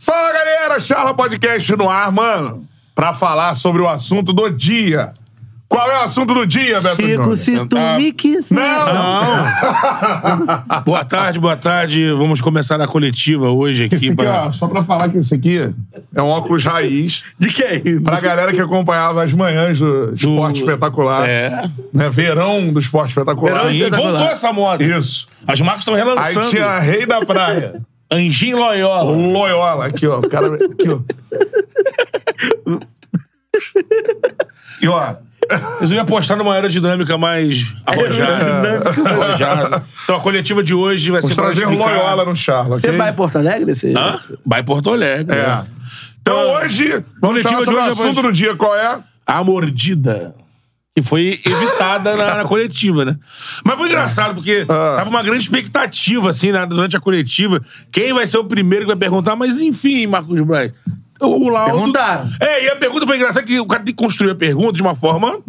Fala galera, Charla Podcast no ar, mano, pra falar sobre o assunto do dia. Qual é o assunto do dia, Beto Chico, se Júnior? tu Ah, me quiser. Não, Boa tarde, boa tarde. Vamos começar a coletiva hoje aqui. Esse aqui, pra- ó, só pra falar que esse aqui é um óculos raiz De quem? pra galera que acompanhava as manhãs do esporte espetacular. É. Né? Verão do esporte espetacular. Sim, voltou essa moda. Isso. As marcas estão Aí relançando. tinha Rei da Praia. Anjinho Loyola. Loyola, aqui, ó. O cara. Aqui, ó. E, ó. Eles iam apostar numa aerodinâmica mais é, arrojada. arrojada. Então a coletiva de hoje vai É, Vamos ser pra trazer um explicar- Loyola no Charla, Você ok? vai em Porto Alegre? Você... Hã? Vai Porto Alegre. É. né? Então hoje, vamos falar Coletiva de sobre o hoje é assunto mais- do dia, qual é? A mordida. Que foi evitada na, na coletiva, né? Mas foi engraçado, porque Ah. tava uma grande expectativa, assim, né, durante a coletiva. Quem vai ser o primeiro que vai perguntar? Mas enfim, Marcos Braz. O, o laudo... Perguntaram. É, e a pergunta foi engraçada que o cara tem que construir a pergunta de uma forma.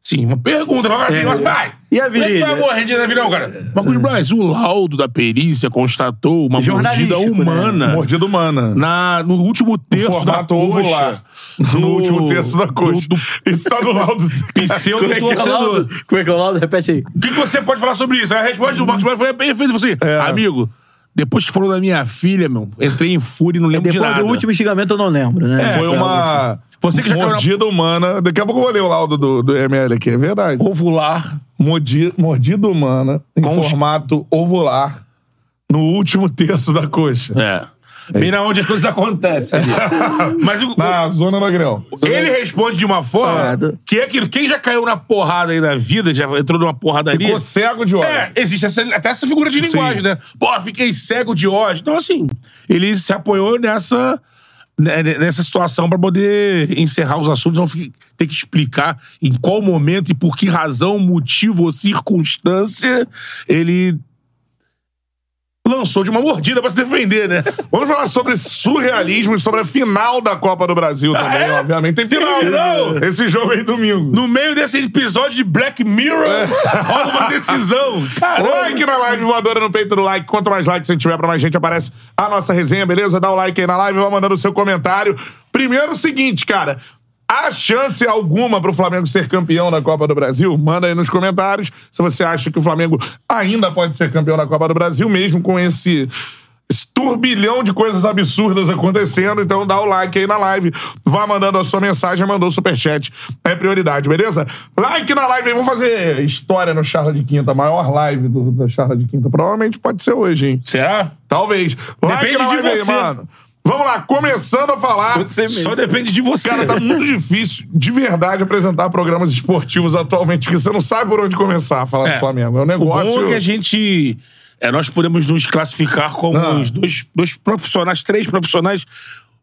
Sim, uma pergunta, não é assim, mas vai. E a Como é que virilha? Vai mordida na virilha, cara. Marcos Braz, o laudo da perícia constatou uma mordida Jornalístico, né? humana. Mordida humana. Na, no último terço da formato coxa. ovular. No último terço da coxa. Do, do Isso tá no Como laudo. é que é o pseudo-torcedor. laudo? Como é que é o laudo? Repete aí. O que, que você pode falar sobre isso? A resposta do Marcos Mário foi perfeita. Você, É. amigo, depois que falou da minha filha, meu, entrei em fúria e não lembro de Depois nada. do último xingamento eu não lembro, né? É, Foi foi uma Você que já caiu na- mordida humana. Daqui a pouco eu vou ler o laudo do, do ML aqui, é verdade. Ovular. Mordi- Mordida humana em Com os- formato ovular no último terço da coxa. É. Bem na onde as coisas acontecem. amigo. Mas o- Na zona do agrão. ele responde de uma forma Claro. que é aquilo. Quem já caiu na porrada aí da vida, já entrou numa porradaria... Ficou cego de ódio. É, existe essa- até essa figura de linguagem, né? Pô, fiquei cego de ódio. Então, assim, ele se apoiou nessa, né, nessa situação pra poder encerrar os assuntos, não fi- ter que explicar em qual momento e por que razão, motivo ou circunstância ele lançou de uma mordida pra se defender, né? Vamos falar sobre surrealismo e sobre a final da Copa do Brasil também, é? obviamente. Tem Ah, final. Final! Esse jogo aí domingo. No meio desse episódio de Black Mirror, rola uma decisão. Caralho! Like na live, voadora no peito do like. Quanto mais likes a gente tiver pra mais gente, aparece a nossa resenha, beleza? Dá o like aí na live, vai mandando o seu comentário. Primeiro, o seguinte, cara. Há chance alguma pro Flamengo ser campeão da Copa do Brasil? Manda aí nos comentários se você acha que o Flamengo ainda pode ser campeão da Copa do Brasil, mesmo com esse, esse turbilhão de coisas absurdas acontecendo. Então dá o like aí na live, vá mandando a sua mensagem, mandou o superchat. É prioridade, beleza? Like na live aí, vamos fazer história no Charla de Quinta, a maior live do, da Charla de Quinta. Provavelmente pode ser hoje, hein? Será? Talvez. Like Depende na de live aí, você. mano. Vamos lá, começando a falar. Só depende de você. Cara, tá muito difícil, de verdade, apresentar programas esportivos atualmente, porque você não sabe por onde começar a falar É. do Flamengo. É um O negócio. bom é que a gente. É, nós podemos nos classificar como Ah. os dois, dois profissionais, três profissionais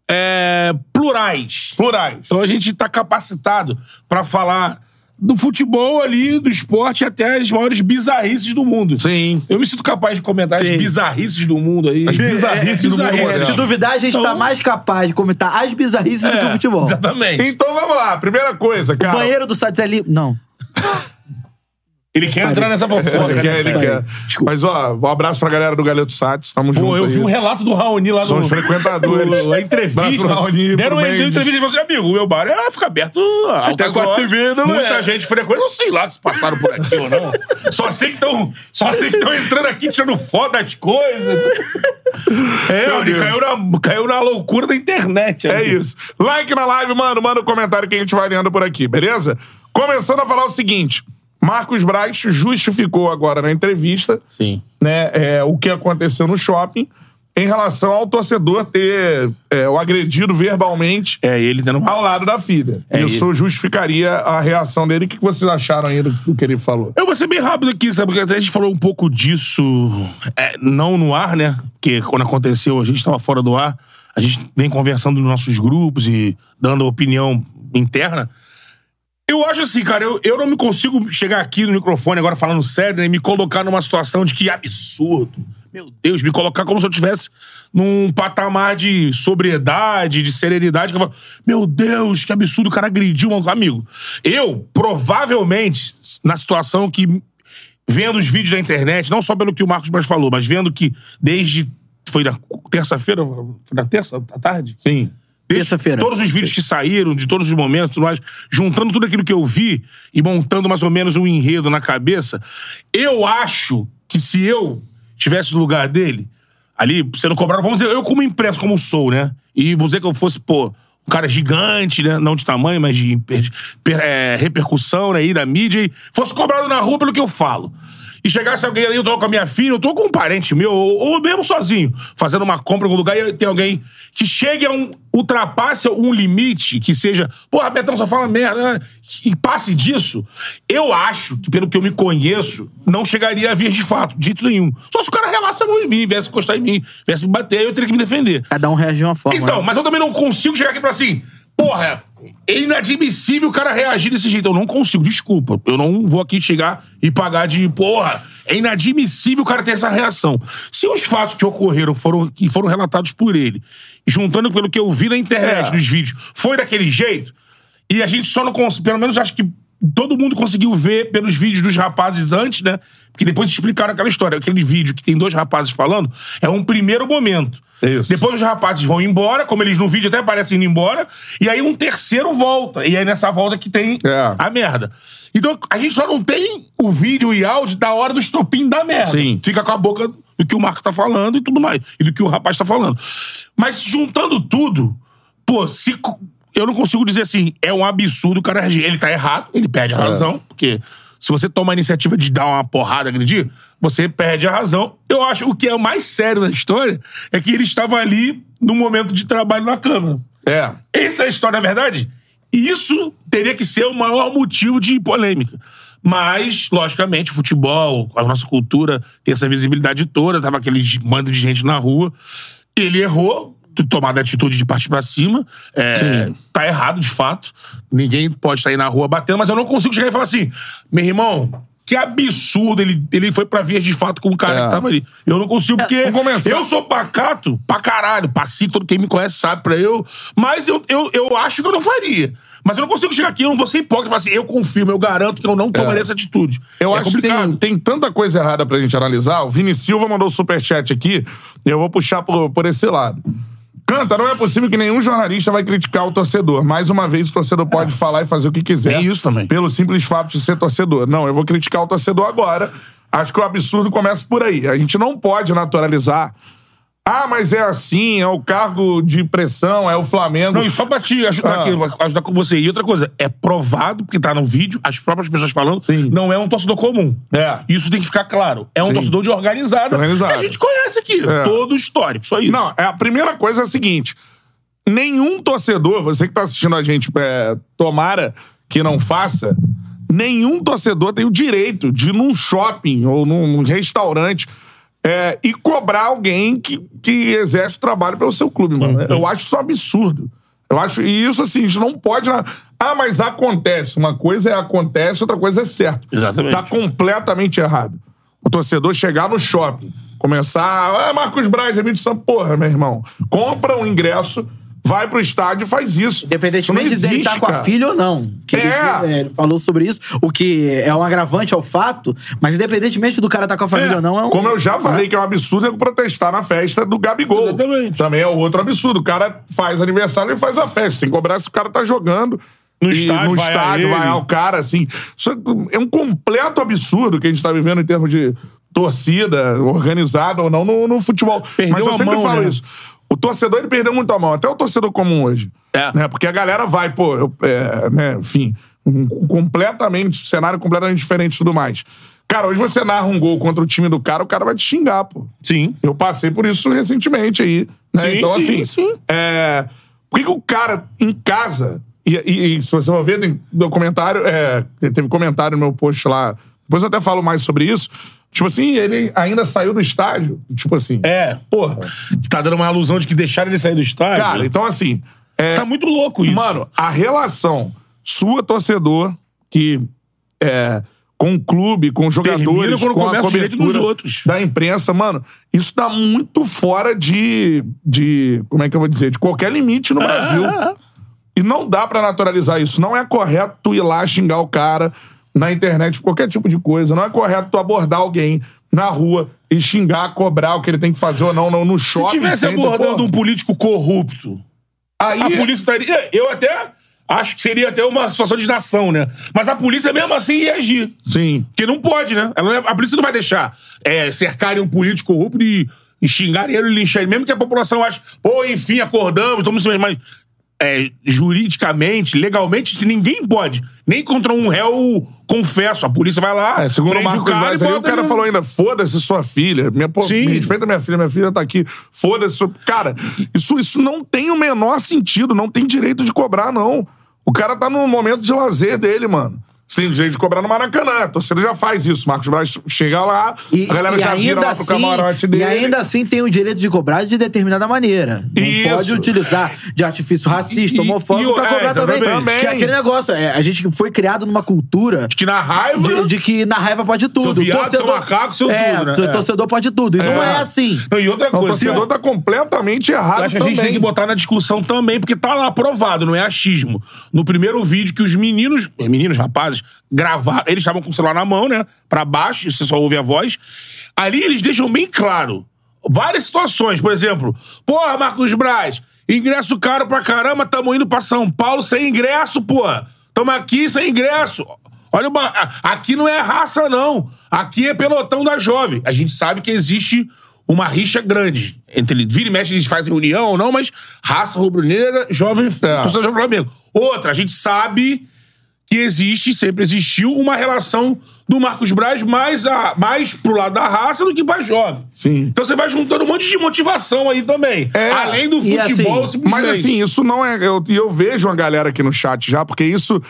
é, plurais. Plurais. Então a gente está capacitado para falar do futebol ali, do esporte até as maiores bizarrices do mundo. Sim. Eu me sinto capaz de comentar as Sim. bizarrices do mundo aí. É, As bizarrices do mundo Se moderno. se duvidar, a gente tá mais capaz de comentar as bizarrices do que o futebol. É, Exatamente. Então vamos lá, primeira coisa, cara. Banheiro do Sadzeli. Não. Ele quer entrar nessa fofoca. Ele quer, né? ele quer. Mas, ó, um abraço pra galera do Galeto Sats. Tamo junto. Pô, eu vi aí. um relato do Raoni lá São no... os frequentadores. no- A entrevista. Abraço pro Raoni, pro Deram uma Mendes. entrevista e ele falou assim, amigo, o meu bar é, fica aberto a Até altas quatro horas. e meia da manhã." Muita gente frequenta. Eu não sei lá se passaram por aqui ou não. Só sei que estão... Só sei que estão entrando aqui tirando foto das coisas. É, Meu ele Deus. caiu na, caiu na loucura da internet. É amigo. isso. Like na live, mano. Manda um comentário que a gente vai lendo por aqui, beleza? Começando a falar o seguinte. Marcos Braz justificou agora na entrevista Sim. né, é, o que aconteceu no shopping em relação ao torcedor ter é, o agredido verbalmente É, ele tendo uma... ao lado da filha. É Isso justificaria a reação dele. O que vocês acharam ainda do que ele falou? Eu vou ser bem rápido aqui, sabe? Porque até a gente falou um pouco disso, é, não no ar, né? Porque quando aconteceu, a gente estava fora do ar. A gente vem conversando nos nossos grupos e dando opinião interna. Eu acho assim, cara, eu, eu não me consigo chegar aqui no microfone agora falando sério né, e me colocar numa situação de que absurdo. Meu Deus, me colocar como se eu tivesse num patamar de sobriedade, de serenidade. Que eu falo, meu Deus, que absurdo, o cara agrediu um amigo. Eu, provavelmente, na situação que vendo os vídeos da internet, não só pelo que o Marcos Braz falou, mas vendo que desde. Foi na terça-feira? Foi na terça à tarde? Sim. Terça-feira. Todos os vídeos que saíram, de todos os momentos, tudo mais, juntando tudo aquilo que eu vi e montando mais ou menos um enredo na cabeça, eu acho que se eu tivesse no lugar dele, ali, sendo cobrado, vamos dizer, eu como impresso, como sou, né? E vamos dizer que eu fosse, pô, um cara gigante, né? Não de tamanho, mas de per- per- é, repercussão aí da mídia, e fosse cobrado na rua pelo que eu falo. E chegasse alguém ali, eu tô com a minha filha, eu tô com um parente meu, ou, ou mesmo sozinho, fazendo uma compra em algum lugar, e tem alguém que chegue a um. ultrapasse um limite, que seja, porra, Betão só fala merda, né? e passe disso. Eu acho que, pelo que eu me conheço, não chegaria a vir de fato, de jeito nenhum. Só se o cara relasse a mão em mim, viesse encostar em mim, viesse me bater, eu teria que me defender. Cada um reage de uma forma. Então, né? mas eu também não consigo chegar aqui e falar assim, porra, é inadmissível o cara reagir desse jeito. Eu não consigo, desculpa. Eu não vou aqui chegar e pagar de, porra, é inadmissível o cara ter essa reação. Se os fatos que ocorreram foram, que foram relatados por ele, juntando pelo que eu vi na internet, É. nos vídeos, foi daquele jeito, e a gente só não conseguiu, pelo menos acho que todo mundo conseguiu ver pelos vídeos dos rapazes antes, né? Porque depois explicaram aquela história. Aquele vídeo que tem dois rapazes falando é um primeiro momento. Isso. Depois os rapazes vão embora, como eles no vídeo até parecem indo embora, e aí um terceiro volta. E aí nessa volta que tem É. a merda. Então a gente só não tem o vídeo e áudio da hora do estopim da merda. Sim. Fica com a boca do que o Marco tá falando e tudo mais. E do que o rapaz tá falando. Mas juntando tudo, pô, se. co- Eu não consigo dizer assim, é um absurdo o cara reagir. Ele tá errado, ele perde a razão, porque se você toma a iniciativa de dar uma porrada, agredir, você perde a razão. Eu acho o que é o mais sério da história é que ele estava ali no momento de trabalho na Câmara. É. Essa é a história, na verdade. Isso teria que ser o maior motivo de polêmica. Mas, logicamente, o futebol, a nossa cultura tem essa visibilidade toda, tava aquele mando de gente na rua. Ele errou, de tomar a atitude de partir pra cima. É, tá errado, de fato. Ninguém pode sair na rua batendo, mas eu não consigo chegar e falar assim: meu irmão, que absurdo ele, ele foi pra vias de fato com o cara É. que tava ali. Eu não consigo, porque Vamos começar. eu sou pacato pra caralho, passivo, todo quem me conhece sabe pra eu. Mas eu, eu, eu acho que eu não faria. Mas eu não consigo chegar aqui, eu não vou ser hipócrita e falar assim, eu confirmo, eu garanto que eu não tomaria essa atitude. Eu é acho que tem, um- tem tanta coisa errada pra gente analisar. O Vini Silva mandou o superchat aqui. Eu vou puxar por, por esse lado. Canta, não é possível que nenhum jornalista vai criticar o torcedor. Mais uma vez, o torcedor pode falar e fazer o que quiser. É. Tem isso também. Pelo simples fato de ser torcedor. Não, eu vou criticar o torcedor agora. Acho que o absurdo começa por aí. A gente não pode naturalizar. Ah, mas é assim, é o cargo de pressão, é o Flamengo. Não, e só pra te ajudar Ah. aqui, ajudar com você. E outra coisa, é provado, porque tá no vídeo, as próprias pessoas falando, Sim. não é um torcedor comum. É. Isso tem que ficar claro. É um Sim. torcedor de organizada, Organizada. que a gente conhece aqui. É. Todo histórico, só isso. Não, é, a primeira coisa é a seguinte: nenhum torcedor, você que tá assistindo a gente, é, tomara que não faça, nenhum torcedor tem o direito de ir num shopping ou num, num restaurante. é, e cobrar alguém que, que exerce o trabalho pelo seu clube, mano. Uhum. Eu acho isso um absurdo. Eu acho. E isso, assim, a gente não pode. na- Ah, mas acontece. Uma coisa é acontece, outra coisa é certo. Exatamente. Tá completamente errado. O torcedor chegar no é shopping, começar. Ah, Marcos Braz, amigo de São Porra, meu irmão. Compra um ingresso, vai pro estádio e faz isso. Independentemente Isso não dele estar existe, com a cara. filha ou não. Que É. Ele, é, ele falou sobre isso, o que é um agravante ao fato, mas independentemente do cara estar com a família ou não, é um. Como eu já falei que é um absurdo eu protestar na festa do Gabigol. Exatamente. Também é outro absurdo. O cara faz aniversário e faz a festa. Tem que cobrar se o cara tá jogando. No E estádio, no vai a estádio ele. vai ao cara, assim. Isso é um completo absurdo que a gente tá vivendo em termos de torcida, organizada ou não, no, no futebol. Perdeu Mas eu a sempre mão, falo né? isso. O torcedor, ele perdeu muito a mão. Até o torcedor comum hoje. É. Né? Porque a galera vai, pô, eu- é, né, enfim, um- completamente, um cenário completamente diferente e tudo mais. Cara, hoje você narra um gol contra o time do cara, o cara vai te xingar, pô. Sim. Eu passei por isso recentemente aí. né? Sim, então, sim, assim, sim. é, por que, que o cara em casa. E, e- e se você for ver, tem documentário. É, teve comentário no meu post lá. Depois eu até falo mais sobre isso. Tipo assim, ele ainda saiu do estádio. Tipo assim. É. Porra. Tá dando uma alusão de que deixaram ele sair do estádio. Cara, então assim. é, tá muito louco isso. Mano, a relação sua, torcedor, que é, com o clube, com os Termina jogadores, quando com a começa o direito cobertura dos outros. da imprensa, mano, isso tá muito fora de, de... Como é que eu vou dizer? De qualquer limite É, no Brasil. E não dá pra naturalizar isso. Não é correto tu ir lá xingar o cara na internet, qualquer tipo de coisa. Não é correto tu abordar alguém na rua e xingar, cobrar o que ele tem que fazer ou não, não no se shopping. tivesse center, abordando pô, um político corrupto, aí, a polícia estaria. Eu até acho que seria até uma situação de nação, né? Mas a polícia mesmo assim ia agir. Sim. Porque não pode, né? Ela não é- a polícia não vai deixar é, cercarem um político corrupto e, e xingarem ele e lincharem. ele. Mesmo que a população ache, pô, enfim, acordamos, estamos isso mesmo. Mas é, juridicamente, legalmente, ninguém pode. Nem contra um réu, confesso. A polícia vai lá, É, segundo o prende Marcos Braz, e aí, o bota cara ele- falou ainda, foda-se sua filha, minha, pô, Sim. me respeita minha filha, minha filha tá aqui, foda-se. sua- Cara, isso, isso não tem o menor sentido, não tem direito de cobrar, não. O cara tá no momento de lazer dele, mano. Você tem direito de cobrar no Maracanã, a torcida já faz isso. Marcos Braz chega lá, a galera já vira lá pro camarote dele. assim, E ainda assim tem o direito de cobrar de determinada maneira. Não Isso. pode utilizar de artifício E- racista, e- e o- homofóbico pra é, cobrar também. também. Que é aquele negócio, é, a gente foi criado numa cultura Que na raiva. de, de que na raiva pode tudo. Seu viado, seu macaco, seu é, tudo, né? seu É. torcedor pode tudo. E não é assim. Não, e outra O coisa. torcedor cara, tá completamente errado Eu acho que a também. gente tem que botar na discussão também, porque tá lá aprovado, não é achismo. No primeiro vídeo que os meninos, eh, meninos, rapazes, gravaram, eles estavam com o celular na mão, né? Pra baixo, e você só ouve a voz. Ali eles deixam bem claro várias situações. Por exemplo, porra, Marcos Braz, ingresso caro pra caramba, tamo indo pra São Paulo sem ingresso, porra. Tamo aqui sem ingresso. Olha, uma- a- aqui não é raça, não. Aqui é pelotão da jovem. A gente sabe que existe uma rixa grande. Entre vira e mexe, eles fazem união ou não, mas raça rubro-negra, jovem, É. torcedor jovem Flamengo. Outra, a gente sabe que existe, sempre existiu, uma relação do Marcos Braz mais, a, mais pro lado da raça do que pra jovem. Sim. Então você vai juntando um monte de motivação aí também. É. Além do E futebol, assim, simplesmente. Mas assim, isso não é. eu- E eu, vejo uma galera aqui no chat já, porque isso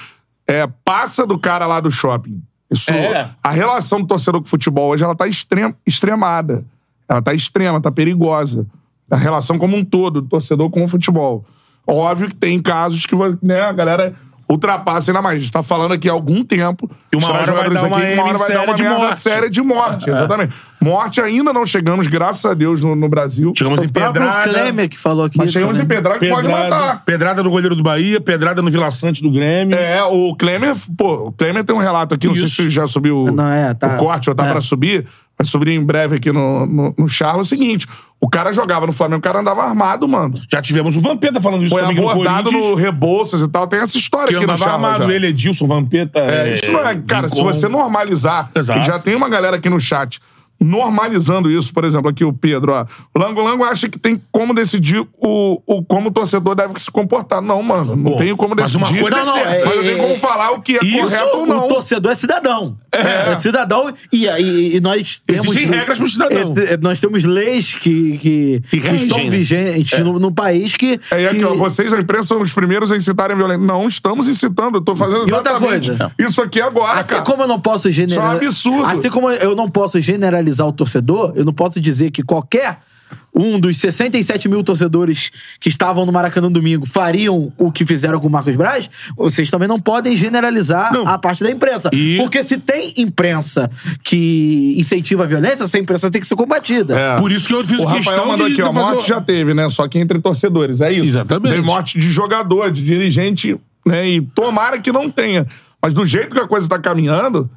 é, passa do cara lá do shopping. Isso, É. A relação do torcedor com o futebol hoje, ela tá extrem, extremada. Ela tá extrema, tá perigosa. A relação como um todo, do torcedor com o futebol. Óbvio que tem casos que né, a galera ultrapassa ainda mais. A gente tá falando aqui há algum tempo. E uma Será hora vai jogadores dar uma aqui, M série de merda morte. É. séria de morte. Exatamente. Morte ainda não chegamos, graças a Deus, no, no Brasil. Chegamos em O próprio pedrada. Klemer que falou aqui. Mas um chegamos em também. pedrada que pode matar. né? Pedrada no goleiro do Bahia, pedrada no Vila Sante do Grêmio. É, o Klemer, pô, o Klemer tem um relato aqui, não sei se já subiu Não, é, tá. o corte ou tá É. pra subir, vai subir em breve aqui no, no, no Charla. É o seguinte: o cara jogava no Flamengo, o cara andava armado, mano. Já tivemos o Vampeta falando isso Foi também aqui no abordado no Corinthians. Rebouças e tal, tem essa história Que aqui no andava Charla. armado. já. Ele, Edilson, Vampeta... É, isso não é, cara, se Lincoln. você normalizar, Exato. e já tem uma galera aqui no chat normalizando isso, por exemplo, aqui o Pedro, ó. O Lango Lango acha que tem como decidir o, o como o torcedor deve se comportar. Não, mano, não Pô, tenho como mas decidir. uma coisa é mas certa. eu tenho como falar o que é Isso, correto ou não. O torcedor é cidadão. É, cidadão e, e- e nós temos. Existem regras pro cidadão. É, é, nós temos leis que, que, Que que regem, estão né? vigentes no, no país que. É, e aqui, que- ó, vocês, a imprensa, são os primeiros a incitarem a violência. Não estamos incitando, eu tô fazendo E outra exatamente coisa. isso aqui agora, Assim cara. como eu não posso Isso é um generalizar. absurdo. Assim como eu não posso generalizar o torcedor, eu não posso dizer que qualquer um dos 67 mil torcedores que estavam no Maracanã no domingo fariam o que fizeram com o Marcos Braz, vocês também não podem generalizar Não. a parte da imprensa. E- Porque se tem imprensa que incentiva a violência, essa imprensa tem que ser combatida. É. Por isso que eu fiz O Rafael questão mandou de... aqui, ó. de fazer Morte o- já teve, né? Só que entre torcedores, é isso. Exatamente. Tem morte de jogador, de dirigente, né? E tomara que não tenha. Mas do jeito que a coisa tá caminhando,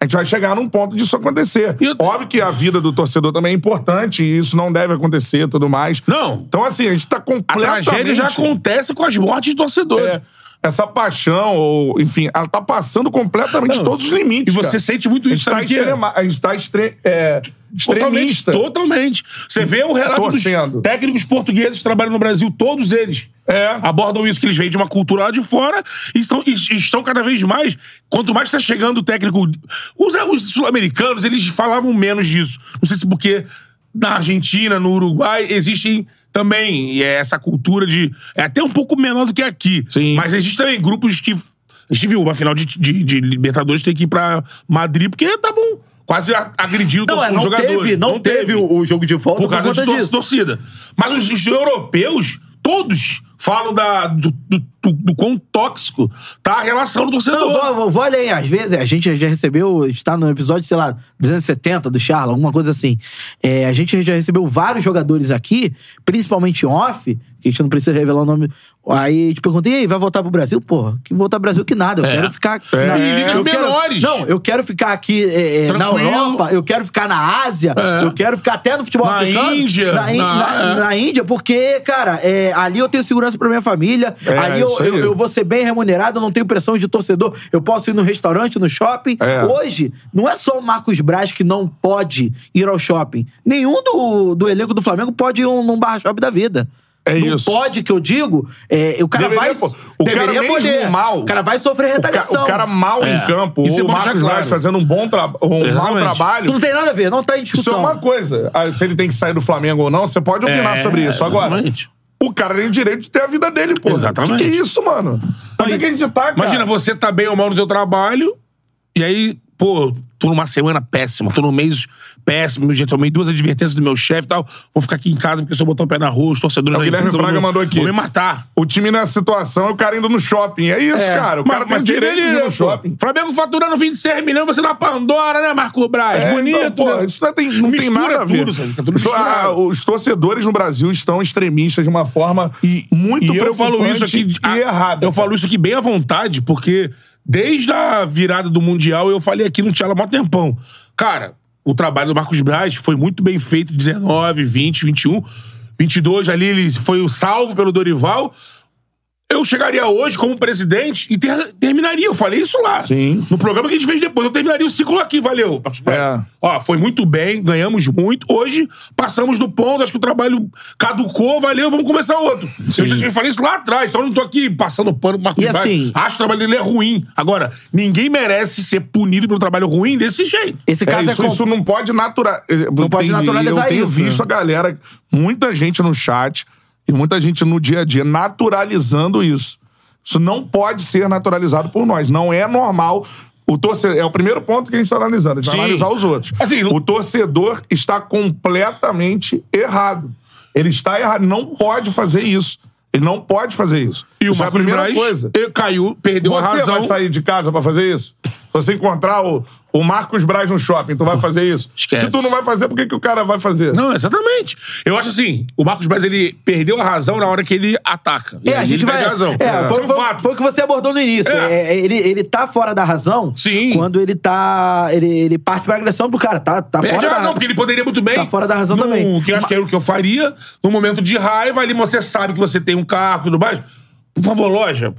a gente vai chegar num ponto disso acontecer. E eu- Óbvio que a vida do torcedor também é importante e isso não deve acontecer e tudo mais. Não. Então, assim, a gente tá A completamente... tragédia já acontece com as mortes de torcedores. É, essa paixão, ou, enfim, ela tá passando completamente Não. todos os limites. E você cara. sente A muito gente isso, tá sabe o que é? extrema- A gente tá extre- é, Totalmente, extremista. totalmente. Você vê o relato Torcendo. dos técnicos portugueses que trabalham no Brasil, todos eles É. abordam isso, que eles vêm de uma cultura lá de fora e estão, e estão cada vez mais. Quanto mais está chegando o técnico. Os, os sul-americanos, eles falavam menos disso. Não sei se porque na Argentina, no Uruguai, existem também e é essa cultura de. É até um pouco menor do que aqui. Sim. Mas existem também grupos que. A gente viu, uma final de, de- de Libertadores tem que ir pra Madrid, porque estavam quase a- agredindo Não, os é, não jogadores. teve, não teve o o jogo de volta Por causa de conta tor- disso. torcida. Mas os, os europeus, todos, falam da, do, do, do- do quão tóxico tá a relação do torcedor. Não, vou, vou, vou olhar aí. Às vezes a gente já recebeu, está no episódio, sei lá, 270 do Charla, alguma coisa assim. É, a gente já recebeu vários jogadores aqui, principalmente off, que a gente não precisa revelar o nome. Aí a gente pergunta, e aí, vai voltar pro Brasil? Porra, que voltar pro Brasil que nada, eu quero ficar... É. na- E ligas eu quero- menores. Não, eu quero ficar aqui é, é, na Tranquilo. Europa, eu quero ficar na Ásia, É. eu quero ficar até no futebol Na africano. Índia, Na, in- na- na- é. na Índia, porque, cara, é, ali eu tenho segurança pra minha família, É, ali eu- isso aí. eu, eu vou ser bem remunerado, eu não tenho pressão de torcedor, eu posso ir no restaurante, no shopping. É. Hoje, não é só o Marcos Braz que não pode ir ao shopping. Nenhum do, do elenco do Flamengo pode ir um- num bar shopping da vida. É não isso. pode que eu digo, é, o cara Deveria, vai. pô, o cara deveria mesmo poder. mal- o cara vai sofrer O ca- O, retaliação. cara mal É. em campo, Isso é ou o bom deixar Marcos claro. Braz fazendo um bom tra um mau Exatamente. Isso não trabalho. tem nada a ver, não tá em Isso é discussão. uma coisa. Ah, Se ele tem que sair do Flamengo ou não, você pode opinar É, sobre isso. Agora, exatamente. o cara tem o direito de ter a vida dele, pô. Exatamente. O que, que é isso, mano? Onde é que a gente tá, cara? Imagina, você tá bem ou mal no teu trabalho, e aí, pô, tô numa semana péssima, tô num mês péssimo, meu jeito, tomei duas advertências do meu chefe e tal, vou ficar aqui em casa porque se eu botar o pé na rua, os torcedores... É, o da Guilherme empresa vão Braga me- mandou aqui. Vão me matar. O time nessa situação é o cara indo no shopping. É isso, cara. O cara tem o direito de ir no shopping. Flamengo faturando 26 milhões, você na Pandora, né, Marco Braz? É, Bonito, então, pô, né? Isso não tem, não tem Mistura nada a ver. tudo, Zé, fica tudo Isso- misturado. ah, os torcedores no Brasil estão extremistas de uma forma E- muito e eu falo isso aqui preocupante a- e errada. Eu falo isso aqui bem à vontade, porque desde a virada do Mundial eu falei aqui no Tchala há mó tempão. Cara, o trabalho do Marcos Braz foi muito bem feito, 19, 20, 21, 22 ali ele foi o salvo pelo Dorival. Eu chegaria hoje como presidente e ter- terminaria. Eu falei isso lá. Sim. No programa que a gente fez depois. Eu terminaria o ciclo aqui. Valeu. Marcos Braz. É. Ó, foi muito bem, ganhamos muito. Hoje passamos do ponto, acho que o trabalho caducou, valeu, vamos começar outro. Eu já tinha falado isso lá atrás, então eu não tô aqui passando pano pro Marcos E Braz. assim- Acho que o trabalho dele é ruim. Agora, ninguém merece ser punido pelo trabalho ruim desse jeito. Esse É, caso é, isso, com- isso não pode natural. Não pode naturalizar Eu tenho isso, visto né? a galera, muita gente no chat e muita gente no dia a dia naturalizando isso. Isso não pode ser naturalizado por nós. Não é normal. O torcedor, é o primeiro ponto que a gente está analisando. A gente Sim. vai analisar os outros. Assim, o torcedor está completamente errado. Ele está errado. Não pode fazer isso. Ele não pode fazer isso. E o Isso é a Marcos primeira Braz coisa. ele caiu, perdeu Você a razão. vai sair de casa pra fazer isso? Se você encontrar o, o Marcos Braz no shopping, tu vai fazer isso? Esquece. Se tu não vai fazer, por que, que o cara vai fazer? Não, exatamente. Eu acho assim, o Marcos Braz, ele perdeu a razão na hora que ele ataca. E É, a aí gente ele vai. perde a razão. É, Isso Foi, um foi- fato. foi o que você abordou no início. É. É, ele, ele tá fora da razão Sim. quando ele tá. Ele, ele parte pra agressão do cara. Tá, tá Perde fora a da razão, porque ele poderia muito bem. Tá fora da razão no- também. Que eu acho que era o que eu faria. No momento de raiva, ali você sabe que você tem um carro e tudo mais. Por favor, loja.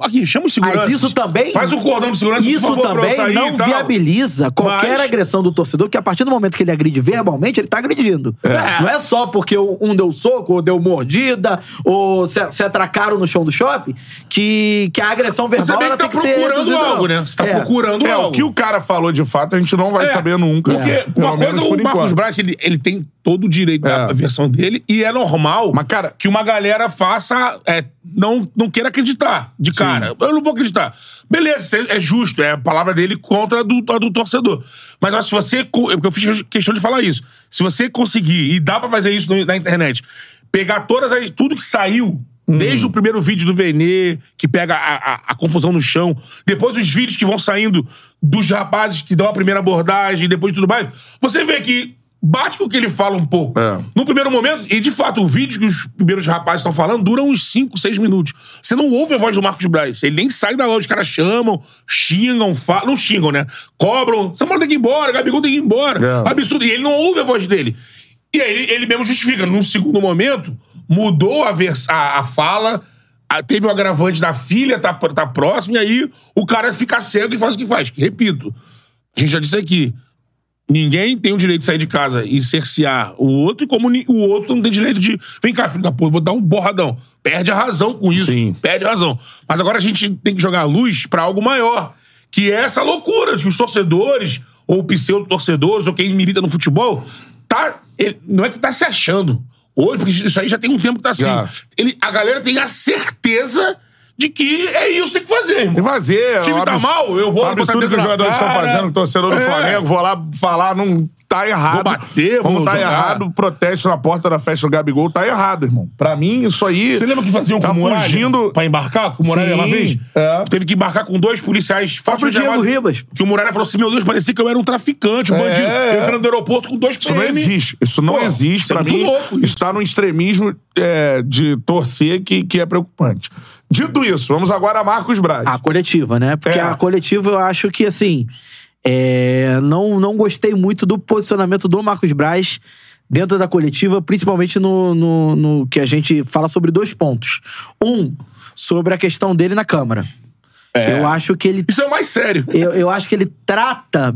Aqui, chama o segurança. Mas isso também. Faz um cordão de segurança Isso por favor, pra eu também sair não e tal. viabiliza qualquer Mas- agressão do torcedor, que a partir do momento que ele agride verbalmente, ele tá agredindo. Não é só porque um deu soco, ou deu mordida, ou se, se atracaram no chão do shopping, que, que a agressão Mas verbal Você bem que ela tem tá que ser. procurando reduzida, não. algo, né? Você tá É. procurando É, algo. o que o cara falou de fato, a gente não vai É, saber nunca. Porque É, pelo uma menos coisa, por o Marcos enquanto. Braz, ele, ele tem todo o direito da É. versão dele e é normal Mas, cara- que uma galera faça é, não, não queira acreditar de cara. Eu não vou acreditar. Beleza, é- é justo, é a palavra dele contra a do, a do torcedor. Mas ó, se você. co- é Porque eu fiz questão de falar isso. Se você conseguir, e dá pra fazer isso no- na internet, pegar todas as. tudo que saiu. Desde o primeiro vídeo do Vene, que pega a, a- a confusão no chão, depois os vídeos que vão saindo dos rapazes que dão a primeira abordagem, depois de tudo mais, você vê que bate com o que ele fala um pouco. É. No primeiro momento, e de fato, o vídeo que os primeiros rapazes estão falando dura uns 5, 6 minutos. Você não ouve a voz do Marcos Braz. Ele nem sai da loja. Os caras chamam, xingam, falam. Não xingam, né? Cobram. Samuel tem que ir embora, Gabigol tem que ir embora. É. Absurdo. E ele não ouve a voz dele. E aí ele, ele mesmo justifica. Num segundo momento, mudou a, vers a, a fala. a- teve o agravante da filha, tá, pr- tá próximo, e aí o cara fica cego e faz o que faz. Repito, a gente já disse aqui. Ninguém tem o direito de sair de casa e cercear o outro, e como ni- o outro não tem direito de. Vem cá, filho da porra, vou dar um borradão. Perde a razão com isso. Sim. Perde a razão. Mas agora a gente tem que jogar a luz pra algo maior. Que é essa loucura de que os torcedores, ou pseudo-torcedores, ou quem milita no futebol, tá. ele- não é que tá se achando. Hoje, porque isso aí já tem um tempo que tá assim. Já. Ele, a galera tem a certeza de que é isso que tem que fazer, irmão. E fazer. O time o tá abs- mal, eu vou o botar absurdo dentro que os da jogadores estão cara. fazendo, o torcedor do É. Flamengo, vou lá falar, não tá errado. Vou bater, Como vou tá jogar. errado, o protesto na porta da festa do Gabigol tá errado, irmão. Pra mim, isso aí. Você lembra que faziam tá com o Muralha? fugindo. Pra embarcar com o Muralha Sim, uma vez? é. Teve que embarcar com dois policiais fortes. Próprio Diego chamados- Ribas. Que o Muralha falou assim, meu Deus, parecia que eu era um traficante, um É, é. bandido. Entrando no aeroporto com dois Isso PM. não existe. Isso não Pô, existe. isso é Pra muito mim, louco isso. isso tá num extremismo é, de torcer que, que é preocupante. Dito isso, vamos agora a Marcos Braz. Ah, Tipo, A coletiva, né? Porque É. a coletiva eu acho que, assim. é, não, não gostei muito do posicionamento do Marcos Braz dentro da coletiva, principalmente no, no, no que a gente fala sobre dois pontos. Um, sobre a questão dele na Câmara. Eu acho que ele Isso é o mais sério. eu, eu acho que ele trata.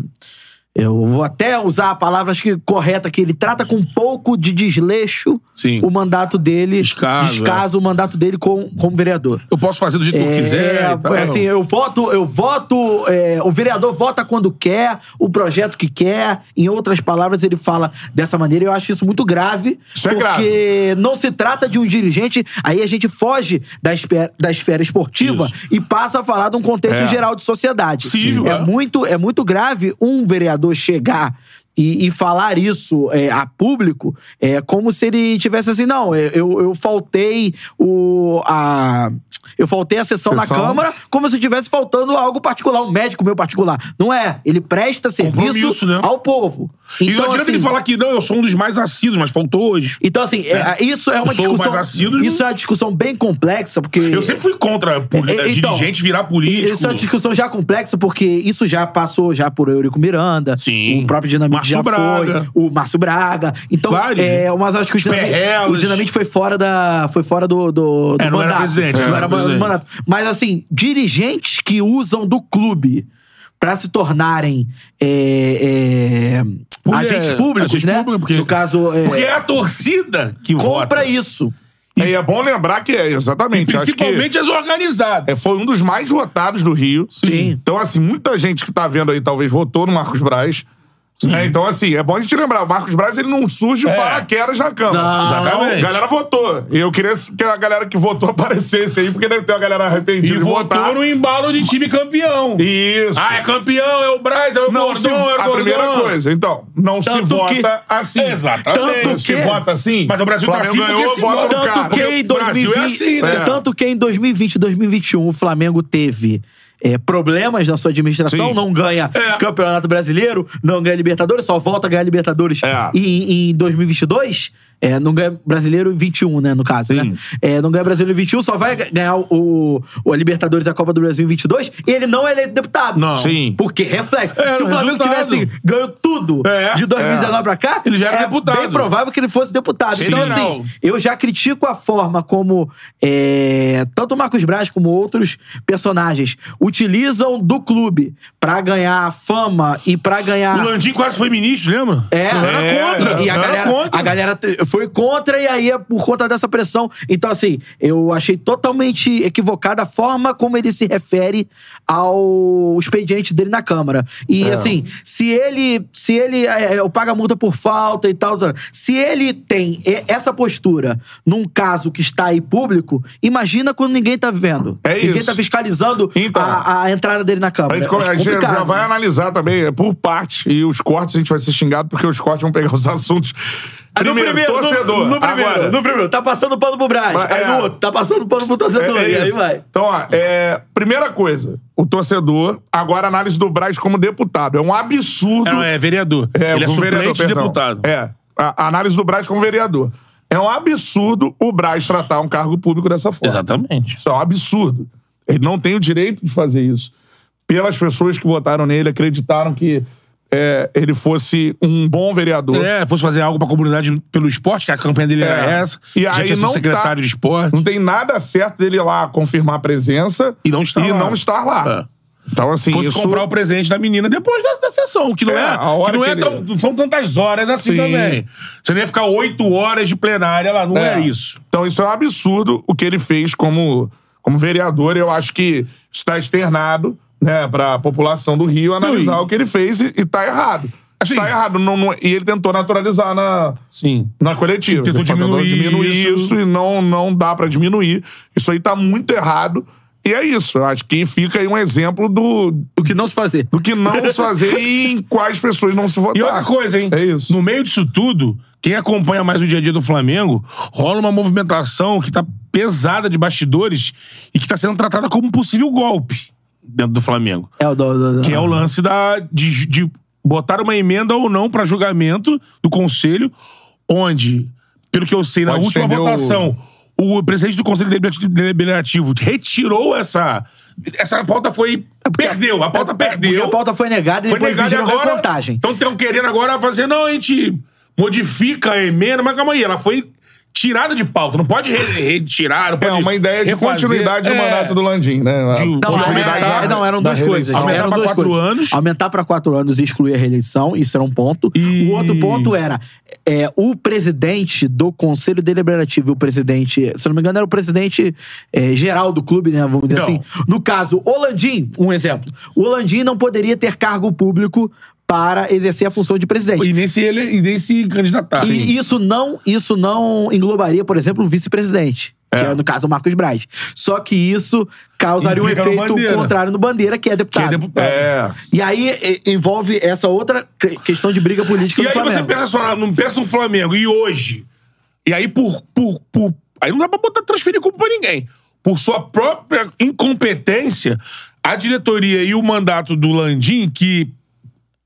Eu vou até usar a palavra acho que correta aqui. Ele trata com um pouco de desleixo Sim. o mandato dele. Descaso, é. descaso o mandato dele com, como vereador. Eu posso fazer do jeito que eu quiser. tá É, e tal. assim, eu voto, eu voto, é, o vereador vota quando quer, o projeto que quer. Em outras palavras, ele fala dessa maneira. Eu acho isso muito grave, Isso é porque não se trata de um dirigente. Aí a gente foge da esfera, da esfera esportiva e passa a falar de um contexto É. geral de sociedade. Possível, é, é. muito, é muito grave um vereador chegar. E, e falar isso é, a público é como se ele tivesse assim, não, é, eu, eu faltei o, a. Eu faltei a sessão na Sessão. Câmara como se estivesse faltando algo particular, um médico meu particular. Não é. Ele presta serviço Compromisso, né? ao povo. assim, e não adianta ele falar que não, eu sou um dos mais assíduos, mas faltou hoje. Então, assim, é, É. isso é uma Eu sou o discussão. mais assíduo. Isso é uma discussão bem complexa, porque. Eu sempre fui contra poli- É, é, então, dirigente virar político. Isso é uma discussão já complexa, porque isso já passou já por Eurico Miranda, Sim. o próprio Dinamite Márcio já Braga. foi, o Márcio Braga. Então, Vários. é, mas acho que o Os Dinamite, Perrelas. o Dinamite foi fora da foi fora do, do, do É, não era mandato. presidente, não era era ma- presidente. mandato. Mas assim, dirigentes que usam do clube pra se tornarem é, é, Porque- agentes públicos, agentes né? públicos, porque- no caso, é, Porque é a torcida que compra vota. isso. E é bom lembrar que é, exatamente. acho que- Principalmente as organizadas. É, foi um dos mais votados do Rio. Sim. Então, assim, muita gente que tá vendo aí talvez votou no Marcos Braz. É, então, assim, é bom a gente lembrar. O Marcos Braz, ele não surge É. paraquedas na Câmara. Não, exatamente. A galera votou. E eu queria que a galera que votou aparecesse aí, porque deve ter uma galera E arrependida de votar. votou no embalo de time campeão. Isso. Ah, é campeão, é o Braz, é o não Gordon, se... é o A Gordon. primeira coisa, então, não se um Tanto vota que- assim. Exatamente. Tanto se que- vota assim. Mas o Brasil tá Flamengo assim porque ganhou, se vota no vota. Tanto cara. que em O Brasil 2020, é assim, né? é, tanto que em 2020 2021 o Flamengo teve é, problemas na sua administração, Sim. não ganha É. Campeonato Brasileiro, não ganha Libertadores, só volta a ganhar Libertadores É. em, em 2022. É, não ganha brasileiro em 21, né, no caso, né? É, não ganha brasileiro em 21, só vai ga- ganhar o, o a Libertadores e a Copa do Brasil em 22 e ele não é eleito deputado. Não. Sim. Porque reflete. É, Se o o Flamengo resultado. tivesse ganho tudo É, de 2019 pra cá, Ele já era é deputado. bem provável que ele fosse deputado. Então, Federal. assim, eu já critico a forma como é, tanto o Marcos Braz como outros personagens utilizam do clube pra ganhar fama e pra Ah. O ganhar. Landim quase foi ministro, lembra? É, Eu era é, contra. E a eu era galera, contra. a galera te- foi contra e aí é por conta dessa pressão. Então, assim, eu achei totalmente equivocada a forma como ele se refere ao expediente dele na Câmara. E, assim, se ele, se ele é, é, eu pago a multa por falta e tal, tal, se ele tem e- essa postura num caso que está aí público, imagina quando ninguém tá vendo. É ninguém isso. tá fiscalizando Então. a, a entrada dele na Câmara. A gente, come- Acho a gente já complicado. vai analisar também é, por parte e os cortes a gente vai ser xingado porque os cortes vão pegar os assuntos. Ah, no Primeiro, no- torcedor. No, primeiro, Agora, é, no primeiro. Tá passando pano pro Braz. Mas, aí é. no outro, tá passando pano pro torcedor. É, é e aí isso. vai. Então, ó, é, primeira coisa, o torcedor, agora a análise do Braz como deputado. É um absurdo. É, não, é vereador. ele é como suplente um vereador, de perdão. deputado. É, a, a análise do Braz como vereador. É um absurdo o Braz tratar um cargo público dessa forma. Exatamente. Isso é um absurdo. Ele não tem o direito de fazer isso. Pelas pessoas que votaram nele, acreditaram que é, ele fosse um bom vereador. É, fosse fazer algo pra comunidade pelo esporte, que a campanha dele era É. essa. E já aí tinha sido não secretário tá- de esporte. Não tem nada certo dele ir lá confirmar a presença E não estar lá. É. não estar lá. Então, assim, Fosse isso... comprar o presente da menina depois da, da sessão, que não É, é. a hora que não que é ele- tão- não são tantas horas assim Sim. também. Você não ia ficar oito horas de plenária lá, não é, É. isso. Então isso é um absurdo o que ele fez como, como vereador. Eu acho que está externado né, para a população do Rio analisar Sim. o que ele fez e está errado. Assim. Está errado. Não- não- e ele tentou naturalizar na, Sim. na coletiva. Tentou Ele tentou diminuir diminuir isso. isso. e não, não dá para diminuir. Isso aí está muito errado. E é isso. Eu acho que fica aí um exemplo do, O que não se fazer. do que não se fazer e em quais pessoas não se votar. E outra coisa, hein? É isso. No meio disso tudo, quem acompanha mais o dia a dia do Flamengo, rola uma movimentação que tá pesada de bastidores e que tá sendo tratada como um possível golpe dentro do Flamengo. É o do, do- do- Que é Ah. o lance da, de, ju- de botar uma emenda ou não pra julgamento do Conselho, onde, pelo que eu sei, na Pode última estender o- votação, o... presidente do Conselho Deliberati- Deliberativo retirou essa. Essa pauta foi. É Perdeu, a pauta É, Porque perdeu. a pauta foi negada e Foi depois negado e pediram agora. recontagem. Então estão querendo agora fazer, não, a gente modifica a emenda, mas calma aí, ela foi tirada de pauta, não pode re- retirar, não É pode uma ideia de refazer. continuidade do É. mandato do Landim, né? A De- Não, Não, é, possibilidade aumentar- é, não, eram da duas reeleição. coisas. Aumentar eram pra duas quatro coisas. anos. Aumentar para quatro anos e excluir a reeleição, isso era um ponto. O outro ponto era é, o presidente do Conselho Deliberativo, e o presidente, se eu não me engano, era o presidente é, geral do clube, né? Vamos dizer Então. assim. No caso, Olandim, um exemplo. O Olandim não poderia ter cargo público para exercer a função de presidente. E nem se ele e nem se candidatar. E isso não, isso não englobaria, por exemplo, o vice-presidente. Que é, no caso, o Marcos Braz. Só que isso causaria Implica um no efeito Bandeira. contrário no Bandeira, que é Que deputado. é deputado. É. E aí e- envolve essa outra que- questão de briga política E no aí Flamengo. você pensa só, não pensa um Flamengo, e hoje? E aí por, por, por- Aí não dá pra botar, transferir culpa pra ninguém. Por sua própria incompetência, a diretoria e o mandato do Landim, que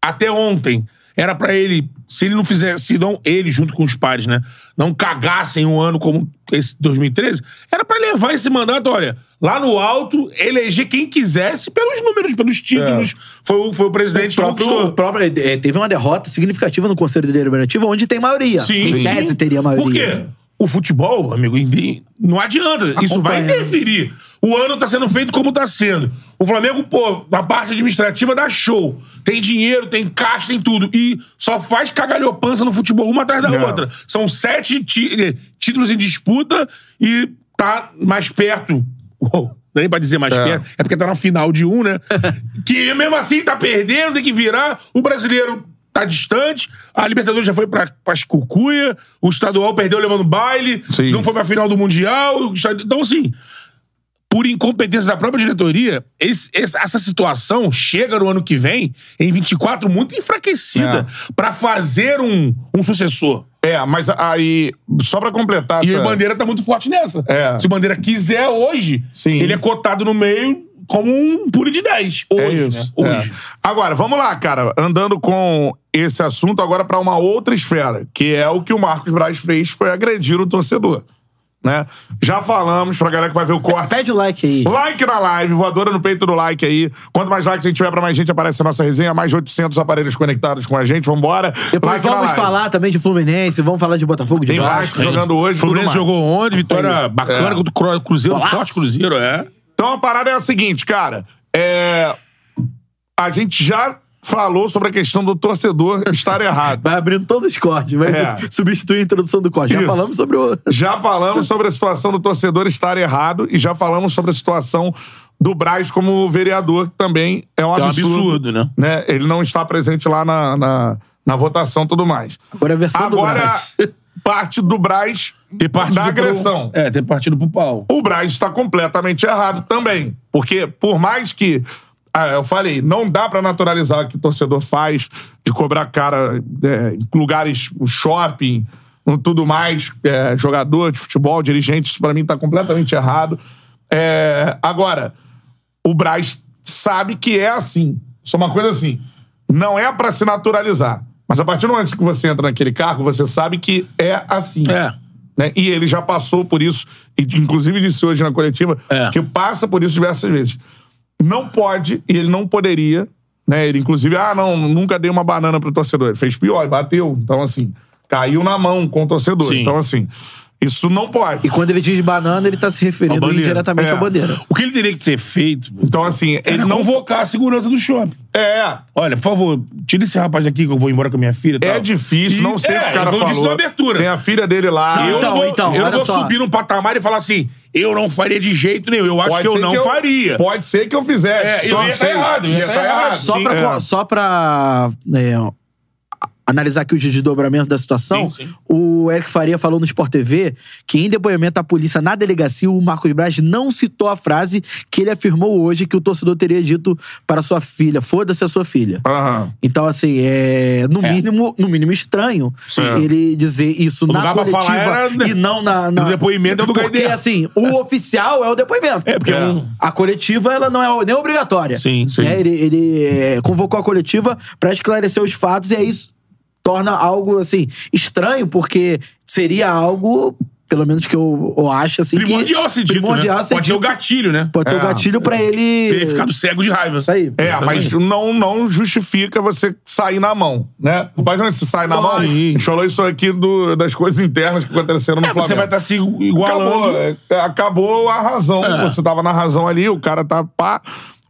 até ontem era pra ele, se ele não fizesse, se não ele junto com os pares, né, não cagassem um ano como esse 2013, era pra levar esse mandato, olha, lá no alto, eleger quem quisesse pelos números, pelos títulos. Foi, o- foi o É. presidente O que próprio, o conquistou. próprio- eh, teve uma derrota significativa no Conselho Deliberativo, onde tem maioria. Sim, em sim. tese teria maioria. Por quê? O futebol, amigo, indi- não adianta. Isso vai Acompanha. interferir. O ano tá sendo feito como tá sendo. O Flamengo, pô, na parte administrativa dá show. Tem dinheiro, tem caixa, tem tudo. E só faz cagalhopança no futebol, uma atrás da É. outra. São sete ti- eh, títulos em disputa e tá mais perto. Uou, não é nem pra dizer mais É. perto, é porque tá na final de um, né? que mesmo assim tá perdendo, tem que virar. O brasileiro tá distante, a Libertadores já foi pra, pras cucuia, o estadual perdeu levando baile, Sim. não foi pra final do Mundial. o estad- Então, assim, por incompetência da própria diretoria, esse- esse- essa situação chega no ano que vem, em 24, muito enfraquecida pra fazer um, um sucessor. É, mas aí, só pra completar. E essa- o Bandeira tá muito forte nessa. É. Se o Bandeira quiser hoje, Sim. ele é cotado no meio como um puro de 10. Hoje, É isso. né? É. Hoje. Agora, vamos lá, cara. Andando com esse assunto agora pra uma outra esfera, que é o que o Marcos Braz fez, foi agredir o torcedor. Né? Já falamos pra galera que vai ver o corte. Pede o like aí. Like na live, voadora no peito do like aí. Quanto mais likes a gente tiver pra mais gente, aparece a nossa resenha. Mais de 800 aparelhos conectados com a gente. Vambora. Depois Like na vamos live. falar também de Fluminense, vamos falar de Botafogo, de Tem Vasco jogando hoje. tudo Fluminense mais. É. jogou ontem, vitória bacana contra o Cru- Cruzeiro, Golaço. sorte Cruzeiro, é. Então a parada é a seguinte, cara. É. A gente já falou sobre a questão do torcedor estar errado. Vai abrindo todo o Discord, vai É. substituir a introdução do corte. Já Isso. falamos sobre o. Já falamos sobre a situação do torcedor estar errado e já falamos sobre a situação do Braz como vereador, que também é um É um absurdo. absurdo, né? né? Ele não está presente lá na, na, na votação e tudo mais. Agora é a versão do Agora, Braz. parte do Braz Ter partido da pro- agressão. É, ter partido pro pau. O Braz está completamente errado também. Porque, por mais que. ah, eu falei, não dá pra naturalizar o que o torcedor faz, de cobrar cara é, em lugares, o shopping, um tudo mais, é, jogador de futebol, dirigente, isso pra mim tá completamente errado. É, agora, o Braz sabe que é assim. Só uma coisa assim, não é pra se naturalizar. Mas a partir do momento que você entra naquele cargo, você sabe que é assim É. né? E ele já passou por isso, e de- inclusive disse hoje na coletiva, É. que passa por isso diversas vezes. Não pode, e ele não poderia, né? Ele, inclusive, ah, não, nunca dei uma banana pro torcedor. Ele fez pior, e bateu. Então, assim, caiu na mão com o torcedor. Sim. Então, assim, isso não pode. E quando ele diz banana, ele tá se Ao referindo bandeira. indiretamente É. à bandeira. O que ele teria que ter feito Então, assim, ele era não. convocar a segurança do shopping. É, Olha, por favor, tira esse rapaz daqui que eu vou embora com a minha filha. e é tal. difícil, E- não sei o que é, o cara eu falou. Disse na abertura. Tem a filha dele lá. Eu Então, não vou, então, eu não olha vou só. subir num patamar e falar assim, eu não faria de jeito nenhum. Eu acho Pode que eu ser não faria. Pode ser que eu fizesse. É, só eu ia sei. tá errado, eu ia tá errado. Só Sim, pra, é. só pra é, a- analisar aqui o desdobramento da situação, Sim, sim. o Eric Faria falou no Sport TV que, em depoimento à polícia na delegacia, o Marcos Braz não citou a frase que ele afirmou hoje que o torcedor teria dito para sua filha: foda-se a sua filha. Aham. Então, assim, é no mínimo, no mínimo estranho Sim. ele dizer isso na lugar pra coletiva falar era- e não na, na- O depoimento é do lugar Porque, dele. assim, o oficial é o depoimento. É, porque é um- A coletiva, ela não é nem obrigatória. Sim, sim. Né? Ele, ele, é, convocou a coletiva pra esclarecer os fatos e aí isso torna algo, assim, estranho, porque seria algo, pelo menos que eu, eu acho, assim, Primordial que... ser dito, primordial né? ser Pode ser o dito. gatilho, né? é Pode ser o É. gatilho pra Ter ele... ficado cego de raiva. Isso aí. É, mas não, não justifica você sair na mão, né? O pai quando você sai na Sim. mão, a gente falou isso aqui do- das coisas internas que aconteceram no É, Flamengo. você vai estar se igualando. Acabou, é, acabou a razão. É. Você tava na razão ali, o cara tá pá.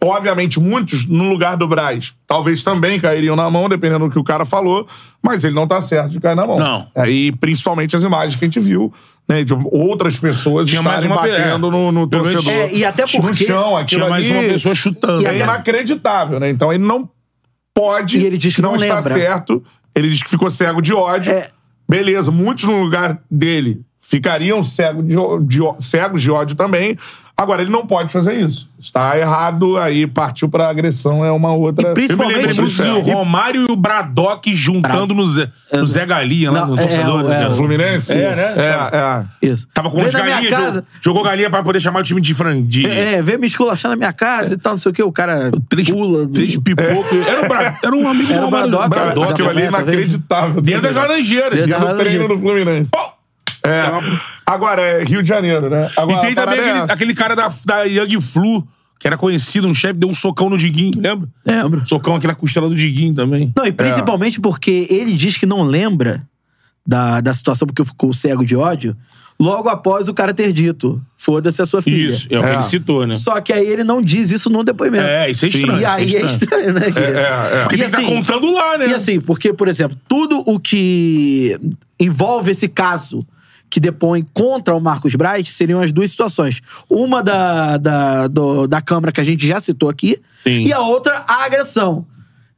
Obviamente, muitos no lugar do Braz talvez também cairiam na mão, dependendo do que o cara falou, mas ele não tá certo de cair na mão. Não. É, e principalmente as imagens que a gente viu, né? De outras pessoas Tinha mais estarem uma- é. batendo no, no Pelo menos- torcedor. É, e até No porque- chão, aquilo Tinha mais ali- uma pessoa chutando. E é até- inacreditável, né? Então ele não pode. E ele diz que não está lembra. certo. Ele diz que ficou cego de ódio. É. Beleza, muitos no lugar dele ficariam cego de, ó- de ó- cegos de ódio também. Agora, ele não pode fazer isso. Está errado, aí partiu pra agressão, é uma outra. Eu me principalmente- lembrei muito Isso é. do Romário e o Bradock juntando no Zé, no Zé Galinha, lá Não, no é, torcedor. é, né? O Fluminense? É, né? É, é. Isso. Tava com Vem umas na minha galinhas, casa- jogou, jogou galinha pra poder chamar o time de frango. De... É, é, vem me esculachar na minha casa e tal, não sei o que. O cara Três, pula. É. três pipocos. Era, o Bra- era um amigo Era do o Romário. Bradock, Bradock. Bradock, Zé aquilo ali é Roberto, tá vendo? inacreditável. Dentro das laranjeiras. Dentro E da no treino laranjeira. do Fluminense. Pau! É. Agora, é Rio de Janeiro, né? Agora, E tem a parada também é aquele, essa. aquele cara da, da Young Flu, que era conhecido, um chefe, deu um socão no Diguinho, lembra? Lembro. Socão aqui na costela do Diguinho também. Não, e principalmente porque ele diz que não lembra da, da situação porque ficou cego de ódio logo após o cara ter dito: foda-se a sua filha. Isso, é o que É. ele citou, né? Só que aí ele não diz isso no depoimento. É, isso é Sim. estranho, E aí isso é é estranho, né? É, é, é. Porque E tem que assim, estar contando lá, né? E assim, porque, por exemplo, tudo o que envolve esse caso que depõe contra o Marcos Braz seriam as duas situações. Uma da, da, do- da Câmara que a gente já citou aqui, Sim. e a outra a agressão.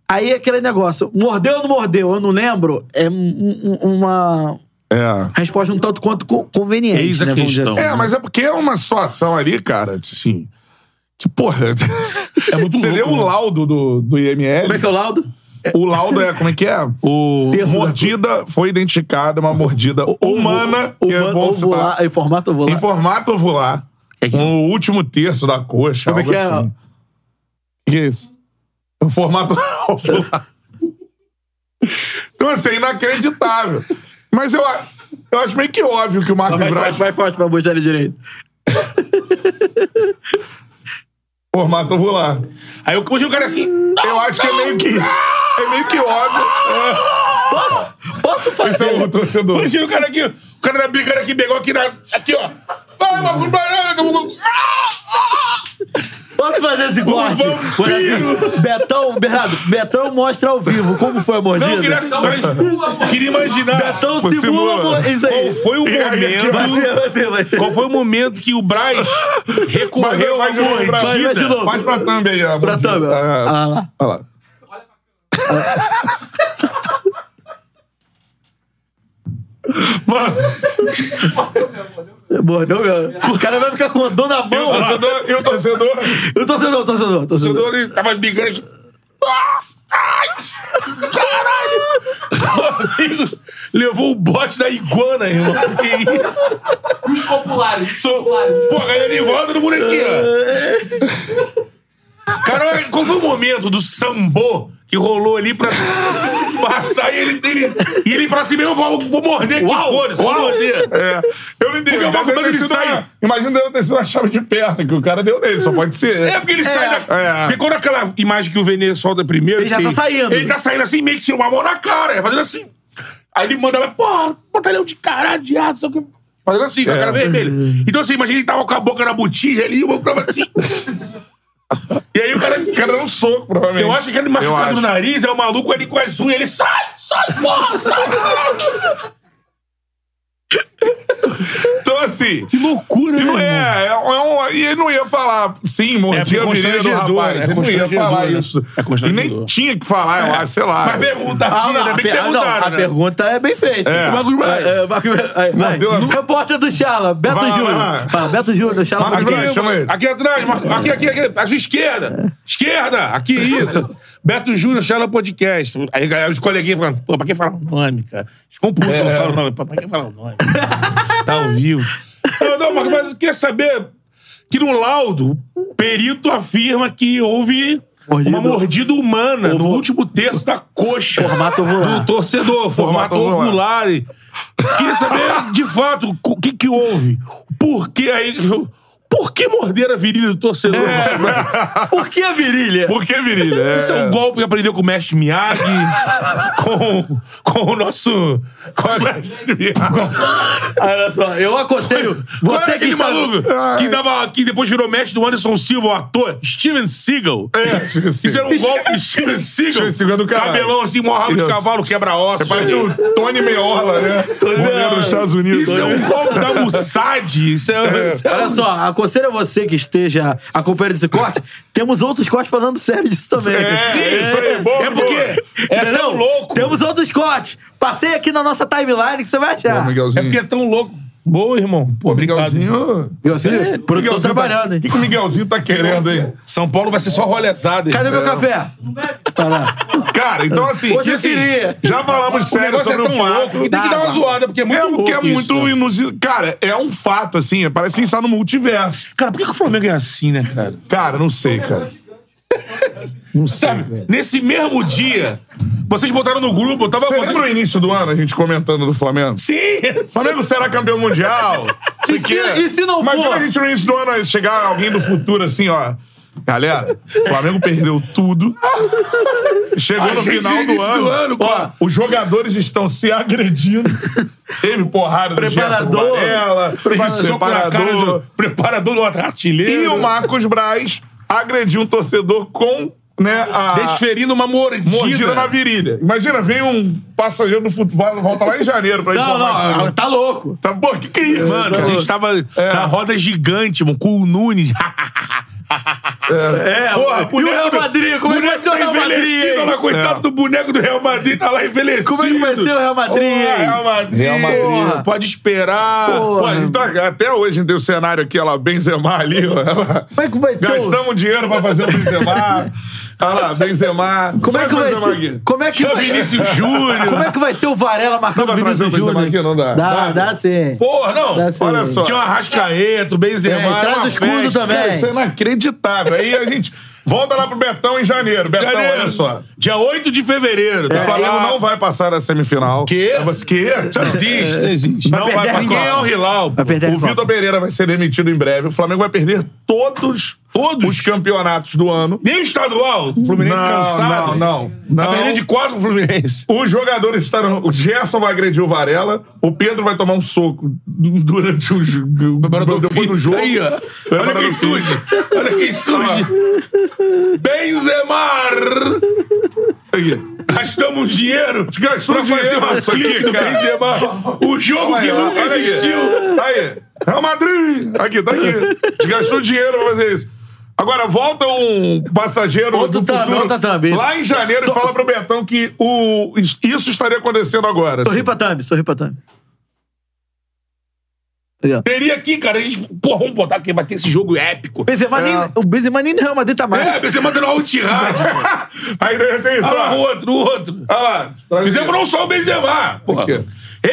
Aí é aquele negócio, mordeu ou não mordeu, eu não lembro, é um- um- uma É. resposta um tanto quanto co- conveniente, Eis a né, vamos dizer questão. assim. É, mas é porque é uma situação ali, cara, assim. Que porra. É muito Você lê louco, o né? laudo do, do IML. Como é que é o laudo? O laudo é, como é que é? O... Terço da- Mordida foi identificada, uma mordida humana, que é humana, bom citar. ovular, em formato ovular. Em formato ovular. No último terço da coxa. Como é algo que é? assim. O que é isso? O formato ovular. então, assim, é inacreditável. Mas eu, a- eu acho meio que óbvio que o Marcos Vai Braz forte, vai forte pra botar ele direito. formato ovular. Aí eu hoje o cara assim. Eu acho que é meio que. É meio que óbvio. Posso, posso fazer? Esse é o torcedor. Imagina o cara aqui. O cara tá brigando aqui, pegou aqui na. Aqui, ó. Vai, Marcos Braz, daqui a pouco- Ah! Posso fazer esse corte. Foi assim, Betão, Bernardo, Betão mostra ao vivo como foi a mordida. Não, eu queria, mas, queria imaginar. Betão Pô, simula a mordida. Isso aí. Qual foi o E aí, aqui, momento. Vai ser, vai ser, vai ser. Qual foi o momento que o Braz recorreu à é Faz- um- faz- faz- Vai, vai de mordida? novo. Faz pra thumb aí, ó. Pra thumb, ó. Ah, Olha lá. Mano, Mordeu mesmo. O cara vai ficar com a dor na mão. eu tô- eu tô sendo. Eu tô sendo, eu tô sendo, eu tô sendo. Ele tava brigando aqui. Ah! Ai! Caralho! Rodrigo levou o bote da iguana, irmão. Que isso? Os populares. Sou... Pô, a galera em volta do bonequinho, ó. Cara, qual foi o momento do sambô que rolou ali pra passar e ele, ele, e ele pra cima, eu vou, vou morder aqui, foda-se, vou morder. É, eu não entendi. Porque o bagulho Deve ter ele sido sai. uma- Imagina deve ter sido uma chave de perna que o cara deu nele, só pode ser. É, porque ele sai da. é. Porque quando aquela imagem que o Vene solta primeiro. Ele já que tá saindo. Ele tá saindo assim, meio que tirou uma mão na cara, fazendo assim. Aí ele manda, porra, batalhão de caralho, de aço, sei o que. Fazendo assim, É. com a cara vermelha. Então assim, imagina ele tava com a boca na botija ali e o maluco tava assim. e aí o cara. O cara deu um soco, provavelmente. Eu acho que ele Eu machucado acho. no nariz, é o maluco ele com as unhas, ele sai, sai, porra, sai, caralho. Então, assim. Que loucura, né, E não é, é um- é um- e ele não ia falar, sim, mordia É a virilha do constrangedor, rapaz. né? É Ele não ia constrangedor, falar né? isso. É e constrangedor. nem tinha que falar, eu acho, sei lá. Mas Tá pergunta, Ah, tinha, não, ainda bem que a per- não, perguntaram. a né? pergunta é bem feita. É. O Marcos Braz. É, é, Marcos Braz. Aí, vai. Mordeu a- No- Repórter do Chala, Beto Vai, vai, Júnior. vai. Fala, Beto Júnior, Chala Marcos Marcos Braz. Braz. Aqui, chama ele. aqui atrás, Mar- aqui, aqui, aqui, à sua esquerda. Esquerda, aqui isso. Beto Júnior, Chala Podcast. Aí galera, os coleguinhas falando, pô, pra que falar o nome, cara? Ficou um puto quando É. eu falo o nome. Pô, Pra que falar o nome? tá ao vivo. Não, não, mas, mas eu queria saber que no laudo, o perito afirma que houve Mordida. uma mordida humana no último terço da coxa Formato ovular. Ah. do torcedor, formato, Formato ovular. ovular. E Queria saber, de fato, o que que houve. Por que aí... Por que morder a virilha do torcedor? Por que a virilha? É. Por que virilha? É. Esse é um golpe que aprendeu com o mestre Miyagi, com, com o nosso... Com a, Olha só, eu aconselho Qual era você que aquele está... maluco que, dava, que depois virou mestre do Anderson Silva, o ator Steven Seagal. É, Steven Isso era um golpe Steven Seagal. Steven Seagal é do caralho. Cabelão assim, mó rabo de Isso. É, cavalo, quebra-ossos. Parece o Tony Meola, né? Morrendo nos Estados Unidos. Isso é um golpe da Mossad. Isso é... isso é- Olha só, aconselho a você que esteja acompanhando esse corte. Temos outros cortes falando sério disso também. É, isso aí, boa, é porque É é Entendeu? tão louco. Temos outros cortes. Passei aqui na nossa timeline que você vai achar. É Miguelzinho. porque é tão louco. Boa, irmão. Pô, Miguelzinho. Miguelzinho, produção Miguelzinho trabalhando, tá- O hein? que, que o Miguelzinho tá querendo, hein? São Paulo vai ser só rolezada. Cadê meu café? Cara, então assim. Hoje eu assim, queria. Já falamos O sério negócio é sobre tão o fato. louco que tem que dar uma Dava. zoada, porque é muito É louco porque é isso, muito cara. inusitado. Cara, é um fato, assim. Parece que a gente tá no multiverso. Cara, por que que o Flamengo é assim, né, cara? Cara, não sei, cara. Sabe, nesse mesmo dia, vocês botaram no grupo, eu tava... Você lembra o início do ano, a gente comentando do Flamengo? Sim! Flamengo será campeão mundial? Sei E se- quê. e se não Imagina for? a gente no início do ano chegar alguém do futuro assim, ó. Galera, o Flamengo perdeu tudo. Chegou A no gente, final do início ano. do ano, ó, cara. os jogadores estão se agredindo. Teve porrada do Gerson Preparador. Varela, Prepara- teve soco na cara do- preparador. preparador do artilheiro. E o Marcos Braz agrediu um torcedor com né, a Desferindo uma mordida. mordida na virilha. Imagina, vem um passageiro do futebol, volta lá em janeiro pra Não, informar. não, tá louco. Tá, pô, que que é isso? Mano, cara? É. a gente tava na roda gigante, mano, com o Nunes. É, Porra, e o boneco Real do- Madrid? Como é que vai ser o Real Madrid? envelhecido, hein? mas coitado do boneco do Real Madrid, tá lá envelhecido. Como é que vai ser o Real Madrid, Porra, hein? Real Madrid. Real Madrid. Porra. Pode esperar. Pô, a gente tá- até hoje a gente tem o cenário aqui, olha lá, o Benzema ali, ó. Como é que vai ser o- Gastamos dinheiro pra fazer o Benzema. Olha lá, Benzema. Como é que vai Benzema ser? Como é que Chama o vai... Vinícius Júnior. Como é que vai ser o Varela Dá marcando o pra trazer o Vinícius Benzema Júnior? aqui? Não dá. Dá, dá sim. Porra, não. Dá sim. Olha só. Tinha uma Rascaeta, o Benzema. É, era Tá traz uma o escudo festa. também. Cara, isso é inacreditável. Aí a gente volta lá pro Betão em janeiro. Betão, Janeiro. olha só. É, Dia 8 de fevereiro. Tá O Flamengo não vai passar na semifinal. É. Quê? Eu falei, Quê? Não existe, não existe. Não vai perder a passar. Ninguém é o Hilal. Vai perder a O Copa. Vitor Pereira vai ser demitido em breve. O Flamengo vai perder todos Todos? os campeonatos do ano. Nem o estadual. O Fluminense Não, cansado. não, não, Tá não. perdendo de quatro o Fluminense. Os jogadores estarão. O Gerson vai agredir o Varela. O Pedro vai tomar um soco durante o jogo. Depois do jogo. Aí, ó. Olha Preparador Ah, quem físico. surge. Olha quem surge. Benzemar. Aqui. Gastamos um dinheiro Gastou um pra fazer dinheiro uma isso aqui, clique do cara. Benzemar. O jogo que Olha lá, nunca olha aí. Tá existiu. Aí, Real Madrid! Aqui, tá aqui. Te gastou dinheiro pra fazer isso. Agora, volta um passageiro Outro do tam- futuro, outro também. lá em janeiro Só- e fala pro Betão que o, isso estaria acontecendo agora. assim. Sorri pra Thumb, sorri pra Thumb. Entendeu? Teria aqui, cara. A gente, pô, vamos botar aqui, bater esse jogo épico. Benzema nem, o Benzema nem no Real Madrid tá mais. É, Benzema dando uma tirada. assim. Aí né, tem isso. Ah, Olha lá, Ah, o ó. outro, o outro. Olha lá. Fizemos não só o Benzema. porra. Aqui.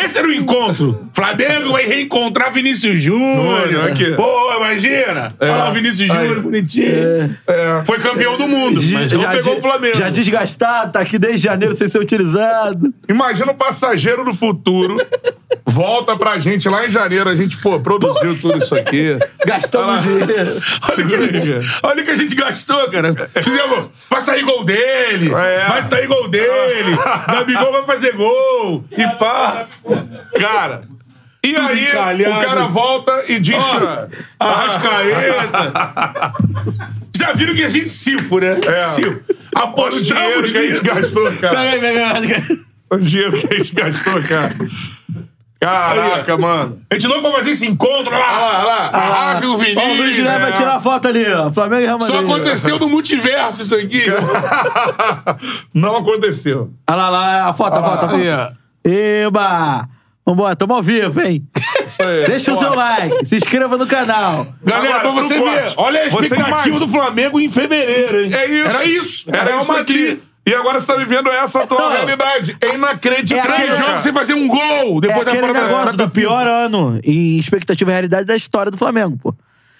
Esse era o encontro. Flamengo vai reencontrar Vinícius Júnior, Júnior. aqui. Pô, imagina. É. Olha lá o Vinícius Júnior, Aí. bonitinho. É. Foi campeão do mundo, mas não pegou de- o Flamengo. já desgastado, tá aqui desde janeiro sem ser utilizado. Imagina o passageiro do futuro. Volta pra gente lá em janeiro. A gente, pô, produziu tudo isso aqui. Gastamos dinheiro. Olha o que a gente- Segura aí. Olha o que a gente gastou, cara. Fizemos. Vai sair gol dele. É. Vai sair gol dele. Gabigol vai fazer gol. E pá. Cara. E aí, encalhado. o cara volta e diz Ó, que. Arrascaeta. Já viram que a gente cifo, né? É. Cifo. Olha o Apostamos dinheiro que a gente nisso. gastou, cara. Peraí, peraí, peraí. O dinheiro que a gente gastou, cara. Caraca, mano. A gente não vai fazer esse encontro lá. Olha lá, lá. Arrasca o Ó, o Luiz Vinícius. Guilherme vai tirar a foto ali, ó. Flamengo e Real Madrid. Só aconteceu no multiverso isso aqui. Não aconteceu. Olha lá, lá, a foto, a foto, a foto. Eba! Vambora, tamo ao vivo, hein? Isso aí. Deixa o seu like, se inscreva no canal. Agora, Galera, pra você pro ver, corte. olha a Você expectativa imagina. do Flamengo em fevereiro, hein? É isso. Era isso. Era, Era isso uma aqui. aqui. E agora você tá vivendo essa atual Não. realidade. É inacreditável. Três cara. jogos sem fazer um gol É depois da aquele parada. negócio do pior ano em expectativa e realidade da história do Flamengo, pô.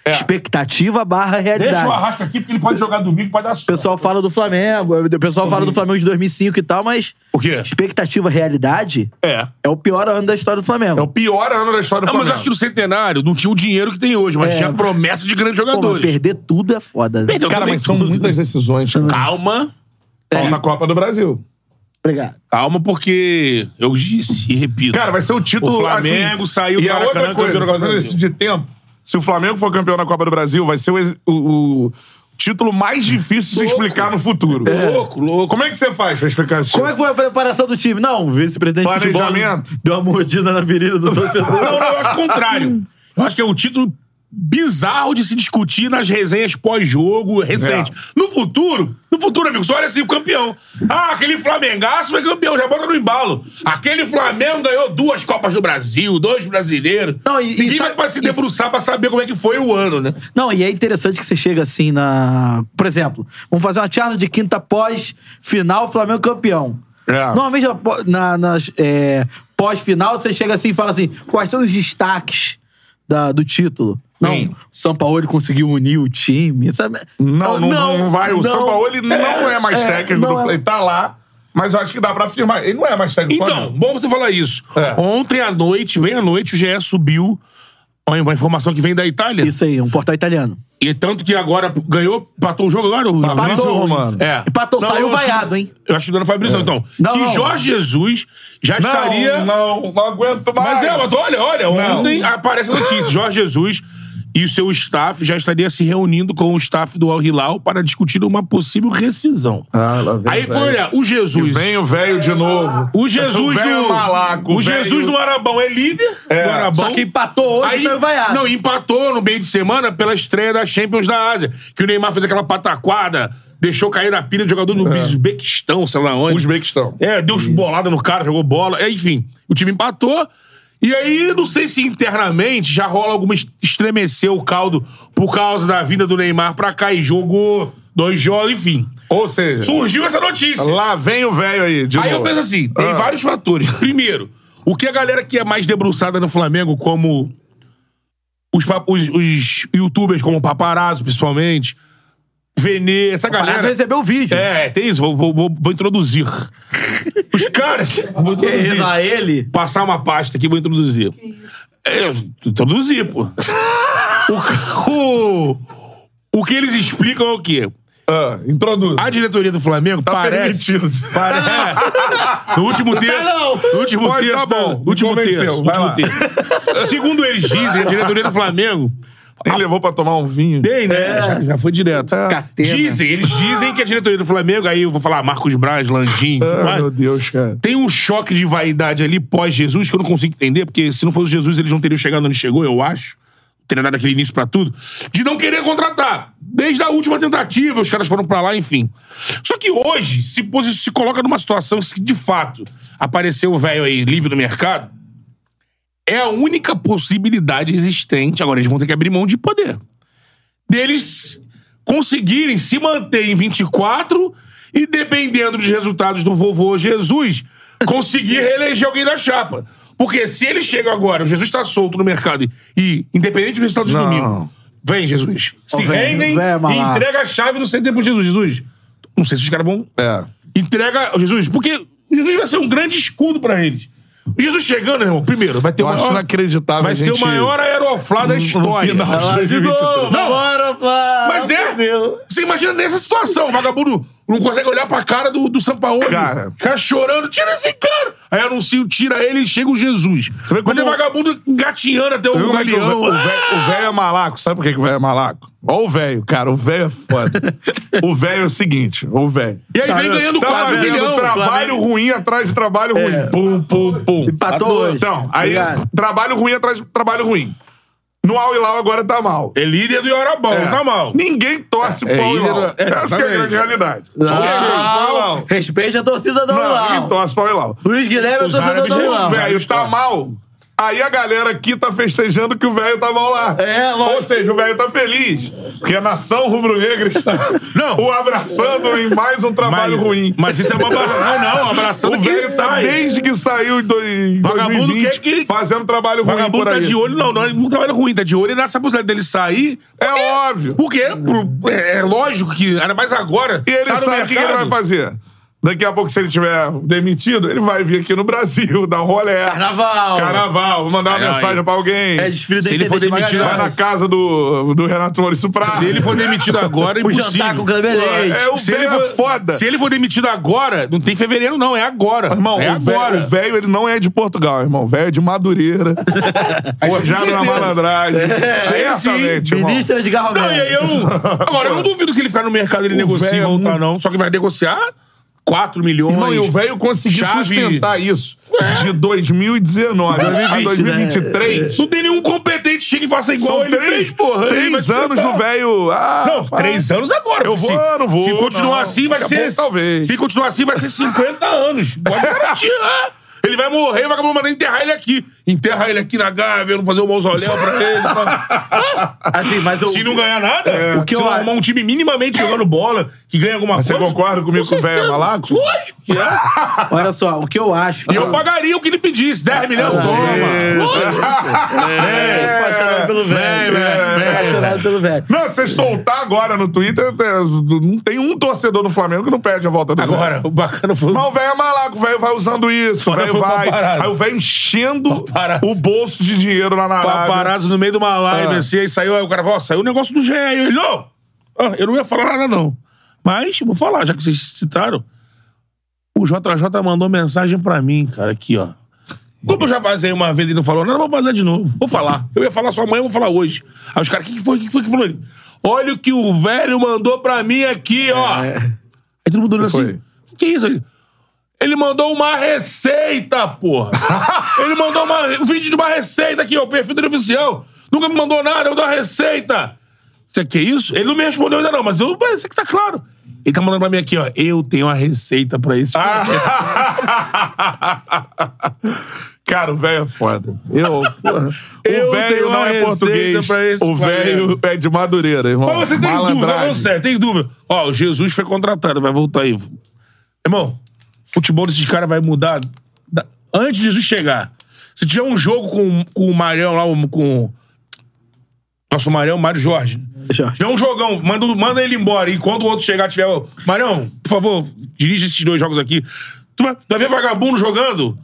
Expectativa barra Deixa realidade. o Arrasca aqui, porque ele pode jogar domingo, pode dar O sorte. pessoal fala do Flamengo, o pessoal fala do Flamengo de 2005 e tal, mas O quê? expectativa realidade É. é o pior ano da história É do o Flamengo. pior ano da história do Não, mas Flamengo. eu acho que no centenário não tinha o dinheiro que tem hoje, mas É. tinha a promessa de grandes Pô, mas jogadores. perder tudo é foda. Perdeu Cara, também mas são tudo. muitas decisões. Calma. Calma na Copa do Brasil. Obrigado. Calma, porque eu disse e repito. Cara, vai ser o título. O Flamengo assim, saiu do E a Maracanã outra coisa, campeão da Copa do fazendo Brasil. esse de tempo, se o Flamengo for campeão na Copa do Brasil, vai ser o, ex- o- o título mais difícil de se explicar no futuro. louco, louco. Como é que você faz pra explicar isso? Como é que foi a preparação do time? Não, o vice-presidente de futebol Planejamento. deu uma mordida na virilha do torcedor. Não, não, eu acho o contrário. Eu acho que é um título bizarro de se discutir nas resenhas pós-jogo recente. É. No futuro, no futuro, amigo, só olha assim o campeão. Ah, aquele Flamengaço foi campeão, já bota no embalo. Aquele Flamengo ganhou duas Copas do Brasil, dois brasileiros. Não, e- e Ninguém sabe- vai se e- debruçar pra saber como é que foi o ano, né? Não, e é interessante que você chega assim na. Por exemplo, vamos fazer uma charla de quinta pós-final, Flamengo campeão. É. Normalmente na- na, nas, é, pós-final você chega assim e fala assim: quais são os destaques da- do título? Não, Sim. São Paulo conseguiu unir o time. sabe? Não, não, não, vai. O não. São Paulo ele não é mais técnico do não é. Flamengo. Ele tá lá, mas eu acho que dá pra afirmar. Ele não é mais técnico do Então, Flamengo. bom você falar isso. É. Ontem à noite, bem à noite, o GE subiu Olha, uma informação que vem da é. Itália. Isso aí, um portal italiano. E tanto que agora ganhou, empatou o jogo agora? o- Fabrício Romano. É. Empatou, Não, saiu eu acho que- vaiado, hein? Eu acho que não era Fabrício, então. Não, que não. Jorge Jesus já É. Não, estaria. não, não aguento mais. Mas é, mas olha, olha, ontem aparece a notícia. Jorge Jesus e o seu staff já estaria se reunindo com o staff do Al Hilal para discutir uma possível rescisão. Ah, lá vem, Aí foi, velho. olha, o Jesus. Vem o velho de novo. O Jesus O velho do. malaco, o o velho- Jesus do Arabão é líder É. do Arabão. Só que empatou hoje e saiu vaiado. Não, empatou no meio de semana pela estreia da Champions da Ásia. Que o Neymar fez aquela pataquada, deixou cair na pilha de jogador do Uzbequistão, sei lá onde. Uzbequistão. É, deu bolada no cara, jogou bola. É, enfim, o time empatou. E aí, não sei se internamente já rola alguma est- estremeceu o caldo por causa da vinda do Neymar pra cá e jogou dois jogos, enfim. Ou seja, Surgiu essa notícia. lá vem o velho aí. De Aí eu novo. penso assim, tem Ah. vários fatores. Primeiro, o que a galera que é mais debruçada no Flamengo, como os, pa- os- os youtubers, como o Paparazzo, principalmente, Venê, essa Parece galera... receber o vídeo. É, tem isso, vou, vou- vou- vou introduzir. Os caras... Vou Que introduzir. isso, a ele. Passar uma pasta aqui, vou introduzir. É, eu introduzir, pô. O, ca- o, o O que eles explicam é o quê? Ah, introduz. A diretoria do Flamengo Tá parece. permitido. Tá Pare- No último terço. No último Pode, tá terço. bom. no último Me convenceu. terço. no Vai último lá. terço. Segundo eles dizem, a diretoria do Flamengo. Nem levou pra tomar um vinho. É, Tem, né? já, já foi direto. Tá. Dizem, eles dizem que a diretoria do Flamengo, aí eu vou falar Marcos Braz, Landim, tudo Ah, mais. meu Deus, cara. Tem um choque de vaidade ali pós-Jesus que eu não consigo entender, porque se não fosse Jesus, eles não teriam chegado onde chegou, eu acho. Teria dado aquele início pra tudo. De não querer contratar. Desde a última tentativa, os caras foram pra lá, enfim. Só que hoje se, posi- se coloca numa situação que, de fato, apareceu o velho aí livre no mercado. É a única possibilidade existente. Agora eles vão ter que abrir mão de poder deles conseguirem se manter em 24 e, dependendo dos resultados do vovô Jesus, conseguir reeleger alguém da chapa. Porque se ele chega agora, o Jesus está solto no mercado e- e, independente dos resultados Não. do domingo, vem Jesus. Se Ô, vem, rendem vem, e malar. entrega a chave no centro pro Jesus. Jesus, não sei se os caras vão É. entrega Jesus, porque Jesus vai ser um grande escudo pra eles. Jesus chegando, irmão, primeiro, vai ter Eu o acho maior- inacreditável Vai a ser o gente- maior aeroflá da história. final de 2023. Não, Bora, mas é. Você imagina nessa situação, o vagabundo não consegue olhar pra cara do, do Sampaoli. Cara. Fica chorando, tira esse cara. Aí anuncia, tira ele e chega o Jesus. vê Mas como- tem vagabundo gatinhando até Eu o vi como é que galeão. O ve- o velho é malaco. Sabe por que que o velho é malaco? Ó o velho, cara. O velho é foda. o velho é o seguinte. O velho. E aí vem ganhando Tá 4 fazendo milhões. trabalho ruim atrás de trabalho É. ruim. Pum, pum, pum. Empatou hoje. Então, aí Obrigado. trabalho ruim atrás de trabalho ruim. No Al Hilal agora tá mal. É líder do Yorobão, É. tá mal. Ninguém torce pro Al Hilal. é, Essa que é a exatamente. grande realidade. um Só Não. quem torce pro Al Hilal. Respeite a torcida do Não, ninguém Alão. então, torce pro Al Hilal. Luiz Guilherme é Os torcedor árabes do não, O Alão. velho tá mal. Aí a galera aqui tá festejando que o velho tá mal lá. É, lógico. Ou seja, o velho tá feliz. Porque a nação rubro-negra está Não. o abraçando em mais um trabalho ruim. Mas isso é uma barra. Não, não, abraçando o quem velho tá sai. desde que saiu em do- em Vagabundo 2020 quer que- fazendo trabalho ruim Vagabundo por tá aí. de olho, não, não, ele não trabalha ruim, tá de olho nessa possibilidade dele sair. É óbvio. Porque pro- é, é lógico que, ainda mais agora. E ele tá no sabe o que que ele mercado. vai fazer. Daqui a pouco, se ele tiver demitido, ele vai vir aqui no Brasil, dar um rolé. Carnaval. Carnaval, mandar uma Aí, mensagem aí. pra alguém. É desfile da Se ele for Intendente demitido, Vai na Magalhães. casa do, do Renato Maurício Prado. Se ele for demitido agora, é O impossível. jantar com o Clemelete. É, o se velho ele for, é foda. Se ele for demitido agora, não tem fevereiro, não, é agora. Irmão, é o velho- agora. o velho, ele não é de Portugal, irmão. O velho é de Madureira. Forjado na certeza. malandragem. É, sim. Certamente, irmão. Ministro Edgar Romero. Não, e aí eu. Agora, eu não duvido que ele ficar no mercado ele negocie e velho é voltar, não. Só que vai negociar 4 milhões. Irmão, e o velho conseguiu Chave. sustentar isso de 2019 a 2023. Não tem nenhum competente que chegue e faça igual São ele três, fez, porra. Ele vai três disputar. anos do velho. Ah, Não, três anos agora. Eu porque vou, se, não vou, Se continuar não. assim, vai Daqui a ser. pouco, talvez. Se continuar assim, vai ser 50 anos. Pode garantir. ah. Ele vai morrer, vai acabar mandando enterrar ele aqui. Enterra ele aqui na Gávea, não fazer um mausoléu pra ele. Assim, mas eu... Se não ganhar É, nada, O que se eu não acho- arrumar um time minimamente jogando bola, que ganha alguma Você coisa. concorda comigo que o velho é malaco? Lógico que é. Olha só, o que eu acho... E eu pagaria o que ele pedisse. 10 milhões, Ah, toma. É, apaixonado pelo velho. velho, velho. Apaixonado pelo velho. É. Não, você soltar agora no Twitter, é, não tem um torcedor do Flamengo que não perde a volta do velho. Agora, o bacana foi. Mas o velho é malaco, o velho vai usando isso, o Agora velho foi vai. paparazzo. Aí o velho enchendo Paparazzo. o bolso de dinheiro lá na Arábia. paparazzo no meio de uma live, Ah. assim, aí saiu, aí o cara falou, ó, saiu o negócio do GE, aí ele, ó, ah, eu não ia falar nada não, mas vou falar, já que vocês citaram, o JJ mandou mensagem pra mim, cara, aqui, ó, como eu já vazei uma vez e não falou nada, eu vou vazar de novo, vou falar, eu ia falar só amanhã, eu vou falar hoje, aí os caras, o que, que foi, o que, que foi que falou ele? Olha o que o velho mandou pra mim aqui, ó, aí todo mundo olhando É. foi? assim, o que é isso aí? Ele mandou uma receita, porra. Ele mandou uma, um vídeo de uma receita aqui, ó. O perfil dele oficial. Nunca me mandou nada, mandou uma receita. Você que é isso? Ele não me respondeu ainda, não, mas eu sei que tá claro. Ele tá mandando pra mim aqui, ó. Eu tenho uma receita pra isso. Ah. Cara, o velho é foda. Eu, porra. Eu o velho tenho não uma é receita português. pra esse o velho é de Madureira, irmão. Mas você tem dúvida, Malandragem. vamos sério, tem dúvida. Ó, o Jesus foi contratado, vai voltar aí. Irmão, futebol desses caras vai mudar da- antes de Jesus chegar. Se tiver um jogo com, com o Marião lá, um- com. Nosso Marião, Mário Jorge. Jorge. Tiver um jogão, manda, o- manda ele embora. E quando o outro chegar, tiver. ó, Marião, por favor, dirige esses dois jogos aqui. Tu vai, tu vai ver vagabundo jogando?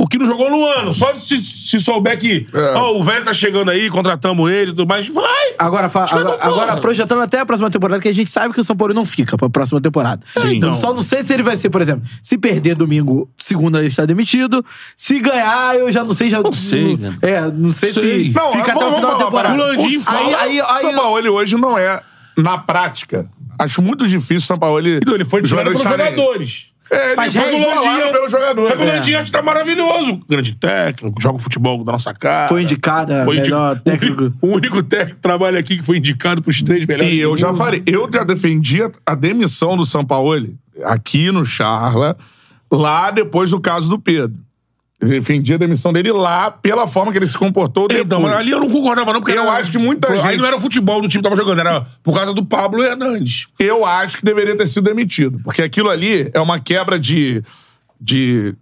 O que não jogou no ano. Só se, se souber que. É. ó, o velho tá chegando aí, contratamos ele e tudo mais. Vai! Agora, fa- Chama, agora, porra. agora projetando até a próxima temporada, que a gente sabe que o São Paulo não fica pra próxima temporada. Sim. Então, só não sei se ele vai ser, por exemplo, se perder domingo, segunda ele está demitido. Se ganhar, eu já não sei. Já, não sei, cara. É, não sei, Sei. se Não, fica vamos- até o vamos final da falar, temporada. o Landim aí, fala- aí, O aí, São Paulo hoje não é, na prática. Acho muito difícil o São Paulo. Então, ele foi tirado pelos jogadores. É, ele Mas foi é do isso, Lodinha pelo jogador. Só que o É. Landinho acho que tá maravilhoso. Grande técnico, joga o futebol da nossa cara. Foi indicado a indi- É melhor técnico. O único, o único técnico que trabalha aqui que foi indicado pros três melhores. E eu do já mundo. falei, eu já defendi a, a demissão do Sampaoli aqui no Charla, lá depois do caso do Pedro. Eu defendi a demissão dele lá pela forma que ele se comportou depois. Então, mas ali eu não concordava, não, porque Eu acho que muita Aí gente- não era o futebol do time que tava jogando, era por causa do Pablo Hernandes. eu acho que deveria ter sido demitido. Porque aquilo ali é uma quebra de. de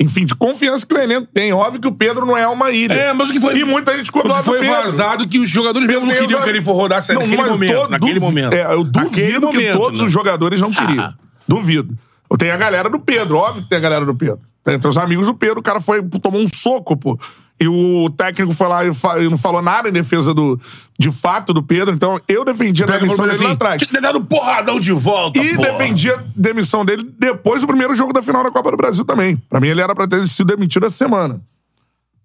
enfim, de confiança que o elenco tem. Óbvio que o Pedro não é uma ilha. É, mas o que foi- E muita gente ficou do Porque lado do foi Pedro. vazado que os jogadores mesmo não Eu queriam já- que ele for rodar a série Não, naquele mas momento. todo- Naquele duvi- momento. Então, É, eu Naquele duvido que momento, todos né? os jogadores não queriam. Ah. Duvido. Tem a galera do Pedro, óbvio que tem a galera do Pedro. Tem, tem os amigos do Pedro, o cara foi, tomou um soco, pô. E o técnico foi lá e fa- e não falou nada em defesa do, de fato do Pedro. Então eu defendi a O técnico demissão falou dele lá assim, atrás. Tinha que ter dado um porradão de volta, E porra. defendia a demissão dele depois do primeiro jogo da final da Copa do Brasil também. Pra mim, ele era pra ter sido demitido essa semana.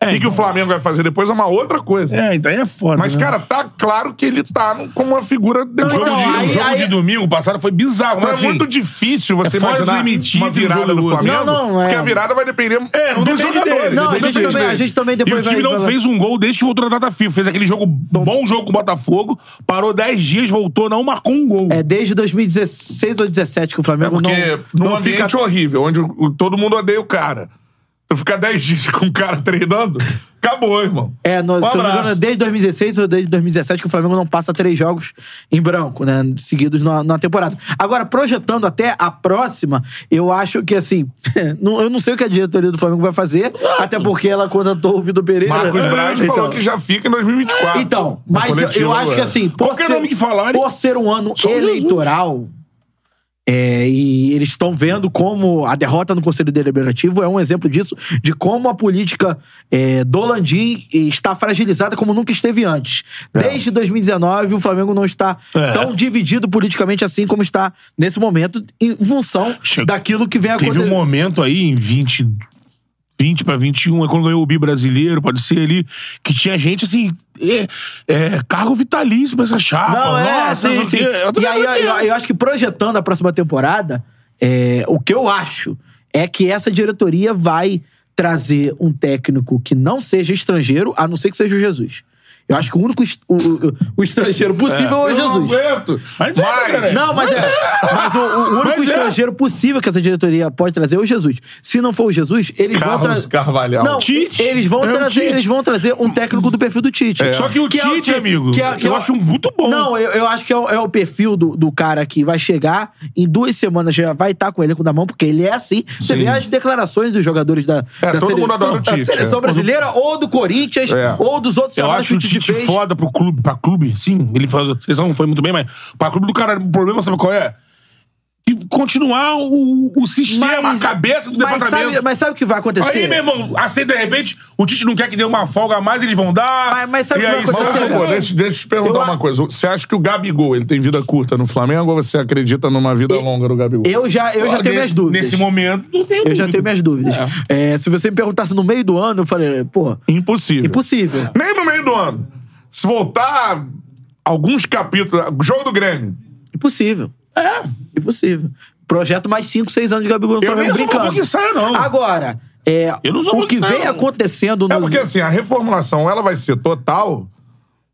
o que, que o Flamengo vai fazer depois é uma outra coisa. então. É, então aí é foda. Mas, né? cara, tá claro que ele tá no- como uma figura O demitido. jogo, de, o então, aí- jogo aí- de domingo passado foi bizarro. Então mas, é assim, muito difícil você é fora do imaginar limite uma entre um virada jogo e do outro. Flamengo, Não, não, é. porque a virada vai depender É, não dos depende jogadores. dele. Não, a gente depende também- a dele. gente também E o depois time vai- não vai- fez um gol desde que voltou na data FIFA. Fez aquele jogo, bom jogo com o Botafogo, parou 10 dias, voltou, não marcou um gol. É desde 2016 ou 2017 que o É Flamengo porque não, num não ambiente fica horrível, onde o- o- todo mundo odeia o cara. Tu ficar 10 dias com o cara treinando, acabou, irmão. É, no, Um se eu não me engano, abraço. desde 2016 ou desde 2017 que o Flamengo não passa três jogos em branco, né? Seguidos na, na temporada. Agora, projetando até a próxima, eu acho que, assim, não- eu não sei o que a diretoria do Flamengo vai fazer, até porque ela contratou o Vitor Pereira. Marcos Braz então, falou que já fica em 2024. Então, Na mas eu, coletiva eu acho agora. que, é. assim, por Qualquer ser, nome que falarem- por ser um ano Só Jesus. eleitoral... É, e eles estão vendo como a derrota no Conselho Deliberativo é um exemplo disso, de como a política é, do Landim está fragilizada como nunca esteve antes. É. Desde 2019, o Flamengo não está tão dividido politicamente assim como está nesse momento, em função Chegou- daquilo que vem Teve acontecendo. um momento aí em 20, 20 pra 21, é quando ganhou o Bi brasileiro, pode ser ali, que tinha gente assim. É, é, cargo vitalício pra essa chapa. Não, é, Nossa, sim, não sim. sei o quê. Eu tô E aí, eu, lembrando que- eu- eu acho que projetando a próxima temporada, é, o que eu acho é que essa diretoria vai trazer um técnico que não seja estrangeiro, a não ser que seja o Jesus. Eu acho que o único est- o, o- o estrangeiro possível é, o Eu não Jesus. aguento. Mas é, cara. Não, mas é. Mas o, o único Mas é. estrangeiro possível que essa diretoria pode trazer é o Jesus. Se não for o Jesus, eles vão Carlos trazer. Carvalhal. Não, Tite. eles vão É o trazer, Tite. eles vão trazer um técnico do perfil do Tite. Só que o é Tite, amigo, eu acho muito bom. Não, eu, eu acho que é o, é o perfil do, do cara que vai chegar, em duas semanas já vai estar com ele com na mão, porque ele é assim. Você Sim. vê as declarações dos jogadores da, É, da todo sele- mundo adora o da Tite, seleção é. brasileira, ou do Corinthians, É. ou dos outros Eu trabalhos acho o Tite fez. foda pro clube, pra clube, sim. Ele faz, vocês não foi muito bem, mas pra clube do caralho, o problema sabe qual é? Que continuar o, o sistema, a cabeça do mas departamento. Sabe, mas sabe o que vai acontecer? Aí, meu irmão, assim, de repente, o Tite não quer que dê uma folga a mais, eles vão dar. Mas- mas sabe e o que aí, vai só Mas, por acontecer, se for- cara? favor, deixa, deixa eu te perguntar Eu a- uma coisa. Você acha que o Gabigol ele tem vida curta no Flamengo ou você acredita numa vida longa do Gabigol? Eu já, eu já tenho minhas Nesse- dúvidas. Nesse momento, não tenho Eu já dúvida. tenho minhas dúvidas. É, se você me perguntasse no meio do ano, eu falei, pô, Impossível. impossível. Nem no meio do ano. Se voltar alguns capítulos. Jogo do Grêmio. Impossível. É. Impossível. Projeto mais 5, 6 anos de Gabigol no Eu Flamengo nem sou um brincando. bom que saia, não. Agora, é, Eu não sou bom o que que saia, vem não. acontecendo É nos- porque assim, a reformulação ela vai ser total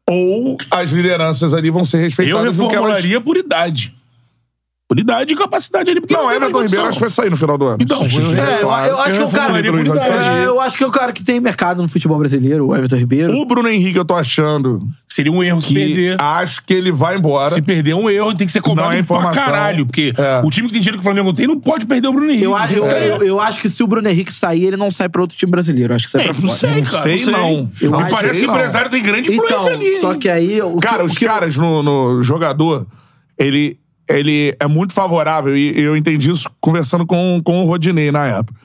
ou as lideranças ali vão ser Eu respeitadas. no que elas- reformularia por idade. Por idade e capacidade ali. Porque Não, tem mais Everton Ribeiro condição. acho que vai sair no final do ano. Então, É, eu, eu acho que um é o cara. Flamengo, Bruno Henrique. É, eu acho que é o cara que tem mercado no futebol brasileiro, o Everton Ribeiro. Um O Bruno Henrique, eu tô achando Seria um erro se que perder. acho que ele vai embora. Se perder é um erro, tem que ser Não cobrado é pra informação. caralho. Porque É. o time que tem dinheiro que o Flamengo tem não pode perder o Bruno Henrique. Então, Eu, acho- eu, é. eu- eu acho que se o Bruno Henrique sair, ele não sai pra outro time brasileiro. Eu acho que sai É, pra não fora. sei, cara. sei, não. Eu Eu Me não parece sei, que o não. empresário tem grande influência Então, ali. só que aí. O Cara, que, os o que- caras no, no jogador, ele, ele é muito favorável, e eu entendi isso conversando com, com o Rodinei na época.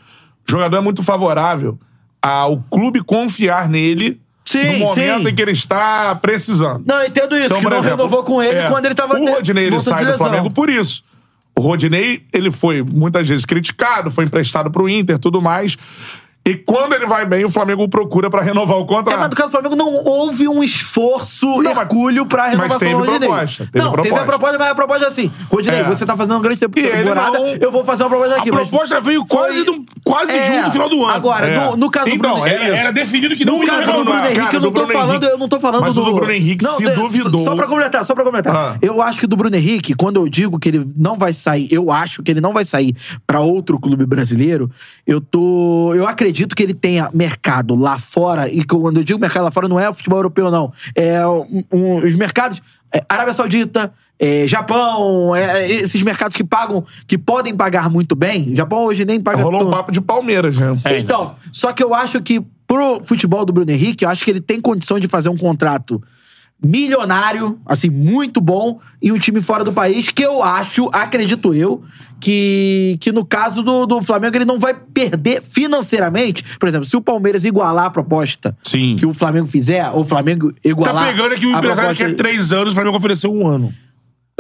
O jogador é muito favorável ao clube confiar nele Sim, no momento sim. em que ele está precisando. Não, eu entendo isso, Então, que por não exemplo, renovou com ele é, quando ele tava... O Rodinei ele voltando de sai do lesão. Flamengo por isso. O Rodinei, ele foi muitas vezes criticado, foi emprestado pro Inter, tudo mais. E quando ele vai bem, o Flamengo o procura pra renovar o É, mas do contrato. caso do Flamengo não houve um esforço, mas- mergulho pra mas renovação teve do Rodinei. proposta, teve não, teve a proposta. proposta, mas a proposta é assim. Rodinei, É. você tá fazendo uma grande ele temporada, não- eu vou fazer uma proposta A aqui. mas- proposta veio Foi- quase, do, quase É. junto do final do ano. Agora, É. no, no caso Então, do Bruno é era, isso. era definido que não No ia caso do Bruno renovar. Henrique, Cara, eu do não tô Bruno falando, Henrique. eu não tô falando Mas do... o do Bruno Henrique se de- duvidou. Só pra completar, só pra completar. Ah. Eu acho que do Bruno Henrique, quando eu digo que ele não vai sair, eu acho que ele não vai sair pra outro clube brasileiro, eu tô... Eu acredito que ele tenha mercado lá fora, e quando eu digo mercado lá fora, não é o futebol europeu, não. É um- um- os mercados... é, Arábia Saudita... é, Japão, é, esses mercados que pagam, que podem pagar muito bem. Japão hoje nem paga Rolou um tanto. papo de Palmeiras, né? Então, só que eu acho que pro futebol do Bruno Henrique, eu acho que ele tem condição de fazer um contrato milionário, assim, muito bom, em um time fora do país, que eu acho, acredito eu, que, que no caso do, do Flamengo ele não vai perder financeiramente. Por exemplo, se o Palmeiras igualar a proposta Sim. que o Flamengo fizer, ou o Flamengo Tá igualar... pegando aqui o a empresário proposta- quer três anos, o Flamengo ofereceu um ano.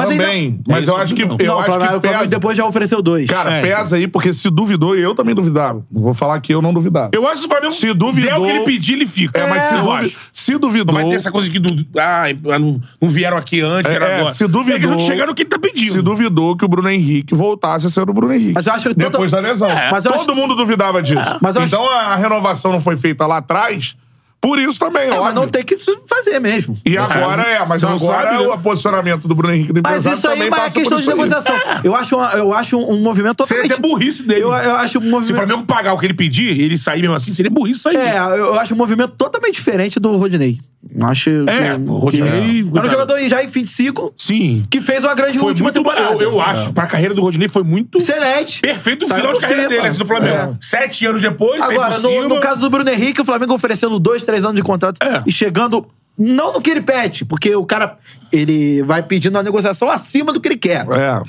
Mas ainda- é Também. Mas eu acho que, Não, eu Não, o acho Flamengo, que o Flamengo pesa. depois já ofereceu dois. Cara, É. pesa aí, porque se duvidou, e eu também duvidava. Não vou falar que eu não duvidava. Eu acho que o Flamengo. Se duvidou- der o um que ele pedir, ele fica. É, mas se, eu duvi- acho. se Não duvidou. vai ter essa coisa que do, ah, não, não vieram aqui antes, É, era é, agora. se duvidou- É que não chegaram no que ele tá pedindo. se duvidou que o Bruno Henrique voltasse a ser o Bruno Henrique. Mas eu acho que toda- Depois da lesão. É. Mas eu Todo acho- mundo duvidava disso. Mas eu acho- Então a a renovação não foi feita lá atrás, por isso também, É, óbvio. mas não tem que se fazer mesmo. E agora é, mas Você não agora sabe, né? o posicionamento do Bruno Henrique do Mas empresário isso aí também mas é passa por questão de isso aí. negociação. Eu acho, uma- eu acho um, um movimento É. Seria totalmente... até burrice dele. Eu, eu acho um movimento... Se o Flamengo pagar o que ele pedir, ele sair mesmo assim, seria burrice sair. É, eu acho um movimento totalmente diferente do Rodinei. Acho É, que, o Rodinei- que- Era um jogador já em fim de ciclo Sim. que fez uma grande Foi última muito bom. temporada. É. Eu, eu É. acho. Pra carreira do Rodinei foi muito Excelente. perfeito o Saiu final de por carreira cima. É. dele, assim, do Flamengo. Sete anos depois, saiu Agora, por no, cima. no caso do Bruno Henrique, o Flamengo oferecendo dois, três anos de contrato É. e chegando não no que ele pede, porque o cara ele vai pedindo uma negociação acima do que ele quer. É.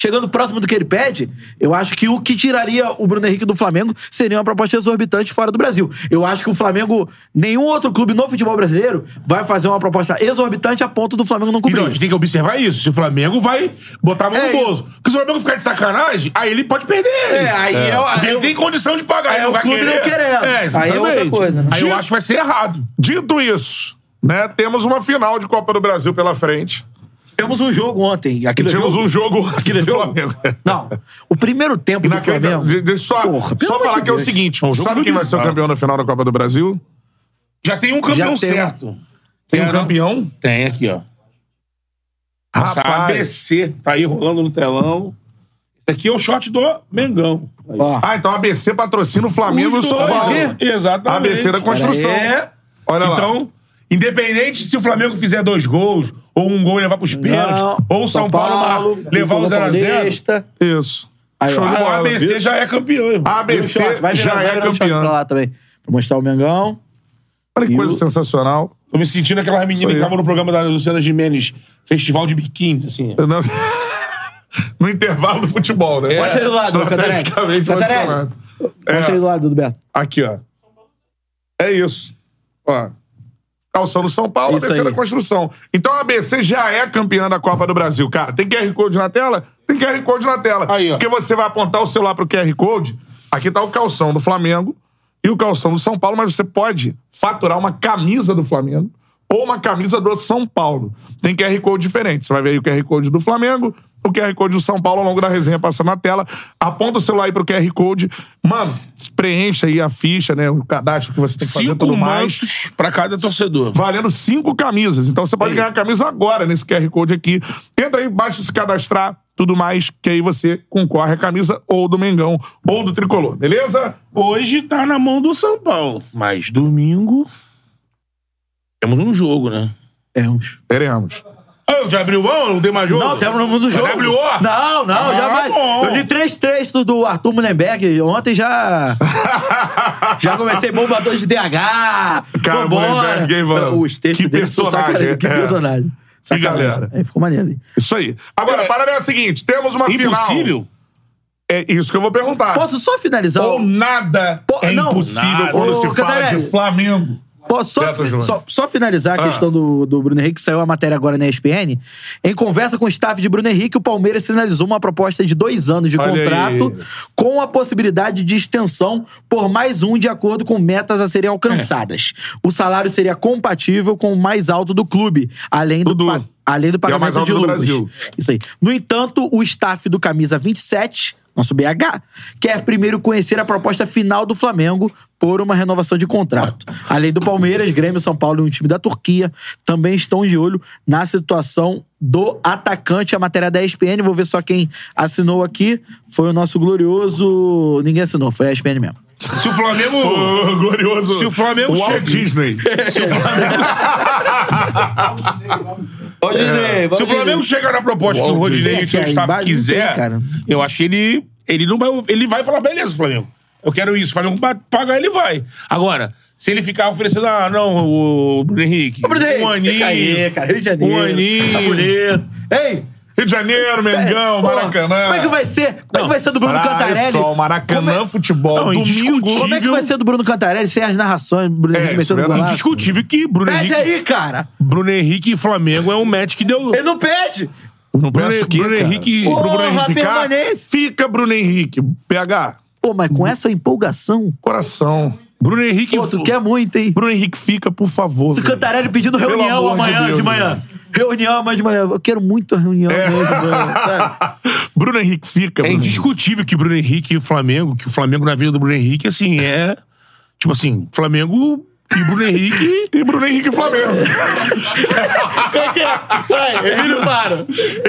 Chegando próximo do que ele pede, eu acho que o que tiraria o Bruno Henrique do Flamengo seria uma proposta exorbitante fora do Brasil. Eu acho que o Flamengo, nenhum outro clube no futebol brasileiro vai fazer uma proposta exorbitante a ponto do Flamengo não cumprir. Então, a gente tem que observar isso. Se o Flamengo vai botar a mão É no bolso. Porque se o Flamengo ficar de sacanagem, aí ele pode perder. ele. É, aí eu- Porque aí ele eu- tem condição de pagar. aí é ele não o vai clube querer. não querendo. É, Aí exatamente. é outra coisa, né? Aí eu acho que vai ser errado. Dito isso, né, temos uma final de Copa do Brasil pela frente. Tivemos um jogo ontem. Aquele Tivemos é jogo... um jogo aqui do jogo? Flamengo. Não. O primeiro tempo do Inacreditável. Flamengo... De- Deixa eu só, Porra, pelo só amor falar de que é o Deus. seguinte: Não, o um jogo sabe foi quem vai ser o bizarro. campeão na final da Copa do Brasil? Já tem um campeão tem um- certo. Tem um Era- campeão? Tem aqui, ó. Essa Rapaz. ABC tá aí rolando no telão. Esse aqui é o shot do Mengão. Aí. Ó, Ah, então a ABC patrocina o Flamengo e o Os São dois, Paulo. né? A Exatamente. ABC da construção. É. Olha lá. Então, independente se o Flamengo fizer dois gols, ou um gol e levar pros pênaltis, não, ou o São, Paulo, mar- levar o 0x0, Paulista. Isso. Show de a bola. ABC viu? já é campeão. irmão. A ABC Vai virar- já vai é virar o shot pra campeão. lá também. Pra mostrar o Mengão. Olha que coisa E o- sensacional. Tô me sentindo aquela menina aí. que tava no programa da Luciana Gimenez, Festival de Biquínis, assim. Eu não- no intervalo do futebol, né? Mostra ele do lado, Estrategicamente Catarelli. Catarelli. posicionado. Mostra aí do lado, Beto. Aqui, ó. É isso. Ó. Calção do São Paulo, Isso ABC da aí. construção. Então a ABC já é campeã da Copa do Brasil, cara. Tem QR Code na tela? Tem QR Code na tela. Aí, ó. Porque você vai apontar o celular pro QR Code. Aqui tá o calção do Flamengo e o calção do São Paulo, mas você pode faturar uma camisa do Flamengo ou uma camisa do São Paulo. Tem QR Code diferente. Você vai ver aí o QR Code do Flamengo, o QR Code do São Paulo ao longo da resenha passando na tela. Aponta o celular aí pro QR Code. Mano, preencha aí a ficha, né? O cadastro que você tem que fazer Cinco tudo mais. mantos pra cada torcedor. Valendo cinco camisas. Então você pode ganhar a camisa agora nesse QR Code aqui. Entra aí, basta se cadastrar, tudo mais, que aí você concorre à camisa ou do Mengão ou do Tricolor, beleza? Hoje tá na mão do São Paulo. Mas domingo. Temos um jogo, né? É um Teremos. Ah, já abriu mão? Não tem mais jogo? Não, temos um jogo. WO? É Não, não, Ah, jamais. bom. Eu li três textos do Arthur Mullenberg ontem já. já comecei bombador de DH. Cara, vambora. Mullenberg, hein, mano? Os textos Que dele são personagem, sacanagem, Que é. Tá. personagem. Sacanagem. galera. Aí ficou maneiro. hein? assim, Isso aí. Agora, a parada é a seguinte: temos uma final. Impossível? É isso que eu vou perguntar. Posso só finalizar? Ou nada Po- é não. impossível Nada. quando Ô, se fala Cantarelli. de Flamengo. Posso só, Beto Júnior. só, só finalizar a Ah. questão do, do Bruno Henrique, que saiu a matéria agora na ESPN. Em conversa com o staff de Bruno Henrique, o Palmeiras sinalizou uma proposta de dois anos de Olha contrato aí. com a possibilidade de extensão por mais um de acordo com metas a serem alcançadas. É. O salário seria compatível com o mais alto do clube, além do... Dudu. pa- Além é do o pagamento mais alto de do luvas. Brasil. Isso aí. No entanto, o staff do Camisa 27, nosso BH, quer primeiro conhecer a proposta final do Flamengo por uma renovação de contrato. Além do Palmeiras, Grêmio, São Paulo e um time da Turquia também estão de olho na situação do atacante. A matéria da ESPN, vou ver só quem assinou aqui. Foi o nosso glorioso... Ninguém assinou, foi a ESPN mesmo. Se o Flamengo. Ô, glorioso. Se o Flamengo Walt chega- Disney. Ô, Disney, Se o Flamengo chegar na proposta que o Rodinei e o seu É, cara, staff embaixo não quiser, tem, cara. eu acho que ele, ele não vai. Ele vai falar, beleza, Flamengo. Eu quero isso. O Flamengo ba- pagar, ele vai. Agora, se ele ficar oferecendo, ah, não, o Bruno Henrique. Ô, Bruno Henrique, um aninho. fica aí, cara, Rio de Janeiro. Um aninho. Tá bonito. Ei, Rio de Janeiro, Mengão, Pô, Maracanã. Como é que vai ser? Como é que vai ser do Bruno Praia, Cantarelli? sol, Maracanã, Como é- futebol. Não, domingo. indiscutível. Como é que vai ser do Bruno Cantarelli sem as narrações? Bruno É, Henrique isso é metendo verdade. golaço. Discutível que Bruno Pede Henrique, aí, cara. Bruno Henrique e Flamengo é um match que deu. Ele não pede. Bruno, Peço o quê, Bruno cara? Henrique. Pro Bruno Porra, Henrique ficar, permanência. fica Bruno Henrique. PH, Pô, mas com essa empolgação, coração. Bruno Henrique. pô, tu quer muito, hein? Bruno Henrique, fica, por favor. Se o velho. Cantarelli pedindo reunião amor de amanhã de, Deus, manhã. Reunião amanhã de manhã. Eu quero muito a reunião amanhã de manhã, sabe? Bruno Henrique, fica. É Bruno Henrique. indiscutível que Bruno Henrique e o Flamengo, que o Flamengo na vida do Bruno Henrique, assim, é. Tipo assim, Flamengo e Bruno Henrique. E Bruno Henrique e Flamengo. Vai, Emílio Faro.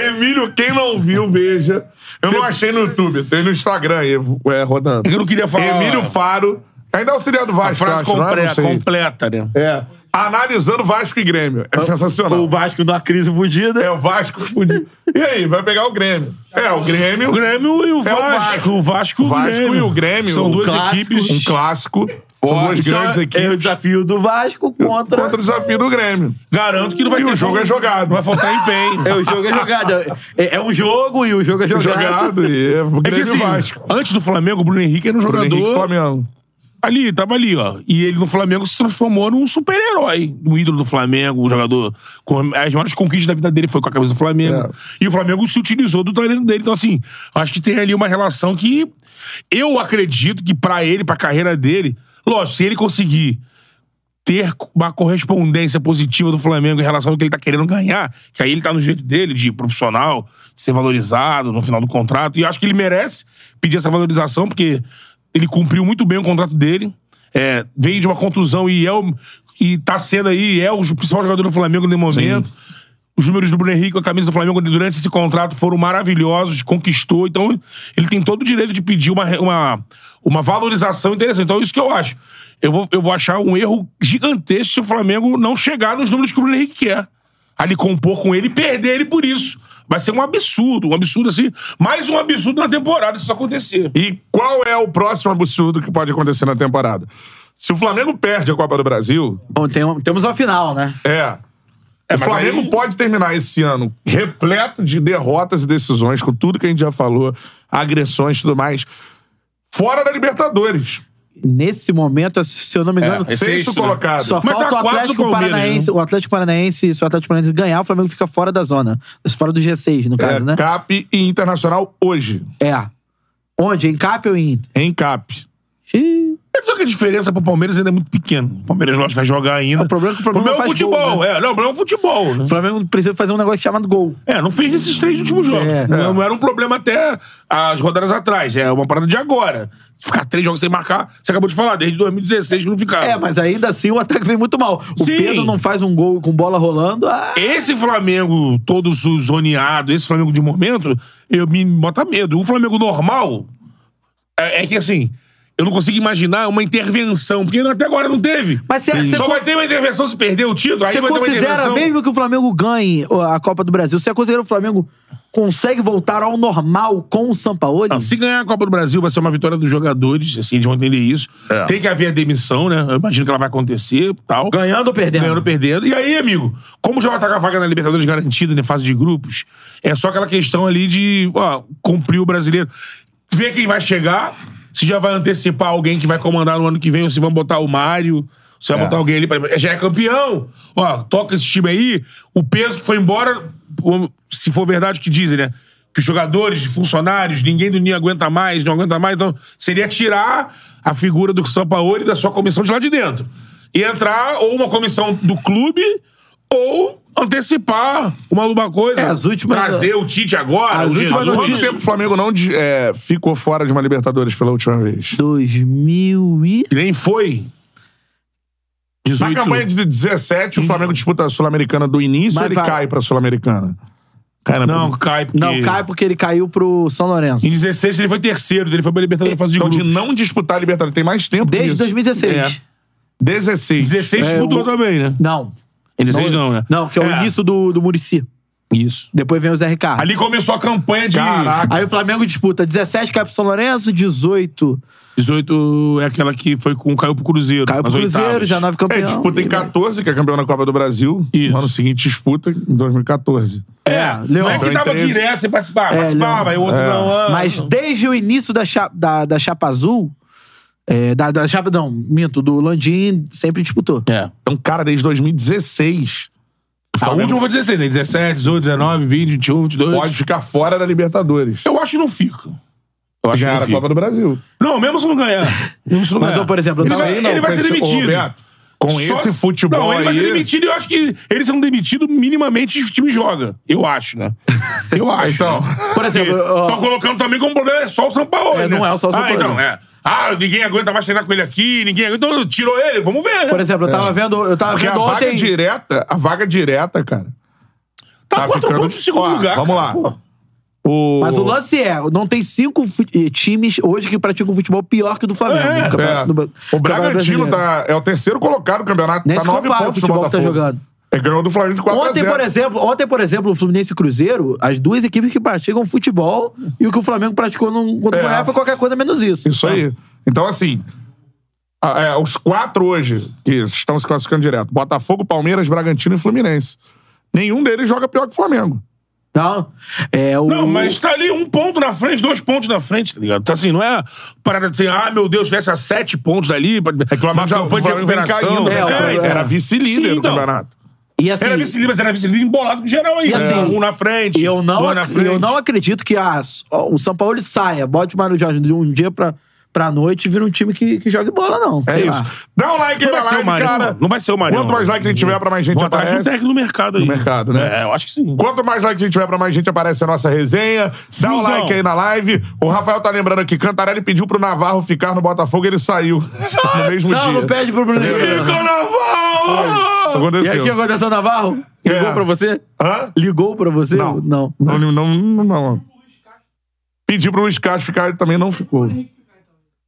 Emílio, quem não viu, veja. Eu não achei no YouTube, tem no Instagram aí, é, rodando. Eu não queria falar. Emílio Faro. Ainda é auxiliar do a Vasco, eu frase acho, não é? Não completa, sei. completa, né? É. Analisando Vasco e Grêmio. Ah, É sensacional. O Vasco numa crise fodida. É o Vasco fudido. E aí, vai pegar o Grêmio. É, o Grêmio. O Grêmio e É o o Vasco. O Vasco, O Vasco e o Grêmio. e o Grêmio. São um duas clássico, equipes. Um clássico. São duas grandes equipes. É o desafio do Vasco contra... Contra o desafio do Grêmio. Garanto que não vai E ter o jogo é jogado. Vai faltar empenho. É, o jogo é jogado. É, é um jogo e o jogo é jogado. Jogado e é o É que Grêmio e assim, Vasco. antes do Flamengo, o Bruno Henrique era um Bruno jogador. Henrique, Flamengo. Ali, tava ali, ó. E ele no Flamengo se transformou num super-herói. Um ídolo do Flamengo, um jogador. Com as maiores conquistas da vida dele foi com a camisa do Flamengo. E o Flamengo se utilizou do talento dele. Então, assim, acho que tem ali uma relação que eu acredito que pra ele, pra carreira dele, lógico, se ele conseguir ter uma correspondência positiva do Flamengo em relação ao que ele tá querendo ganhar, que aí ele tá no jeito dele de profissional, de ser valorizado no final do contrato, e acho que ele merece pedir essa valorização, porque ele cumpriu muito bem o contrato dele, é, veio de uma contusão e é o, e tá sendo aí, é o principal jogador do Flamengo no momento. Os números do Bruno Henrique com a camisa do Flamengo durante esse contrato foram maravilhosos, conquistou. Então, ele tem todo o direito de pedir uma, uma, uma valorização interessante. Então, isso que eu acho. Eu vou, eu vou achar um erro gigantesco se o Flamengo não chegar nos números que o Bruno Henrique quer. Ali compor com ele e perder ele por isso. Vai ser um absurdo, um absurdo assim. Mais um absurdo na temporada se isso acontecer. E qual é o próximo absurdo que pode acontecer na temporada? Se o Flamengo perde a Copa do Brasil, Bom, tem um- temos ao final, né? é. o mas Flamengo aí- pode terminar esse ano repleto de derrotas e decisões, com tudo que a gente já falou, agressões e tudo mais, fora da Libertadores. Nesse momento, se eu não me engano, É, esse- Sexto Sexto, né? colocado. só Mas tá falta o quatro do Atlético Palmeiras, Paranaense. né? O Atlético Paranaense, se o Atlético Paranaense ganhar, o Flamengo fica fora da zona. Fora do G6, no caso, é, né? CAP e Internacional hoje. É. Onde? Em Cap ou em Inter? Em CAP. Ih, Só que a diferença pro Palmeiras ainda é muito pequena. O Palmeiras, lógico, vai jogar ainda. O problema é que o Flamengo é o não faz gol, futebol. É, não, o problema é o futebol. né? O Flamengo precisa fazer um negócio chamado gol. É, não fez nesses três últimos jogos. É. Não, não era um problema até as rodadas atrás. É uma parada de agora. Ficar três jogos sem marcar, você acabou de falar, desde 2016 que não ficava. É, mas ainda assim o ataque vem muito mal. O Sim. Pedro não faz um gol com bola rolando. Ah, Esse Flamengo todo zo- zoneado, esse Flamengo de momento, eu me bota medo. Um Flamengo normal é, é que assim, eu não consigo imaginar uma intervenção, porque até agora não teve. Mas cê- cê Só con- vai ter uma intervenção se perder o título, aí Você vai ter uma considera, intervenção. mesmo que o Flamengo ganhe ó, a Copa do Brasil, você considera que o Flamengo consegue voltar ao normal com o Sampaoli? Não, se ganhar a Copa do Brasil, vai ser uma vitória dos jogadores, assim, eles vão entender isso. Tem que haver a demissão, né? Eu imagino que ela vai acontecer tal. Ganhando ou perdendo? Ganhando ou perdendo. E aí, amigo, como já vai estar com a vaga na Libertadores né, garantida na fase de grupos, é só aquela questão ali de ó, cumprir o brasileiro. ver quem vai chegar, se já vai antecipar alguém que vai comandar no ano que vem, ou se vão botar o Mário, se vai botar alguém ali pra. Já é campeão! Ó, toca esse time aí, o peso que foi embora, o- se for verdade o que dizem, né? Que os jogadores, funcionários, ninguém do Ninho aguenta mais, não aguenta mais, então seria tirar a figura do Sampaoli e da sua comissão de lá de dentro. E entrar ou uma comissão do clube ou antecipar uma, alguma coisa. É, as últimas- Trazer o Tite agora. As o últimas Jesus. Quanto tempo o Flamengo não de- é, ficou fora de uma Libertadores pela última vez? 2000 e... Que Nem foi. Na 18. campanha de 17, o Flamengo disputa a Sul-Americana do início Mas ou ele vai- cai pra Sul-Americana? Cai na Não, cai porque... Não, cai porque ele caiu pro São Lourenço. Em 16 ele foi terceiro, ele foi pra Libertadores é fase de Então, de grupos. não disputar a Libertadores, tem mais tempo Desde disso. 2016. É. 16. 16 É, mudou o- também, né? Não. Em 16 não, né? Não, que é o início do, do Murici. Isso. Depois vem o Zé Ricardo. Ali começou a campanha de... Caraca. Aí o Flamengo disputa 17 cai pro São Lourenço, 18 18 é aquela que foi com... Caiu pro Cruzeiro. caiu pro nas Cruzeiro, oitavas. 19 campeão. É, disputa em 14, que é campeão da Copa do Brasil. Isso. No ano seguinte disputa, em 2014. É, não é Leão. que tava Então, em 13. direto, você participava, É, Leão. participava, aí o outro não... ah, Mas desde o início da chapa, da, da chapa azul, é, da, da chapa, não, minto, do Landim sempre disputou. É. Então, cara, desde 2016, A Flamengo- última foi 16, né? 17, 18, 19, 20, 21, 22. pode ficar fora da Libertadores. Eu acho que não fica. Eu acho que a fica. Copa do Brasil. Não, mesmo se não ganhar. Mesmo se não Mas, ganhar. ó, por exemplo, eu ele tava- vai, tá Aí não, ele vai com ser esse- ô, demitido. Roberto, com Só esse se- futebol Não, ele vai aí- ser demitido e eu acho que eles são demitidos minimamente o time joga. Eu acho, né? Eu acho. Então, Por exemplo, ó, Estão colocando também como problema é só o São Paulo. É, né? não é só o São Ah, Paulo. então, é. Ah, ninguém aguenta mais treinar com ele aqui, ninguém aguenta. Então, tirou ele, vamos ver, né? por exemplo, eu tava vendo, eu tava Porque a vendo vaga ontem. direta, a vaga direta, cara. tá, tá quatro ficando- pontos de segundo Ó, lugar. vamos cara, lá. pô. O... Mas o lance é, não tem cinco fu- eh, times hoje que praticam futebol pior que o do Flamengo. É, no É. campeonato- no- o campeonato Bragantino brasileiro. tá, é o terceiro colocado do campeonato. Nem tá se nove compara o pontos do futebol que tá Botafogo. jogando. É, ganhou do Flamengo de 4 a Ontem, 0. por exemplo, ontem, por exemplo, o Fluminense e o Cruzeiro, as duas equipes que praticam futebol e o que o Flamengo praticou no, contra o É. Goiás foi qualquer coisa menos isso. Isso aí. Então, assim, a- é, os quatro hoje que estão se classificando direto: Botafogo, Palmeiras, Bragantino e Fluminense. Nenhum deles joga pior que o Flamengo. Não, é o... Não, mas tá ali um ponto na frente, dois pontos na frente, tá ligado? Então, assim, não é parada de assim, ah, meu Deus, tivesse a sete pontos ali. É O Flamengo, já, o Flamengo vem caindo. né, É, cara? era- era vice-líder Sim, do então. campeonato. E assim, Era vice-líder, mas era vice-líder embolado com geral aí. E assim, né? um na frente, E eu não, dois na ac- e frente. eu não acredito que a- o São Paulo saia, bote o Mário Jorge de um dia pra, pra noite e vira um time que, que jogue bola, não. É Sei lá. isso. Dá um like aí Não na vai ser o live, Mário, cara. não. Não vai ser o Mário. Quanto mais like a gente tiver, pra mais gente Vão atrás de um aparece. técnico no mercado aí. No mercado, né? É, eu acho que sim. Quanto mais like a gente tiver, pra mais gente aparece a nossa resenha. Dá um Smuzão. like aí na live. O Rafael tá lembrando aqui: Cantarelli pediu pro Navarro ficar no Botafogo e ele saiu. no mesmo Não, Um dia. não pede pro Bruno Henrique. Isso Carnaval! E aí, o que aconteceu. aconteceu, Navarro? Ligou É. pra você? Hã? Ligou pra você? Não. Não. Não, não, não, não. Pedi pro Luiz Castro ficar, ele também não ficou.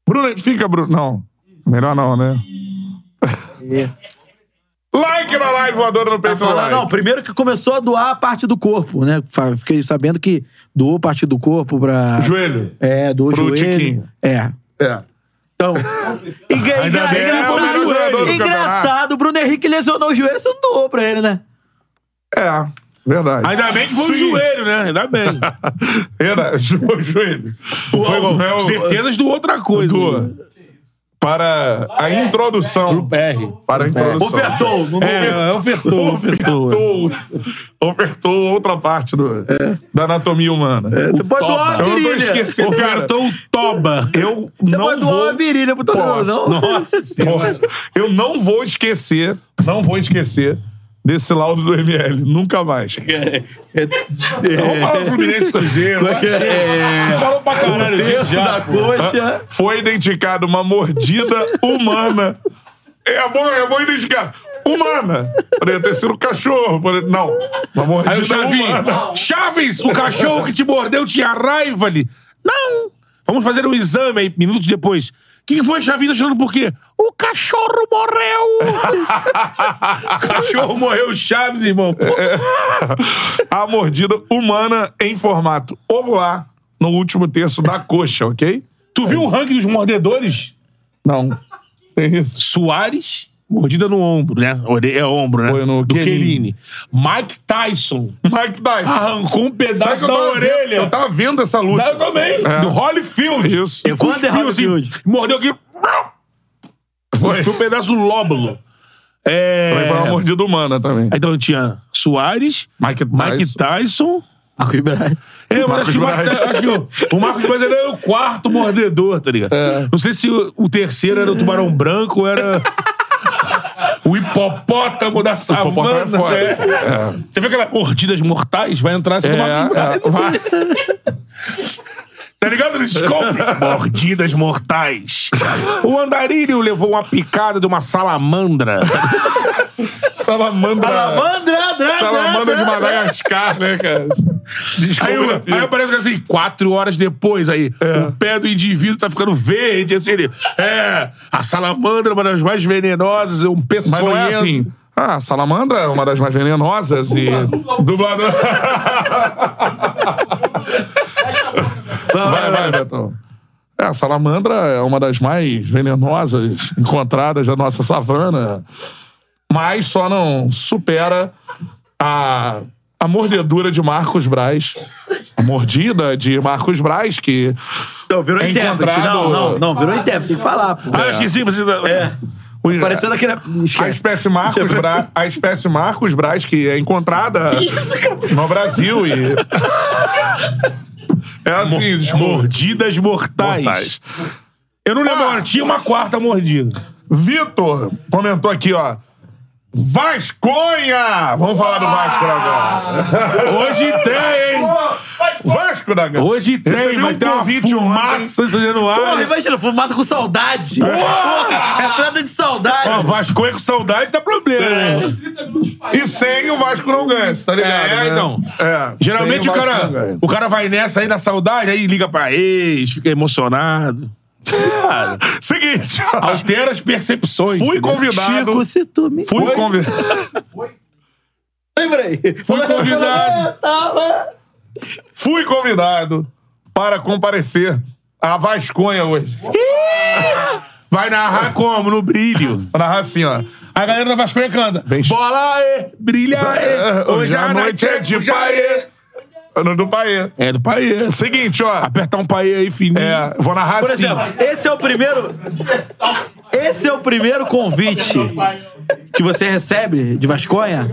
Bruno, Henrique, fica, Bruno. Não. Melhor não, né? like na live, voador no Tá peito. do falando, like. não, primeiro que começou a doar a parte do corpo, né? Fa- Fiquei sabendo que doou parte do corpo pra. Joelho. É, doou Pro joelho. Tiquinho. É. É. Então. e, engra- Ainda bem, engra- né? engraçado- É o melhor jogador do engraçado, o Bruno Henrique lesionou o joelho, você não doou pra ele, né? É, verdade. Ainda bem que foi o Sim. joelho, né? Ainda bem. Era, jo- joelho. Foi Foi, o- certezas do outra coisa. Do- Para a introdução. É, R. Para a introdução. Ofertou. não É, ofertou, ofertou. Ofertou, ofertou outra parte do, da anatomia humana. É. Você pode Toba. doar Eu não uma tô virilha. Você esquecendo, cara. Ofertou o Toba. Eu não pode doar vou... uma virilha pro torcedor, Posso. não? Nossa senhora. Nossa, eu não vou esquecer, não vou esquecer desse laudo do ML. Nunca mais. É, Vamos falar do Fluminense e Cruzeiro. É. Falou pra caralho disso já. da coxa. Foi identificada uma mordida humana. É bom, é bom identificar. Humana. Poderia ter sido um cachorro. poderia- Não. Uma Aí mordida o humana. Chavinho, Chaves, o cachorro que te mordeu tinha raiva ali. Não! Vamos fazer um exame aí, minutos depois. O que que foi, Chavinho, achando por quê? O cachorro morreu! o cachorro morreu, Chaves, irmão. Pô. É. A mordida humana em formato ovular no último terço da coxa, ok? Tu viu o ranking dos mordedores? Não. Tem isso. Soares, Mordida no ombro, né? Ore- É ombro, né? Foi no Do Chiellini. Kelini. Mike Tyson Mike Tyson. arrancou um Sabe que pedaço eu da tava vendo- orelha. Eu tava vendo essa luta. Eu também. É. Do Holyfield. Isso. E cuspiu Evander assim, Holyfield. mordeu aqui. Foi. Cuspiu um pedaço do lóbulo. É... Também foi uma mordida humana também. Aí, Então tinha Soares, Mike Mike Tyson. Marcos Braz. É, mas acho que, o Marcos Marcos- acho que o, o Marcos Braz era o quarto mordedor, tá ligado? Não sei se o, o terceiro era o tubarão branco ou era. O hipopótamo da savana. hipopótamo é foda. né? É. Você vê aquelas cordidas mortais? Vai entrar assim É, no Marcos é, Braz. vai. Tá ligado? Eles compram mordidas mortais. O andarilho levou uma picada de uma salamandra. Salamandra. Mandra, dra, Salamandra de Madagascar, né, cara? Aí, o- Desculpa. aí aparece que assim, quatro horas depois, aí o pé do indivíduo tá ficando verde, assim, ele. É, a salamandra é uma das mais venenosas, é um Mas peçonhento. não é assim. Ah, salamandra é uma das mais venenosas e. Dublador. Vai, vai, Betão. É, a salamandra é uma das mais venenosas encontradas da nossa savana, mas só não supera a, a mordedura de Marcos Braz. A mordida de Marcos Braz, que Não, virou É intérprete. Não, encontrado- não, não, virou intérprete. Tem que falar, pô. Ah, acho que sim, você. É. Parecendo aquele... A Esquece. espécie Marcos Braz, a espécie Marcos Braz que é encontrada no Brasil e é assim, desculpa. Mordidas mortais. Mortais. Eu não lembro, agora, tinha uma quarta mordida. Ah! Vitor comentou aqui, ó. Vasconha! Vamos falar do Vasco agora. Hoje tem, hein? Vasco da Gama. Hoje tem, Recebi vai um ter uma convite fumaça em São Porra, Januário. imagina, fumaça com saudade. Porra, entrada de saudade. Ó, Vasco é com saudade dá problema. né? E sem o Vasco não ganha, você tá ligado? É, né? então. É, Geralmente sem o Vasco não cara, ganha. o cara vai nessa aí da saudade, aí liga pra ex, fica emocionado. Cara, Seguinte, ó. É. altera as percepções. fui entendeu? convidado. Chico, se tu me... Fui convidado. Lembra aí. Fui convidado. Fui convidado para comparecer à Vasconha hoje. Vai narrar como? No brilho. Vai narrar assim, ó. A galera da Vasconha canta. Bem- Bola e brilha e. Hoje a noite é de já paê. Ano do paê. É do paê. Seguinte, ó. Apertar um paê aí fininho. É, vou narrar Por assim. exemplo, esse é o primeiro. Esse é o primeiro convite que você recebe de Vasconha.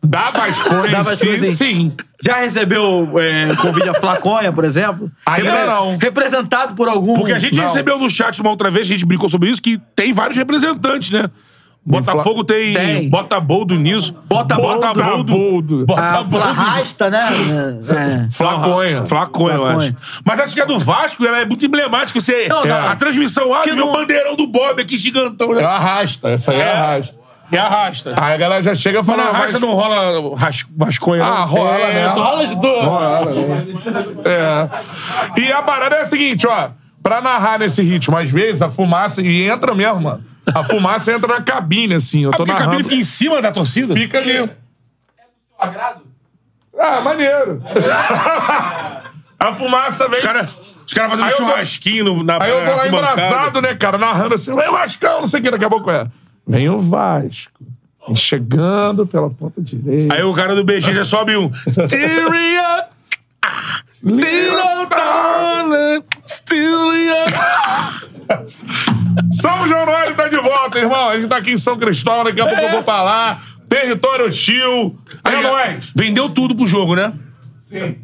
Da Vasconha, Da em si, Vasconha, sim. sim. Já recebeu é, convite a Flaconha, por exemplo? Ainda não. Representado por algum. Porque a gente Não. recebeu no chat uma outra vez, a gente brincou sobre isso, que tem vários representantes, né? Botafogo tem, Tem. Botaboldo nisso. Botaboldo. Botaboldo. A Flarrasta, Ah, né? É. Flaconha. Flaconha, eu Flaconha. acho. Mas acho que a do Vasco ela é muito emblemática. Você, Não, é. não. A transmissão abre Que e o não- bandeirão do Bob aqui gigantão. Eu Né? arrasta. Essa aí Ah, é arrasta. Ah, E arrasta. Aí a galera já chega Mas falando. na Arrasta racha no. não rola ras- Vasconha, Ah, não? rola, É, né? só rola de dor. É. E a parada é a seguinte, ó. Pra narrar nesse ritmo, às vezes a fumaça. E entra mesmo, mano. A fumaça entra na cabine, assim. Eu Ah, tô porque a cabine narrando. fica em cima É da torcida? Fica ali. Agrado? Ah, maneiro. a fumaça vem. Os caras os cara é fazendo Aí eu tô- churrasquinho no- na Aí eu tô lá arquibancada. embraçado, né, cara? Narrando assim. Vem Vascão, não sei o que. Daqui a pouco é. Vem o Vasco. Vem Chegando pela ponta direita. Aí o cara do BG já sobe um. Teary up, little darling, still young. São Januário tá de volta, irmão. A gente tá aqui em São Cristóvão, daqui a pouco eu vou pra lá. Território Chil. É Aí, nóis. vendeu tudo pro jogo, né? Sim.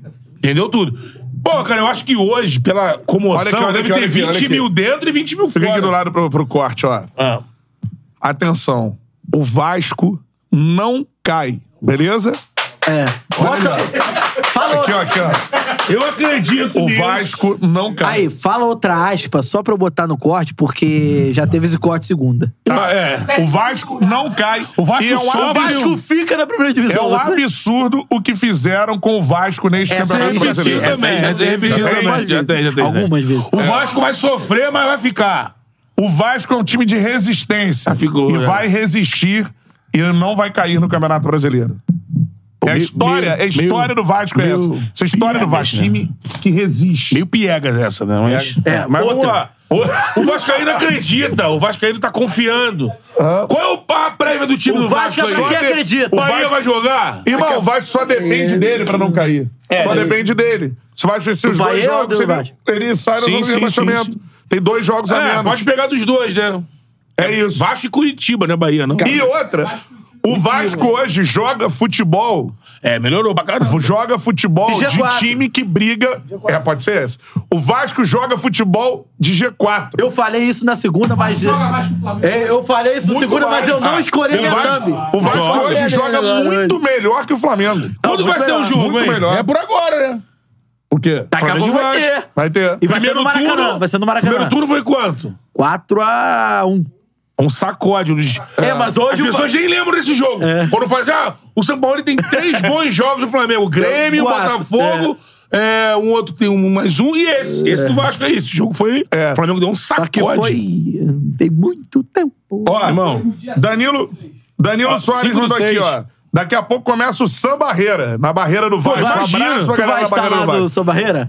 Vendeu tudo. Pô, cara, eu acho que hoje, pela comoção, Olha aqui, olha deve aqui, ter olha aqui, olha 20 aqui. mil dentro e 20 mil fora. Fica aqui do lado pro, pro corte, ó. Ah. Atenção. O Vasco não cai, beleza? É. Bota Fala, aqui, ó, aqui, ó. Eu acredito O nisso. Vasco não cai. aí, fala outra aspa só pra eu botar no corte, porque já teve esse corte segunda. Tá, é. O Vasco não cai. O Vasco e é um sobe, O Vasco absurdo, fica na primeira é divisão. um absurdo o que fizeram com o Vasco neste Essa Campeonato eu repeti, Brasileiro. essa aí né? já tem, teve É já algumas tem, já vezes. tem, já tem, já tem. Algumas vezes. O Vasco vai sofrer, mas vai ficar. O Vasco é um time de resistência. Ah, ficou, e é. vai resistir e não vai cair no Campeonato Brasileiro. É a meio- história, meio- é a história meio- do Vasco é essa. meio Essa história do Vasco. piegas, né? Time que resiste. Meio piegas essa, né? Mas, É, mas vamos outra. lá. O, o Vascaíno acredita, o Vascaíno tá confiando. Ah. Qual é o, a prévia do time O do Vasco Vasco? é aí? pra quem Só de- acredita. O O Bahia Vasco- vai jogar? Irmão, o Vasco só É. depende dele pra não cair. só depende dele. Se o Vasco vencer os Bahia dois ou jogos, do ele, Vasco? ele sai na Sim, zona de sim, rebaixamento. sim, Tem dois jogos a É, menos. pode pegar dos dois, né? É isso. Vasco e Curitiba, né, Bahia, não? E outra, o Vasco hoje joga futebol. É, melhorou pra caramba. Joga futebol De de, G4. time que briga. É, pode ser esse. O Vasco joga futebol de G4. Eu falei isso na segunda, mas. Joga mais que o Flamengo. É, eu falei isso na segunda, mas eu não escolhi Ah, o minha Vasco, thumb. né? o Vasco Joga. hoje joga muito melhor que o Flamengo. É, Quando vai ser um o jogo, Muito hein? melhor. É por agora, né? O quê? Daqui a Flamengo pouco e vai Vasco. ter. Vai ter. E vai ser no Maracanã. turno- vai ser no Maracanã. Primeiro turno foi quanto? 4x1. Um sacode. Eles... É, mas hoje As o É. pessoas nem lembram desse jogo. Quando fazem, ah, o São Paulo ele tem três bons jogos do Flamengo. Grêmio, Quatro, Botafogo, é, um outro tem um mais um e esse. Esse do Vasco é isso. O jogo foi... O Flamengo deu um Só sacode. que foi. Tem muito tempo. Ó, Irmão. Danilo, Danilo Ó, Soares cinco do mandou aqui, seis. ó. Daqui a pouco começa o Sam Barreira, na Barreira do Vasco. Um imagina. abraço pra Tu galera vai da estar Barreira lá do do Vasco. São Barreira?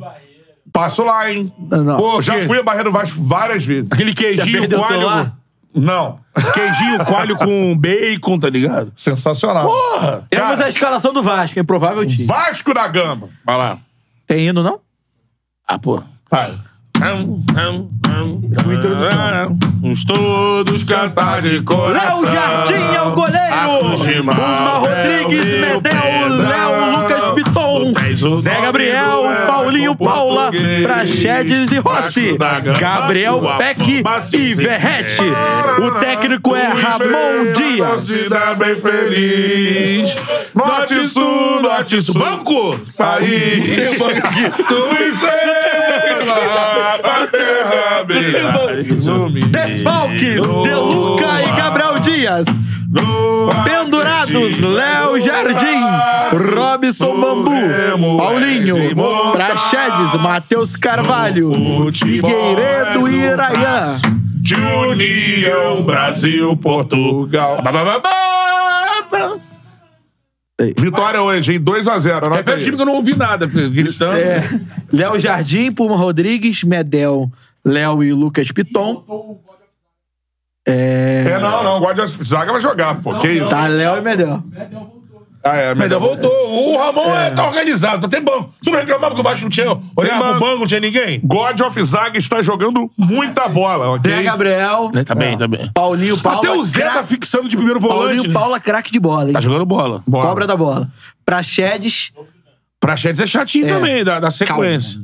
Passo lá, hein? Não, não. Pô, já quê? fui a Barreira do Vasco várias vezes. Aquele Já queijinho perdeu o coalho. celular? Não. Queijinho coalho com bacon, tá ligado? Sensacional. Porra! Temos Cara, a escalação do Vasco, improvável time. Vasco da Gama. Vai lá. Tem hino, não? Ah, pô. Vai. introdução. É, Uns todos cantar de coração. Léo Jardim é o goleiro! Atos de mal, Bruna é Rodrigues, Léo, Medel, Pedrão, Léo, Lucas Biton, tu és o Zé nome Gabriel, do Léo, Paulinho, Paula, português, Praxedes e Rossi, Vasco da Gama, Gabriel sua Beck fama se e Verrete. O técnico é Ramon Dias. Torcida bem feliz. Norte e Sul, Norte e Sul. Banco! um País. Tu estrela pra terra um brilhar. Desfalques, De Luca e Gabriel Dias. Pendurados, Léo Jardim, Robson Bambu, Paulinho, Praxedes, Matheus Carvalho, Figueiredo e Iraiã. é De União Brasil Portugal. Ba, ba, ba, ba, ba. Vitória hoje, hein? 2x0. É pelo time que eu não ouvi nada, porque gritando. É, Léo Jardim, Puma Rodrigues, Medel, Léo e Lucas Piton. É, não, não. Guarda Zaga vai jogar, pô. que isso? Tá, Léo e Medel. Ah, é, Ainda melhor voltou. O Ramon é. tá organizado, tá até banco. Você não reclamava que o Vasco não tinha. Olhava banco. pro banco, não tinha ninguém? God of Zaga está jogando muita bola, Zé ok? Gabriel, Tá bem, tá bem. Paulinho, Paula. Até o Zé tá craque- fixando de primeiro volante. Paulinho, né? Paula, craque de bola, hein? Tá jogando bola. Bola. Cobra da bola. Praxedes, Praxedes é chatinho É. também, da, da sequência.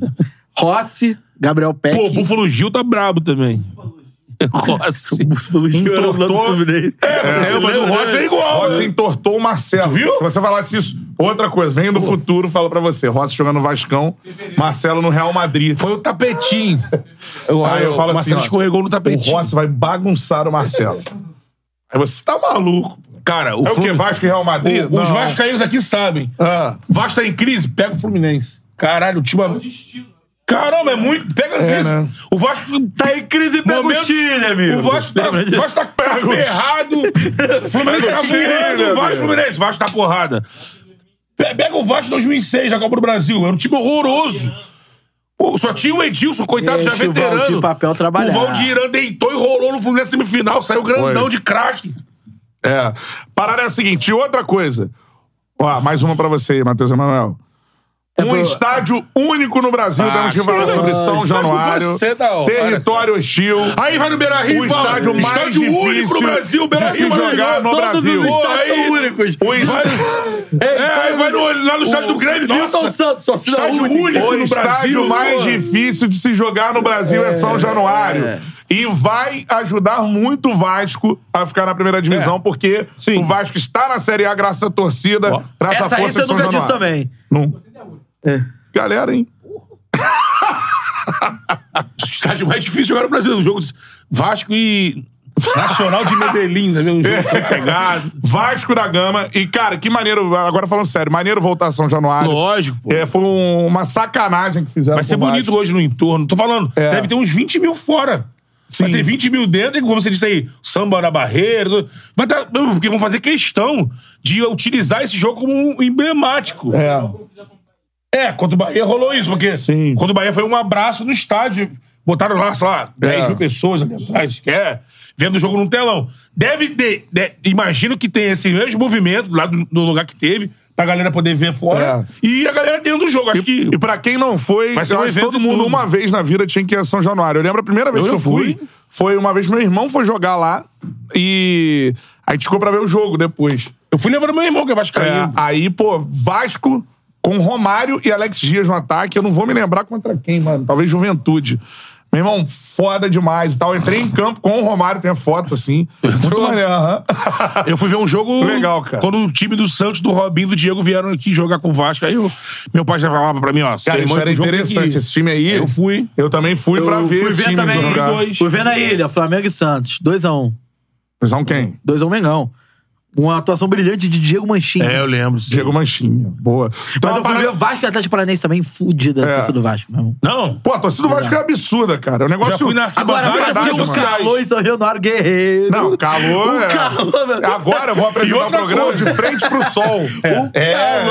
Rossi, Gabriel Peck. Pô, o Búfalo Gil tá brabo também. Rossi. Búfalo Gil era o nome do Entortou. Fluminense. É, mas, é, mas o Rossi é igual. Rossi né? entortou o Marcelo. viu? Se você falasse isso, outra coisa, vem do futuro, falo pra você. Rossi jogando no Vascão, Marcelo no Real Madrid. Foi o tapetinho. Aí eu falo o Marcelo assim, ó, escorregou no O tapetinho. Rossi vai bagunçar o Marcelo. Aí você tá maluco. Cara, o tá É o quê? Fluminense- Vasco e Real Madrid? O- os Não. vascaínos aqui sabem. Ah. Vasco tá em crise, pega o Fluminense. Caralho, o time... é- Caramba, é muito... Pega às vezes. né? O Vasco tá em crise, pega o Chile, amigo. O Vasco tá, Lembra o disso? Vasco tá Pega o ferrado. O Fluminense tá Chile, voando. amigo. O Vasco, Fluminense. O Vasco tá porrada. Pe- Pega o Vasco 2006 na Copa do Brasil. Era um time horroroso. Pô, só tinha o Edilson, coitado, Deixa já o Valdir veterano. Papel trabalhar. O Valdirã deitou e rolou no Fluminense semifinal. Saiu grandão de craque. É. Parada é a seguinte, e outra coisa. Ó, mais uma pra você aí, Matheus Emanuel. Um estádio único no Brasil, É Ah, temos que falar estádio- sobre São estádio Januário. você tá, ó, território hostil. Aí vai no Beira Rio O e fala, estádio mais estádio difícil único no Brasil, Beira de se Rio jogar no Brasil. Os Pô, estádios aí- são únicos. O estádio- É, aí vai no, lá no estádio do Grêmio, nossa. Santos, só cidade estádio única. único O no estádio Brasil. mais pô. difícil de se jogar no Brasil é, São Januário. E vai ajudar muito o Vasco a ficar na primeira divisão, É. porque Sim. o Vasco está na Série A graças à torcida, graças à Essa aí força você de São nunca disse Januário. também. Não. É. Galera, hein? O estádio mais difícil de jogar no Brasil. Um jogo de Vasco e Nacional de Medellín, né? Um jogo que foi pegado. Vasco da Gama. E, cara, que maneiro. Agora falando sério, maneiro voltar a São Januário. Lógico, pô. É, foi um- uma sacanagem que fizeram. É. Vai ser com o Vasco. bonito hoje no entorno. Tô falando, deve ter uns 20 mil fora. Vai ter 20 mil dentro, e como você disse aí, samba na barreira. Vai dar, porque vão fazer questão de utilizar esse jogo como um emblemático. É. É, contra o Bahia rolou isso, porque Sim. contra o Bahia foi um abraço no estádio. Botaram lá, sei lá, 10 É. mil pessoas ali atrás, que é, vendo o jogo num telão. Deve ter, de- imagino que tem esse mesmo movimento lá do, do lugar que teve, pra galera poder ver fora. E a galera dentro do jogo, acho que... É. E pra quem não foi, Vai ser eu um acho que evento todo de mundo tudo. uma vez na vida tinha que ir a São Januário. Eu lembro a primeira vez Eu que eu já fui, fui. foi uma vez que meu irmão foi jogar lá e a gente ficou pra ver o jogo depois. Eu fui lembrando meu irmão, que é É, vascaíno. aí, pô, Vasco com Romário e Alex Dias no ataque. Eu não vou me lembrar contra quem, mano. Talvez Juventude. Meu irmão, foda demais e tal. Eu entrei em campo com o Romário, tem a foto assim. Muito maneiro, aham. Eu fui ver um jogo. Legal, cara. Quando o time do Santos, do Robinho e do Diego vieram aqui jogar com o Vasco. Aí eu- meu pai já falava pra mim, ó. seu Cara, irmão isso era pro jogo tem que interessante. ir. Esse time aí. Eu fui. Eu também fui pra ver fui esse ver time também jogar. dois. Fui ver na ilha, Flamengo e Santos. 2x1. Mas não quem? 2x1 Mengão. Uma atuação brilhante de Diego Manchinho. É, eu lembro. sim. Diego Manchinha. Boa. Então, Mas eu a fui parada- ver o Vasco e Atlético Paranaense também, fudida É. a torcida do Vasco, meu irmão. Não. Pô, a torcida do Vasco é absurda, cara. O negócio. Já fui na Agora, Vai, agora vai, viu o vai, calor em São Januário Guerreiro. Não, calor. O é- calor, meu. Agora eu vou E apresentar o outra programa coisa. de frente pro sol. É.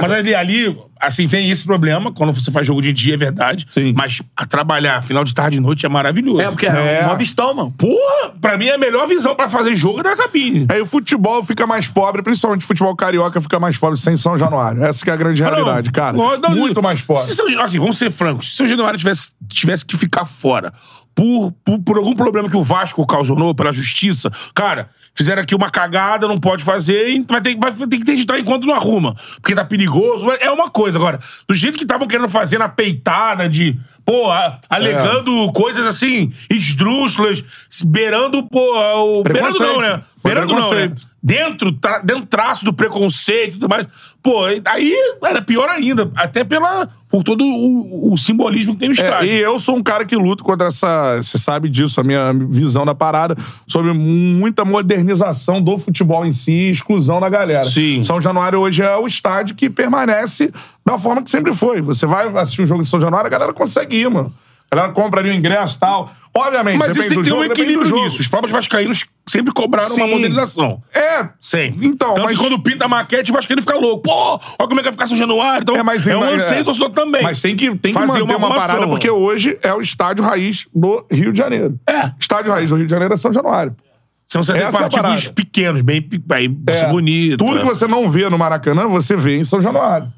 Mas ali, ali, assim, tem esse problema. Quando você faz jogo de dia, é verdade. Sim. Mas a trabalhar final de tarde e noite é maravilhoso. É, porque É. é um avistão, mano. Porra, pra mim é a melhor visão pra fazer jogo é da cabine. Aí o futebol fica mais pobre, principalmente o futebol carioca fica mais pobre sem São Januário. Essa que é a grande realidade, Não, cara. lógico, não, Muito mais pobre. um Se São, aqui, vamos ser francos. Se o Januário tivesse, tivesse que ficar fora por, por, por algum problema que o Vasco causou pela justiça, cara, fizeram aqui uma cagada, não pode fazer, e vai ter, que- vai ter que registrar enquanto não arruma. Porque tá perigoso, mas é uma coisa. Agora, do jeito que estavam querendo fazer na peitada de. Pô, a- alegando É. coisas assim, esdrúxulas, beirando, pô, o. Beirando não, né? Preconceito. Foi Beirando não, né? preconceito. dentro, tra, dentro traço do preconceito e tudo mais. Pô, aí era pior ainda, até pela, por todo o, o simbolismo que tem no É, estádio. e eu sou um cara que luto contra essa. Você sabe disso, a minha visão da parada, sobre muita modernização do futebol em si e exclusão da galera. Sim. São Januário hoje é o estádio que permanece da forma que sempre foi. Você vai assistir um jogo em São Januário, a galera consegue ir, mano. A galera compra ali o ingresso e tal. Obviamente, Mas depende isso tem do que ter jogo, um depende do equilíbrio jogo. nisso. Os próprios vascaínos sempre cobraram uma Sim. modernização. É, Sempre. Então, Tanto mas- que quando pinta a maquete, o vascaíno fica louco. Pô, olha como é que vai ficar São Januário. Então, é, mas- um mas- anseio do torcedor também. Mas tem que, tem que Fazer manter uma, arrumação, parada, mano. porque hoje é o estádio raiz do Rio de Janeiro. É. Estádio raiz do Rio de Janeiro é São Januário. São essa é a 70 partidos parada. pequenos, bem, bem É. bonito. né? Tudo que você não vê no Maracanã, você vê em São Januário.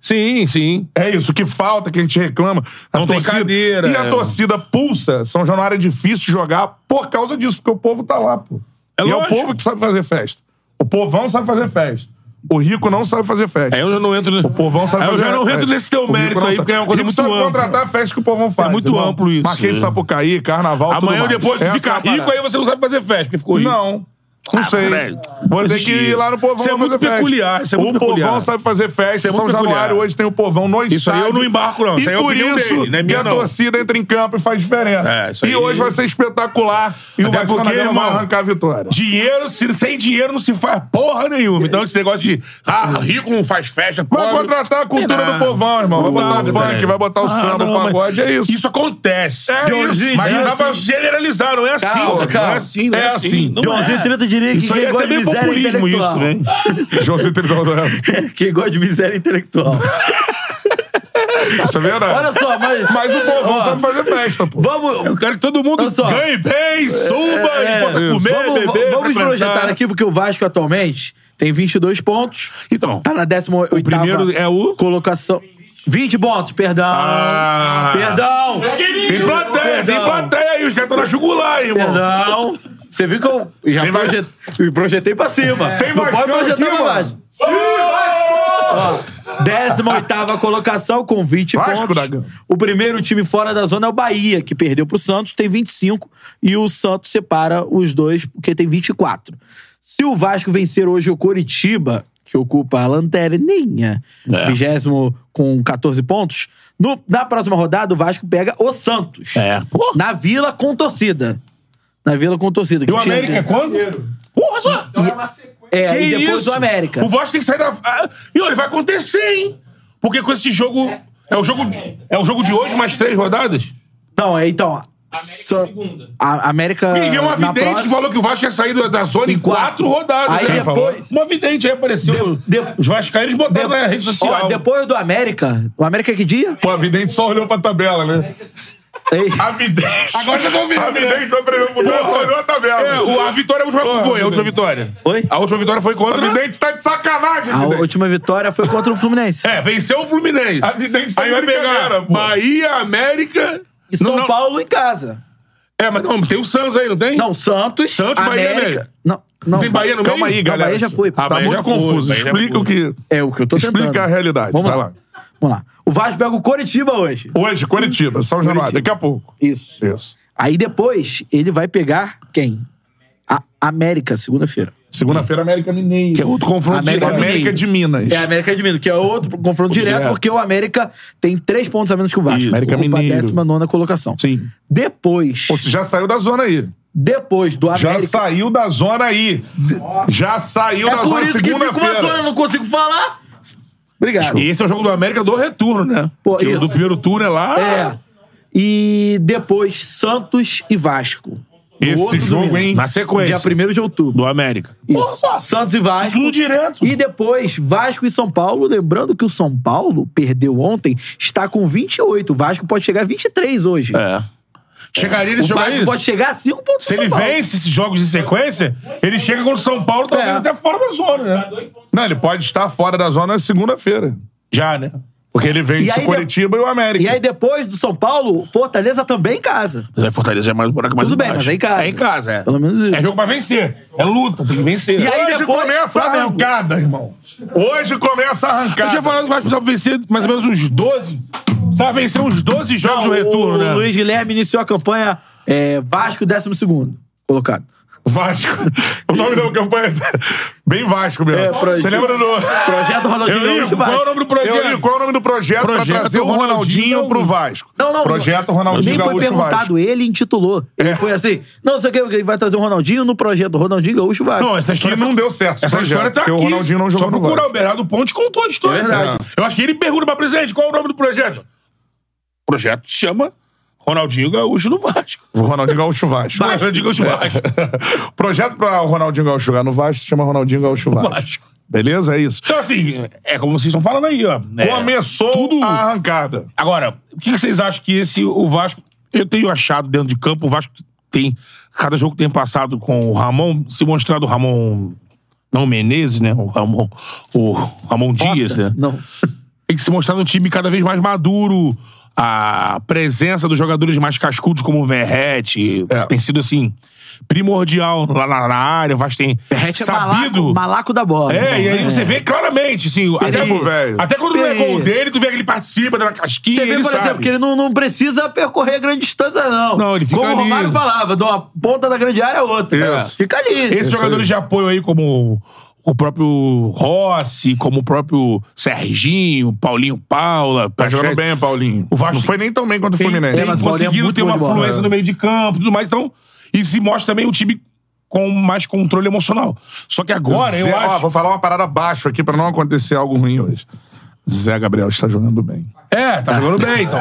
Sim, sim. É isso, o que falta, que a gente reclama. A Não tem cadeira, E a é. torcida pulsa. São Januário é difícil jogar por causa disso, porque o povo tá lá, pô. É e lógico. é o povo que sabe fazer festa. O povão sabe fazer festa. O rico não né? sabe fazer festa. Aí É, eu já não entro... O povão sabe Aí eu fazer já não entro festa. nesse teu O mérito Rico aí, não porque é uma coisa Rico muito sabe ampla. É contratar a festa que o povão faz. muito irmão. amplo isso, Marquês é. Sapucaí, Carnaval, tudo Amanhã ou mais. depois tu Essa é fica a rico, parada. aí você não sabe fazer festa, porque ficou rico. Não. Não Ah, sei. velho. Vou ter Existe que ir lá no povão Isso é fazer muito festa. peculiar, isso é muito O povão peculiar. sabe fazer festa. Isso é São muito Januário peculiar. hoje tem o povão no Isso aí estádio. eu não embarco, não. E Isso aí é a por opinião isso dele, não é que minha, a não. torcida entra em campo e faz diferença. É, isso aí- E hoje vai ser espetacular. E o Até Vasco porque, da Gama vai irmão, arrancar a vitória. Dinheiro, se- sem dinheiro não se faz porra nenhuma. Então esse negócio de, ah, rico não faz festa, Uhum. Vai pobre- contratar a cultura Não. do povão, irmão. Vai botar é, Não, funk, velho. vai botar o Ah, samba, não, o pagode, mas é isso. Isso acontece. É Johnzinho, isso. Mas não É dá assim. pra generalizar, não é assim. Calma, velho. Não calma. é assim, não é, É assim. assim. Não Joãozinho é. Treta diria que Isso quem aí é até gosta de meio miséria é populismo isso, intelectual. né? Joãozinho Tritão. Quem gosta de miséria é intelectual. Isso é verdade. Olha só, mas... Mas o povão Ó, sabe fazer festa, pô. Vamos... um Eu quero que todo mundo Olha Então, só. ganhe bem, suba É, e possa isso. comer, vamos, beber, Vamos frequentar. projetar aqui, porque o Vasco atualmente tem 22 pontos. Então, Tá na 18 o primeiro é o... colocação. 20 pontos, perdão. Ah. Perdão. Tem plateia, tem Perdão. plateia aí. Os caras estão na jugular, irmão. Perdão. Você viu que eu já Tem proje- eu projetei pra cima. É. Tem Não Vascão pode projetar aqui, pra mano. baixo. 18 colocação com 20 Vasco pontos. da Gama. O primeiro time fora da zona é o Bahia, que perdeu pro Santos, tem 25. E o Santos separa os dois, porque tem 24. Se o Vasco vencer hoje o Coritiba, que ocupa a lanterninha, É. vigésimo com 14 pontos, no- na próxima rodada o Vasco pega o Santos. É. Na Vila com torcida. Na Vila com torcida. E o América é quando? Porra, só. Então é uma sequência. É, e Que depois isso? o América. O Vasco tem que sair da. Ah, E olha, vai acontecer, hein? Porque com esse jogo. É o jogo, é o jogo de hoje, mais três rodadas? Não, é então. América em segunda. A América. Ninguém é Ah, um na avidente que próxima- falou que o Vasco ia sair da- da zona em quatro, quatro. rodadas. Aí né? depois- Uma vidente aí apareceu. Os vascaínos botaram na rede social. Ó, depois do América. O América é que dia? Pô, a Vidente só olhou pra tabela, né? Ei. Ah, A Vidente. Agora que eu tô ouvindo, né? A Vidente foi pra mudar, só olhou a tabela. É, o- a vitória a última Porra, foi, a última Vidente. vitória. Oi? A última vitória foi A contra... Vidente tá de sacanagem, A Vidente. última vitória foi contra o Fluminense. É, venceu o Fluminense. A Vidente tá Aí vai de brincadeira, pegar pô. Bahia, América... E São Não, não. Paulo em casa. É, mas não, tem o Santos aí, não tem? Não, Santos. Santos, Bahia e América. América. Não, não. Tem Bahia no meio? Calma aí, Não, galera. Bahia já foi. Ah, tá Bahia muito já foi, confuso. Bahia já Explica foi. o que. É o que eu tô Explica tentando. a realidade, Vamos vai lá. lá. Vamos lá. O Vasco pega o Coritiba hoje. Hoje, Curitiba, São Januário, daqui a pouco. Isso. Isso. Aí depois ele vai pegar quem? A América, segunda-feira. Segunda-feira, América Mineiro. Que é outro confronto América direto. América de Minas. É a América de Minas, que é outro confronto direto, direto. porque o América tem três pontos a menos que o Vasco. Isso. América Ocupa Mineiro. a 19 colocação. Sim. Depois, Ou você já saiu da zona aí. depois do Já América. saiu da zona aí. Já saiu da é por zona isso que fica uma zona, eu segunda-feira. não consigo falar. Obrigado. E esse é o jogo do América do retorno, né? Pô, Porque o isso. do primeiro turno é lá... É. E depois Santos e Vasco. No Esse outro jogo, domingo. hein? Na sequência. Dia 1 de outubro. Do América. Isso. Santos e Vasco. Tudo direto. E depois, Vasco e São Paulo. Lembrando que o São Paulo perdeu ontem, está com 28. O Vasco pode chegar a 23 hoje. É. Chegaria O nesse jogo Vasco aí? pode chegar a 5 pontos. Se do ele São Paulo. vence esses jogos em sequência, ele chega contra o São Paulo, talvez É. até fora da zona, né? Não, ele pode estar fora da zona na segunda-feira. Já, né? Porque ele E vence aí o Curitiba e o América. E aí, depois do São Paulo, Fortaleza também em casa. Mas aí Fortaleza já é mais um buraco mais Tudo bem, embaixo. mas é em casa. É em casa, é. Pelo menos isso. É jogo pra vencer. É luta, tem que vencer. E aí Hoje depois, começa a Flamengo. arrancada, irmão. Hoje começa a Eu arrancada. tinha falado que o Vasco precisava vencer mais ou menos uns 12. Precisava vencer uns 12 jogos Não, no retorno, o né? Luiz Guilherme iniciou a campanha é, Vasco 12 colocado. Vasco. O nome da campanha é bem Vasco mesmo. É, projeto- Você lembra do. Projeto Ronaldinho Eurico, Vasco. qual é o nome do projeto? Eurico, qual é o nome do projeto, Projeto pra trazer o Ronaldinho. Ronaldinho pro Vasco? Não, não. Projeto Nem Ronaldinho foi Gaúcho perguntado, Vasco. ele intitulou. Ele É. foi assim: não, sei o que, ele vai trazer o Ronaldinho no projeto Ronaldinho Gaúcho Vasco. Não, essa Que história não deu certo. esse Essa projeto, história tá porque aqui. o Ronaldinho não jogou Só no procurar o Vasco. Bernardo Ponte contou a história. É verdade. Eu acho que ele pergunta pra presidente qual é o nome do projeto. O projeto se chama Ronaldinho Gaúcho no Vasco. O Ronaldinho Gaúcho Vasco. Ronaldinho Gaúcho Vasco. O projeto pra o Ronaldinho Gaúcho jogar no Vasco se chama Ronaldinho Gaúcho Vasco. Vasco. Beleza? É isso. Então, assim, é como vocês estão falando aí, ó. É, Começou tudo- a arrancada. Agora, o que que vocês acham que esse, o Vasco. Eu tenho achado dentro de campo, o Vasco tem. Cada jogo que tem passado com o Ramon, se mostrado o Ramon. Não o Menezes, né? O Ramon. O Ramon Dias, né? Não. Tem que se mostrar um time cada vez mais maduro. A presença dos jogadores mais cascudos, como o Verrete, É. tem sido assim. Primordial lá na, na área, o Vasco tem Verrete é sabido. malaco, malaco da bola. É, e aí É. você vê claramente, assim, até, Perigo, velho. até quando não é Perigo. gol dele, tu vê que ele participa, dá uma casquinha, Você vê, ele por sabe. exemplo, que ele não, não precisa percorrer grande distância, não. Não, ele fica Como ali. o Romário falava, de uma ponta da grande área a outra. Isso. Fica ali. Esses jogadores de apoio aí, como o próprio Rossi, como o próprio Serginho, Paulinho Paula. Tá jogando Pacheco. bem, Paulinho. O Vasco não foi nem tão bem quanto o Tem, Fluminense. tem É, mas o Paulinho é conseguido muito ter bom uma de bola. fluência no meio de campo e tudo mais, então. E se mostra também um time com mais controle emocional. Só que agora, Zé- eu ó, acho. vou falar uma parada baixo aqui pra não acontecer algo ruim hoje. Zé Gabriel está jogando bem. É, tá jogando bem, então.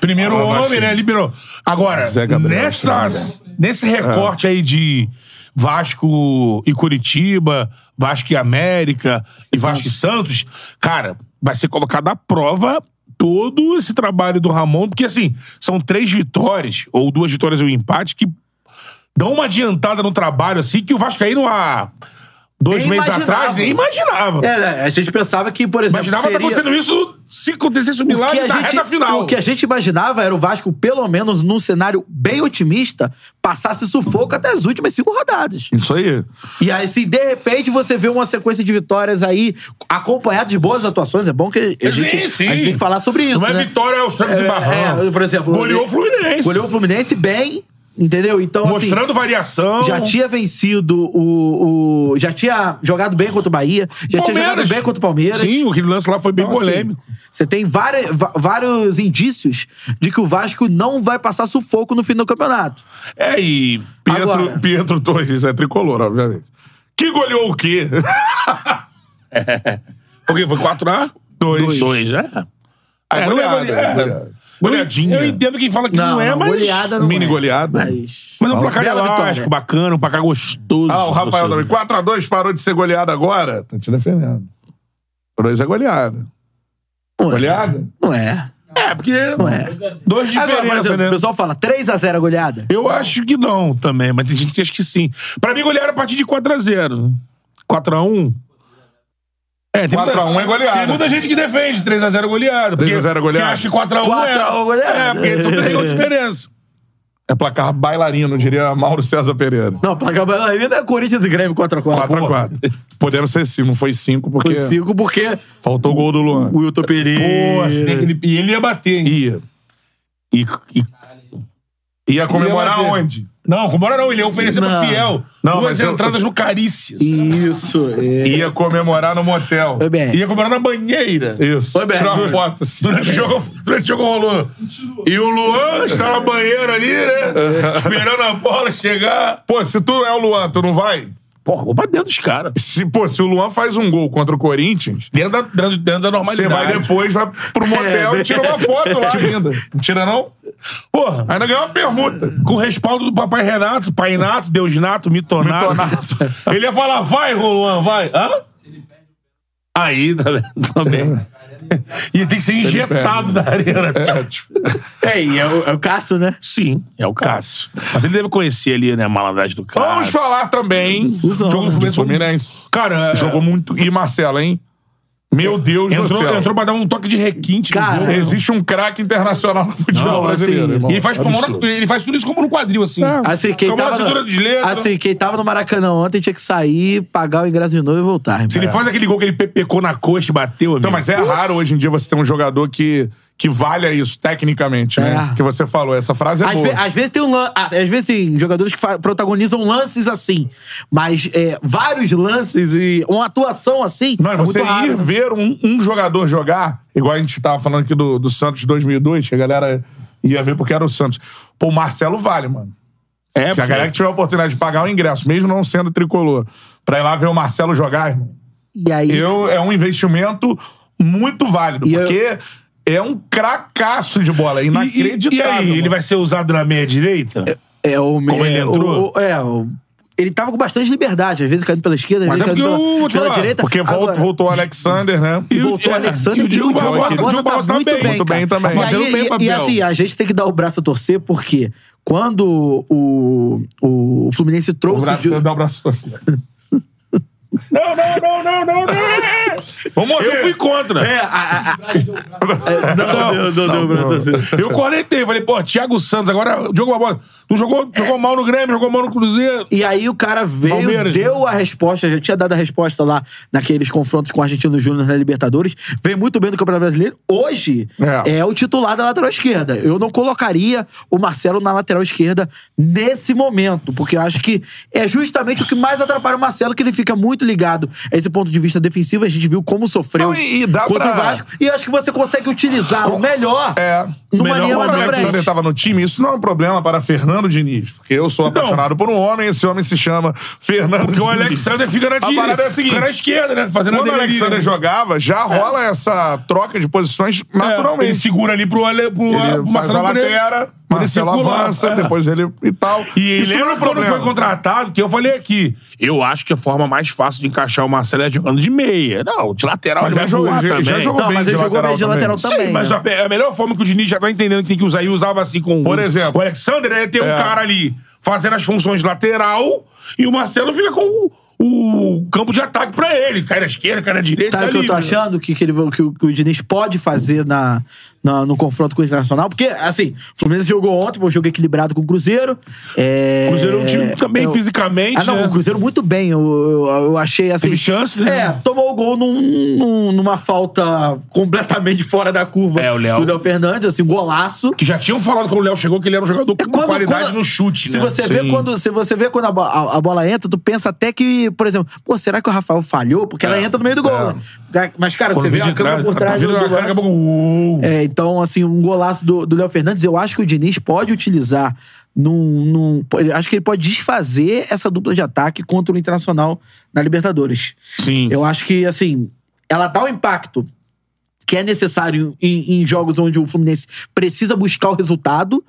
Primeiro Fala homem, baixinho. né? Liberou. Agora, Zé Gabriel, É. nessas, nesse recorte aí de Vasco e Curitiba, Vasco e América e Vasco e Santos, cara, vai ser colocado à prova todo esse trabalho do Ramon, porque assim, são três vitórias, ou duas vitórias e um empate, que dão uma adiantada no trabalho, assim, que o Vasco aí não há dois Nem meses imaginava. atrás nem imaginava. É, né, a gente pensava que, por exemplo, Imaginava seria... tá acontecendo isso se acontecesse um O que milagre a na gente- reta final. O que a gente imaginava era o Vasco, pelo menos num cenário bem otimista, passasse sufoco até as últimas cinco rodadas. Isso aí. E aí, se de repente você vê uma sequência de vitórias aí, acompanhada de boas atuações, é bom que a gente, Sim, sim. a gente tem que falar sobre isso. Não é né? vitória aos trancos e barrancos. é, por exemplo, Goleou o Fluminense. Goleou o Fluminense bem, entendeu? Então, assim, Mostrando variação. já tinha vencido o, o- Já tinha jogado bem contra o Bahia, já tinha jogado Palmeiras. bem contra o Palmeiras. Sim, aquele lance lá foi bem Então, assim, polêmico. Você tem várias- va- vários indícios de que o Vasco não vai passar sufoco no fim do campeonato. É, e. Agora. Pietro, Pietro Torres é tricolor, obviamente. Que goleou o quê? Porque foi 4x? Dois. 2, né? É, É, não é goleada, goleada. é goleada. Goleadinha. Eu entendo quem fala que não, Não, é, não, mas. goleada não Mini é. goleada. Mas... Mas é um placar Bela elástico, vitória. bacana, um placar gostoso. Ah, o Rafael também. 4x2 parou de ser goleada agora. Tá te defendendo. 2 é goleada. Não é. Goleada? Não é. É, porque. Não é. Dois diferenças, Agora, por exemplo, né? o pessoal fala 3x0 a goleada. Eu acho que não também, mas tem gente que acha que sim. Pra mim, golearam a partir de 4x0. 4x1. É, tem 4 a 1 é goleada. Tem muita gente que defende 3x0 goleado. 3 a 0 goleada. Que acha que 4x1 é. 4 a 1 goleada. É, porque isso tem uma diferença. um É placar bailarino, diria Mauro César Pereira. Não, placa bailarina é Corinthians e Grêmio 4x4. 4x4. Podemos ser 5, não foi 5 porque 5 porque faltou o gol do Luan. o Wilton Pereira... Poxa, tem aquele... E ele ia bater, hein? Ia. E, e- Ia comemorar bater. onde? Não, comemora não. Ele ia oferecer pro Não. Fiel Não, duas mas eu- entradas no Carícias. Isso. é. Ia comemorar no motel. Foi bem. Ia comemorar na banheira. Isso. Foi bem. Tirar uma Foi. foto assim. Durante o jogo, durante o jogo rolou. E o Luan está na banheira ali, né? Esperando a bola chegar. Pô, se tu é o Luan, tu não vai? Porra, vou pra dentro dos caras. Se, pô, se o Luan faz um gol contra o Corinthians, Dentro da, dentro, dentro da você normalidade. vai depois vai pro motel e tira uma foto lá ainda. Não tira, não? Porra, Ainda ganhou uma permuta. com o respaldo do papai Renato, pai Nato, Deus Nato, Mitonato. Mitonato. Ele ia falar, vai, Luan, vai. Hã? Aí, tá vendo? também. E tem que ser injetado da arena. tipo, É, e é o, é o Cássio, né? Sim, é o Cássio. Mas ele deve conhecer ali, né, a malandragem do Cássio. Vamos falar também. um Fusão, jogo do né? Fluminense. Fluminense. Cara, é- Jogou muito. E Marcelo, hein? Meu Deus do Entrou, céu. entrou pra dar um toque de requinte. no Cara, jogo. né? Existe um craque internacional no futebol Não, assim, brasileiro, irmão. é E ele faz, como Absurdo. É, na- ele faz tudo isso como no quadril, assim. Assim, quem Tomou tava a cintura no, de letra. assim, quem tava no Maracanã ontem tinha que sair, pagar o ingresso de novo e voltar. irmão. Se ele faz aquele gol que ele pepecou na coxa e bateu, amigo. É. Então, mas é raro hoje em dia você ter um jogador que, que valha isso tecnicamente, né? É. Que você falou. Essa frase é Às, boa. ve- às vezes tem um lan- ah, Às vezes tem jogadores que fa- protagonizam lances assim. Mas é, vários lances e uma atuação assim. Não, e é você muito raro. ir ver um, um jogador jogar, igual a gente tava falando aqui do, do Santos 2002, que a galera ia ver porque era o Santos. Pô, o Marcelo vale, mano. É, Se a pô. galera que tiver a oportunidade de pagar o ingresso, mesmo não sendo tricolor, pra ir lá ver o Marcelo jogar, irmão, E aí. eu, é um investimento muito válido, E eu- porque é um cracaço de bola, é E, e inacreditável. aí, ele mano. vai ser usado na meia direita? É o Como ele é, entrou? o- o- é, o- ele tava com bastante liberdade, às vezes caindo pela esquerda, às Mas vezes é caindo porque pela, eu vou te pela falar, direita. Porque vol- Agora- voltou o Alexander, né? E voltou o Alexander e o Diogo Barbosa. O Diogo Barbosa tá muito bem, bem, muito cara. bem também. E, Fazendo aí, bem o e- papel. e assim, a gente tem que dar o braço a torcer, porque quando o, o, o Fluminense O trouxe... o braço, Diogo- dá o braço assim. Não, não, não, não, não, não. Vamos Eu ver. fui contra. É, a- a- a- é, não, não, não, não, não, Eu cornetei. Falei, pô, Thiago Santos, agora é Diogo Barbosa. Não jogou, jogou mal no Grêmio, jogou mal no Cruzeiro. E aí o cara veio, Palmeiras, deu a resposta, já tinha dado a resposta lá naqueles confrontos com o Argentino Júnior na Libertadores, veio muito bem no Campeonato Brasileiro. Hoje É. é. o titular da lateral esquerda. Eu não colocaria o Marcelo na lateral esquerda nesse momento, porque eu acho que é justamente o que mais atrapalha o Marcelo, que ele fica muito ligado a esse ponto de vista defensivo. A gente viu como sofreu Não, e- e dá pra- contra o Vasco. E eu acho que você consegue utilizá-lo melhor É. numa Melhor linha Quando mais o pra Alexander frente. estava no time, isso não é um problema para Fernando Diniz, porque eu sou apaixonado por um homem, esse homem se chama Fernando Porque o Diniz. Alexander fica na A parada é a direita. seguinte. Fica na esquerda, né? Fazendo a Quando o dele ali, Alexander né? jogava, É. já Ah, rola essa troca de posições É, ele naturalmente. segura ali pro, Ale, pro, Ele, pro faz a Marcelo Pereira. lateira, Marcelo circular, avança, é. depois ele e tal. E isso não é lembra um quando problema. foi contratado, que eu falei aqui, eu acho que a forma mais fácil de encaixar o Marcelo é jogando de meia. Não, de lateral Mas ele vai já jogou- jogar já- também. já jogou Não, bem mas de ele jogou lateral bem de também. lateral Sim, também. mas né? a, pe- a melhor forma que o Diniz já tá entendendo que tem que usar e usava assim com Por o- exemplo. o Alexander é ter um É. cara ali fazendo as funções de lateral e o Marcelo fica com o, o campo de ataque pra ele, cara à esquerda, cara à direita, Sabe o tá que eu tô livre. achando que, que, ele, que, o, que o Diniz pode fazer na, na- no confronto com o Internacional? Porque, assim, o Fluminense jogou ontem, foi um jogo equilibrado com o Cruzeiro. É, O Cruzeiro é um time também eu- fisicamente, Ah, não, né? o Cruzeiro muito bem. Eu, eu, eu achei assim. Teve chance, né? É, tomou o gol num- num- numa falta completamente fora da curva É, o Léo. do Léo Fernandes, assim, um golaço. Que já tinham falado quando o Léo chegou que ele era um jogador com Quando- qualidade quando- no chute, se né? Você vê Sim. quando, se você vê quando a, bo- a- a bola entra, tu pensa até que, por exemplo, pô, será que o Rafael falhou? Porque ela entra no meio do gol. né? Mas, cara, É. Quando você vê vem a de câmera trás, por tá trás vindo do na cara, lance. daqui a pouco, uou. É, então, assim, um golaço do do Léo Fernandes, eu acho que o Diniz pode utilizar num. num- po- eu acho que ele pode desfazer essa dupla de ataque contra o Internacional na Libertadores. Sim. Eu acho que, assim, ela dá um impacto. que é necessário em, em jogos onde o Fluminense precisa buscar o resultado.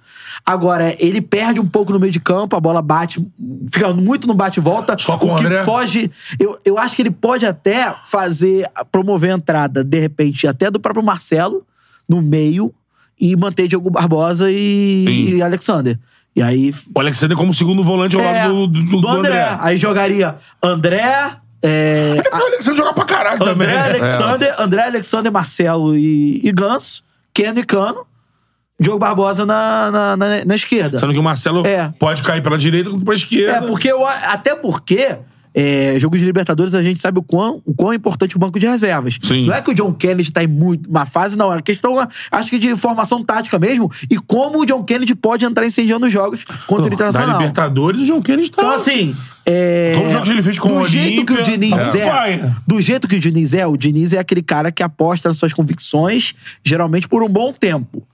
Agora, ele perde um pouco no meio de campo, a bola bate, fica muito no bate-volta. Só com o que André? foge. Eu, eu acho que ele pode até fazer, promover a entrada, de repente, até do próprio Marcelo, no meio, e manter Diogo Barbosa e, Sim. e Alexander. E aí O Alexander como segundo volante ao é, lado do, do, do André. Aí jogaria André. É, Porque o Alexander joga pra caralho também. Então, André, né? Alexander, André, Alexander, Marcelo e, e Ganso. Keno e Cano. Diogo Barbosa na, na, na- na esquerda. Sendo que o Marcelo É. pode cair pela direita ou pra É, esquerda. porque eu, a- até porque. É, jogo de Libertadores, a gente sabe o quão, o quão é importante o banco de reservas. Sim. Não é que o John Kennedy tá em muito uma fase, não. A questão, acho que de formação tática mesmo e como o John Kennedy pode entrar incendiando os jogos contra o da Internacional. Libertadores, o João Kennedy tá... Então, assim. É... Todos os jogos que ele fez com do o jeito que o Olímpia, Diniz tá on é, fire. Do jeito que o Diniz é, o Diniz é aquele cara que aposta nas suas convicções, geralmente por um bom tempo.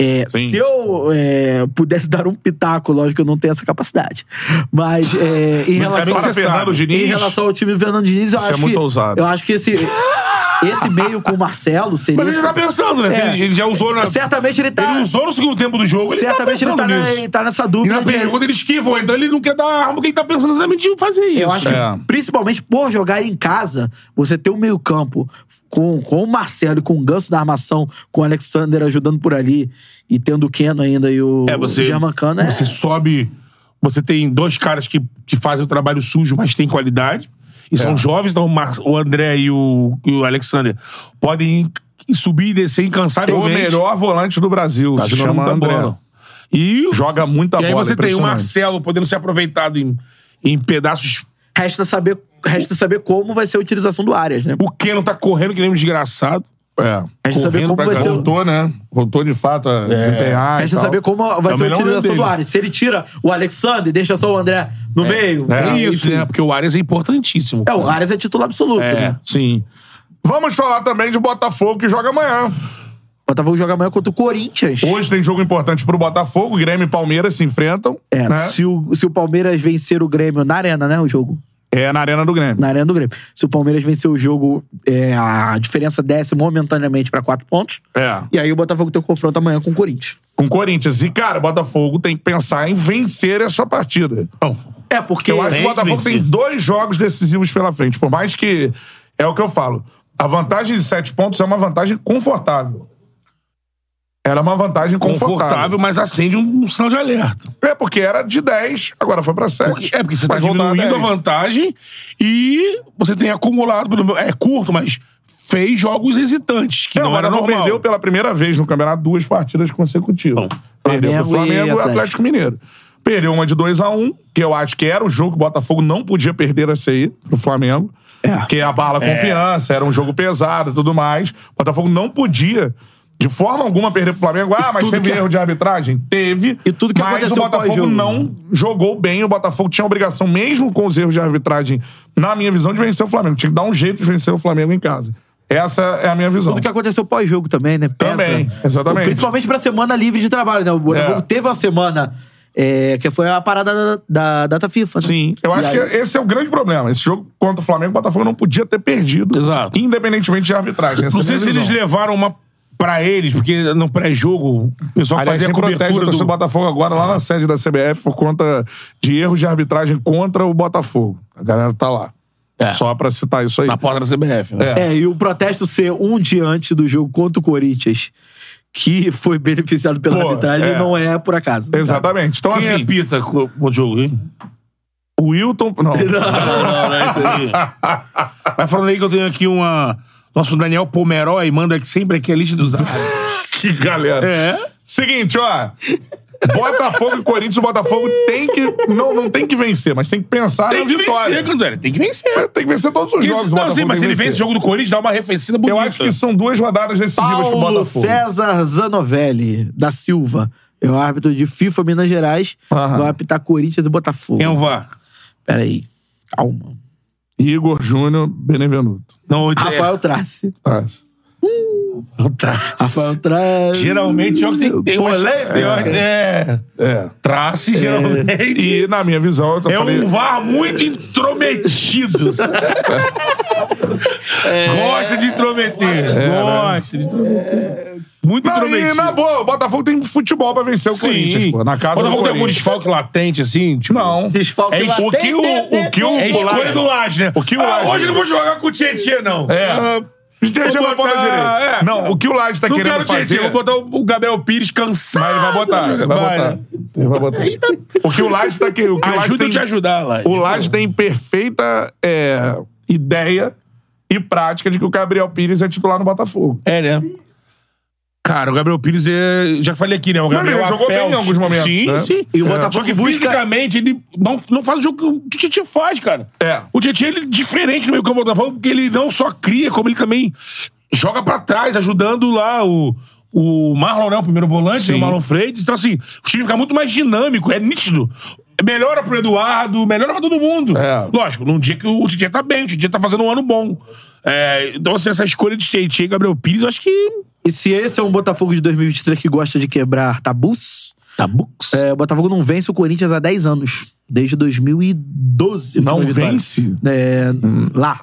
É, Sim. se eu é, pudesse dar um pitaco, lógico que eu não tenho essa capacidade. Mas é, em, Mas relação, sabe que você né, Fernando sabe. Diniz- em relação ao time do Fernando Diniz, Isso eu acho é muito que, ousado. Eu acho que esse, esse meio com o Marcelo seria. Mas ele tá pensando, né? Se É. Ele, ele já usou na... Certamente ele tá. Ele usou no segundo tempo do jogo. certamente ele ele tá tá, pensando na- nisso. ele tá nessa E dúvida. na de- pergunta ele esquivou, então ele não quer dar a arma porque ele tá pensando exatamente em fazer isso. Eu acho que, É. principalmente por jogar em casa, você ter um meio-campo com, com o Marcelo e com o Ganso na armação, com o Alexander ajudando por ali, e tendo o Keno ainda e o É, você. German Cano, é- Você sobe. Você tem dois caras que, que fazem o trabalho sujo, mas tem qualidade. E É. são jovens, então o, Mar- o André e o, e o Alexander podem in- subir e descer Tem o incansavelmente. melhor volante do Brasil, Tá se jogando chama muita André. bola. E, Joga muita e aí bola, você tem o impressionante. Marcelo podendo ser aproveitado em, em pedaços. resta, saber, resta saber como vai ser a utilização do Arias, né? O Keno tá correndo que nem um desgraçado. É. Resta saber correndo como pra vai ser. o- Voltou, né? Voltou de fato a desempenhar. e Resta tal. saber como vai Ah, É o ser a melhor utilização dele. do Arias. Se ele tira o Alexander e deixa só o André no meio. É, tem isso, né? Porque o Arias é importantíssimo. É, o Arias é titular absoluto, É, né? sim. Vamos falar também de Botafogo que joga amanhã. O Botafogo joga amanhã contra o Corinthians. Hoje tem jogo importante pro Botafogo. Grêmio e Palmeiras se enfrentam. É, né? se, o, se o Palmeiras vencer o Grêmio na arena, né? O jogo. É na Arena do Grêmio. na Arena do Grêmio. Se o Palmeiras vencer o jogo, é, a diferença desce momentaneamente pra quatro pontos. É. E aí o Botafogo tem o confronto amanhã com o Corinthians. Com o Corinthians. E, cara, o Botafogo tem que pensar em vencer essa partida. É, porque. Eu acho que o Tem que Botafogo tem vencer. dois jogos decisivos pela frente. Por mais que. É o que eu falo. A vantagem de sete pontos é uma vantagem confortável. Era uma vantagem Confortável, confortável. mas acende um, um sinal de alerta. É porque era de 10, agora foi pra 7. Porque- é, porque você está diminuindo a vantagem e você tem acumulado, pelo menos- é curto, mas fez jogos hesitantes, que Não, não, o era Botafogo normal. perdeu pela primeira vez no campeonato duas partidas consecutivas. perdeu pro Flamengo e Flamengo e Atlético. Atlético Mineiro. Perdeu uma de 2x1, que eu acho que era o jogo que o Botafogo não podia perder essa aí pro Flamengo. É. um Que abala a É. confiança, era um jogo pesado e tudo mais. O Botafogo não podia. De forma alguma perder pro Flamengo. Ah, mas tudo teve que- erro de arbitragem? Teve. E tudo que mas o aconteceu Botafogo pós-jogo. não jogou bem. O Botafogo tinha a obrigação, mesmo com os erros de arbitragem, na minha visão, de vencer o Flamengo. Tinha que dar um jeito de vencer o Flamengo em casa. Essa é a minha visão. Tudo que aconteceu pós-jogo também, né? Pesa. Também, exatamente. Principalmente pra semana livre de trabalho, né? O Botafogo É. teve uma semana é, que foi a parada da, da data FIFA, né? Sim. Eu acho E que aí- esse é o grande problema. Esse jogo contra o Flamengo, o Botafogo não podia ter perdido. Exato. Independentemente de arbitragem. Essa Não é a sei minha se eles visão. levaram uma pra eles, porque no pré-jogo o pessoal Aliás, fazia quem protege é a o cobertura torcedor do... do Botafogo agora lá Ah. na sede da CBF por conta de erros de arbitragem contra o Botafogo. A galera tá lá. É. Só pra citar isso aí. na porta da CBF. Né? É. É, e o protesto ser um dia antes do jogo contra o Corinthians, que foi beneficiado pela Pô, arbitragem, é. não é por acaso. Exatamente. Então, Quem é? assim, apita co- o jogo, hein? o Wilton... Não. Não, não é isso aí. Vai falando aí que eu tenho aqui uma... Nosso Daniel Pomeroy manda aqui sempre aqui a lista dos árbitros. que galera. É. Seguinte, ó. Botafogo e Corinthians, o Botafogo tem que... Não, não tem que vencer, mas tem que pensar Tem na que Ah, vitória. vencer, Candelari. Tem que vencer. Tem que vencer todos os Porque jogos. se- o não, Botafogo sim, mas tem se ele que vence o vencer. jogo do Corinthians, dá uma arrefecida bonita. Eu acho que são duas rodadas decisivas pro Paulo Botafogo. César Zanovelli, da Silva. É o árbitro de FIFA Minas Gerais. Aham. Vai apitar Corinthians e Botafogo. Quem é o VAR? Peraí. Calma. Igor Júnior Benevenuto. Não, é- Rafael Trace. Traz. Rafael Trás. Geralmente é o que tem que ter. Polêmica. É. É. Trace, geralmente. E, na minha visão, eu tô É falei, um VAR muito intrometido. sabe? Gosta de intrometer. Gosta de intrometer. Muito É, né? Não, e intrometido. na boa, o Botafogo tem futebol pra vencer o Corinthians, pô. Na casa Quando do tem algum Corinthians. desfalque latente, assim? Tipo, Não. Desfalque É isso. lá. O que o, o que o É escolha do do Laje, né? O que o ah, Laje- Hoje eu não vou jogar com o Tietchan, não. É. Ah, Deixa vou na ponta botar- direita. é. Não, o que o Laje tá não querendo quero o Tietchan, fazer... vou botar o o Gabriel Pires cansado. Mas ele vai botar, ele vai botar. né? Ele vai botar. O que o Laje tá querendo... o que o Laje Ajuda tem- eu te ajudar, Laje. O Laje tem perfeita é, ideia e prática de que o Gabriel Pires é titular no Botafogo. É, né? Cara, o Gabriel Pires é. Já falei aqui, né? O Não, Gabriel ele jogou bem Apelt. em alguns momentos, Sim, né? sim. E o É. Botafogo Só que busca- fisicamente ele não, não faz o jogo que o Tietchan faz, cara. É. O Tietchan ele é diferente no meio campo do Botafogo, porque ele não só cria, como ele também joga pra trás, ajudando lá o. O Marlon, né? O primeiro volante, né, o Marlon Freitas. Então, assim, o time fica muito mais dinâmico, é nítido. Melhora pro Eduardo, melhora pra todo mundo. É. Lógico, num dia que o Tietchan tá bem, o Tietchan tá fazendo um ano bom. É, então, assim, essa escolha de Tietchan e Gabriel Pires, eu acho que E se esse é um Botafogo de 2023 que gosta de quebrar tabus, Tabux? é, o Botafogo não vence o Corinthians há 10 anos. Desde 2012. Não última vitória. vence? tá É, lá,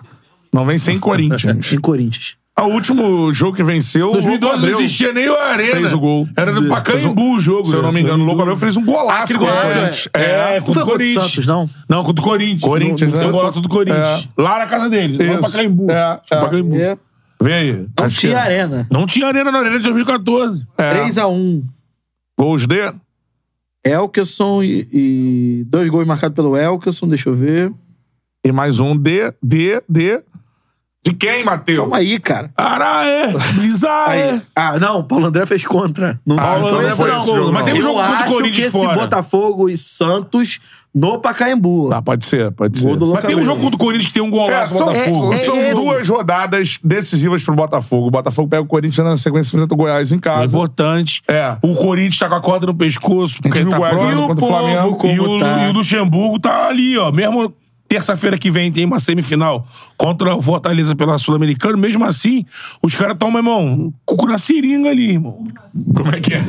Não vem sem Corinthians. em Corinthians. Ah, O último jogo que venceu... o 2012 não Abreu existia nem o Arena. Fez o gol. Era do Pacaembu o jogo. né? Se eu não me engano, o Louco Abreu fez um golaço. Aquele contra o golaço, Corinthians. é. Não É, contra foi o contra o Corinthians. Santos, não? Não, contra o Corinthians. Corinthians, Foi né? o golaço do Corinthians. Lá na casa dele, lá Isso. no Pacaembu. É, é. Pacaembu. Vem aí. Não Acho que tinha é. arena. Não tinha Arena na Arena de 2014. É. 3x1. Gols de... Elkerson e, e dois gols marcados pelo Elkerson, deixa eu ver. E mais um de... De... De... De quem, Matheus? Calma aí, cara. Araé, Blizaé. Ah, não, o Paulo André fez contra. Não Ah, então não foi esse jogo, Mas não. tem um Eu jogo acho contra o que Corinthians esse fora. Botafogo e Santos no Pacaembu. Tá, pode ser, pode ser. Gol do Mas tem um Lucas jogo Veríssimo. contra o Corinthians que tem um É, golaço do são, Botafogo. é, é são esse. duas rodadas decisivas pro Botafogo. O Botafogo pega o Corinthians na sequência enfrenta o Goiás em É casa. importante. É. O Corinthians tá com a corda no pescoço, porque gente tá viu o Goiás próximo. jogando contra o povo, Flamengo, e, como o, tá. e o Luxemburgo tá ali, ó. Mesmo terça-feira que vem tem uma semifinal contra o Fortaleza pela Sul-Americana. Mesmo assim, os caras estão, meu irmão, com o cu na seringa ali, irmão. Como é que é?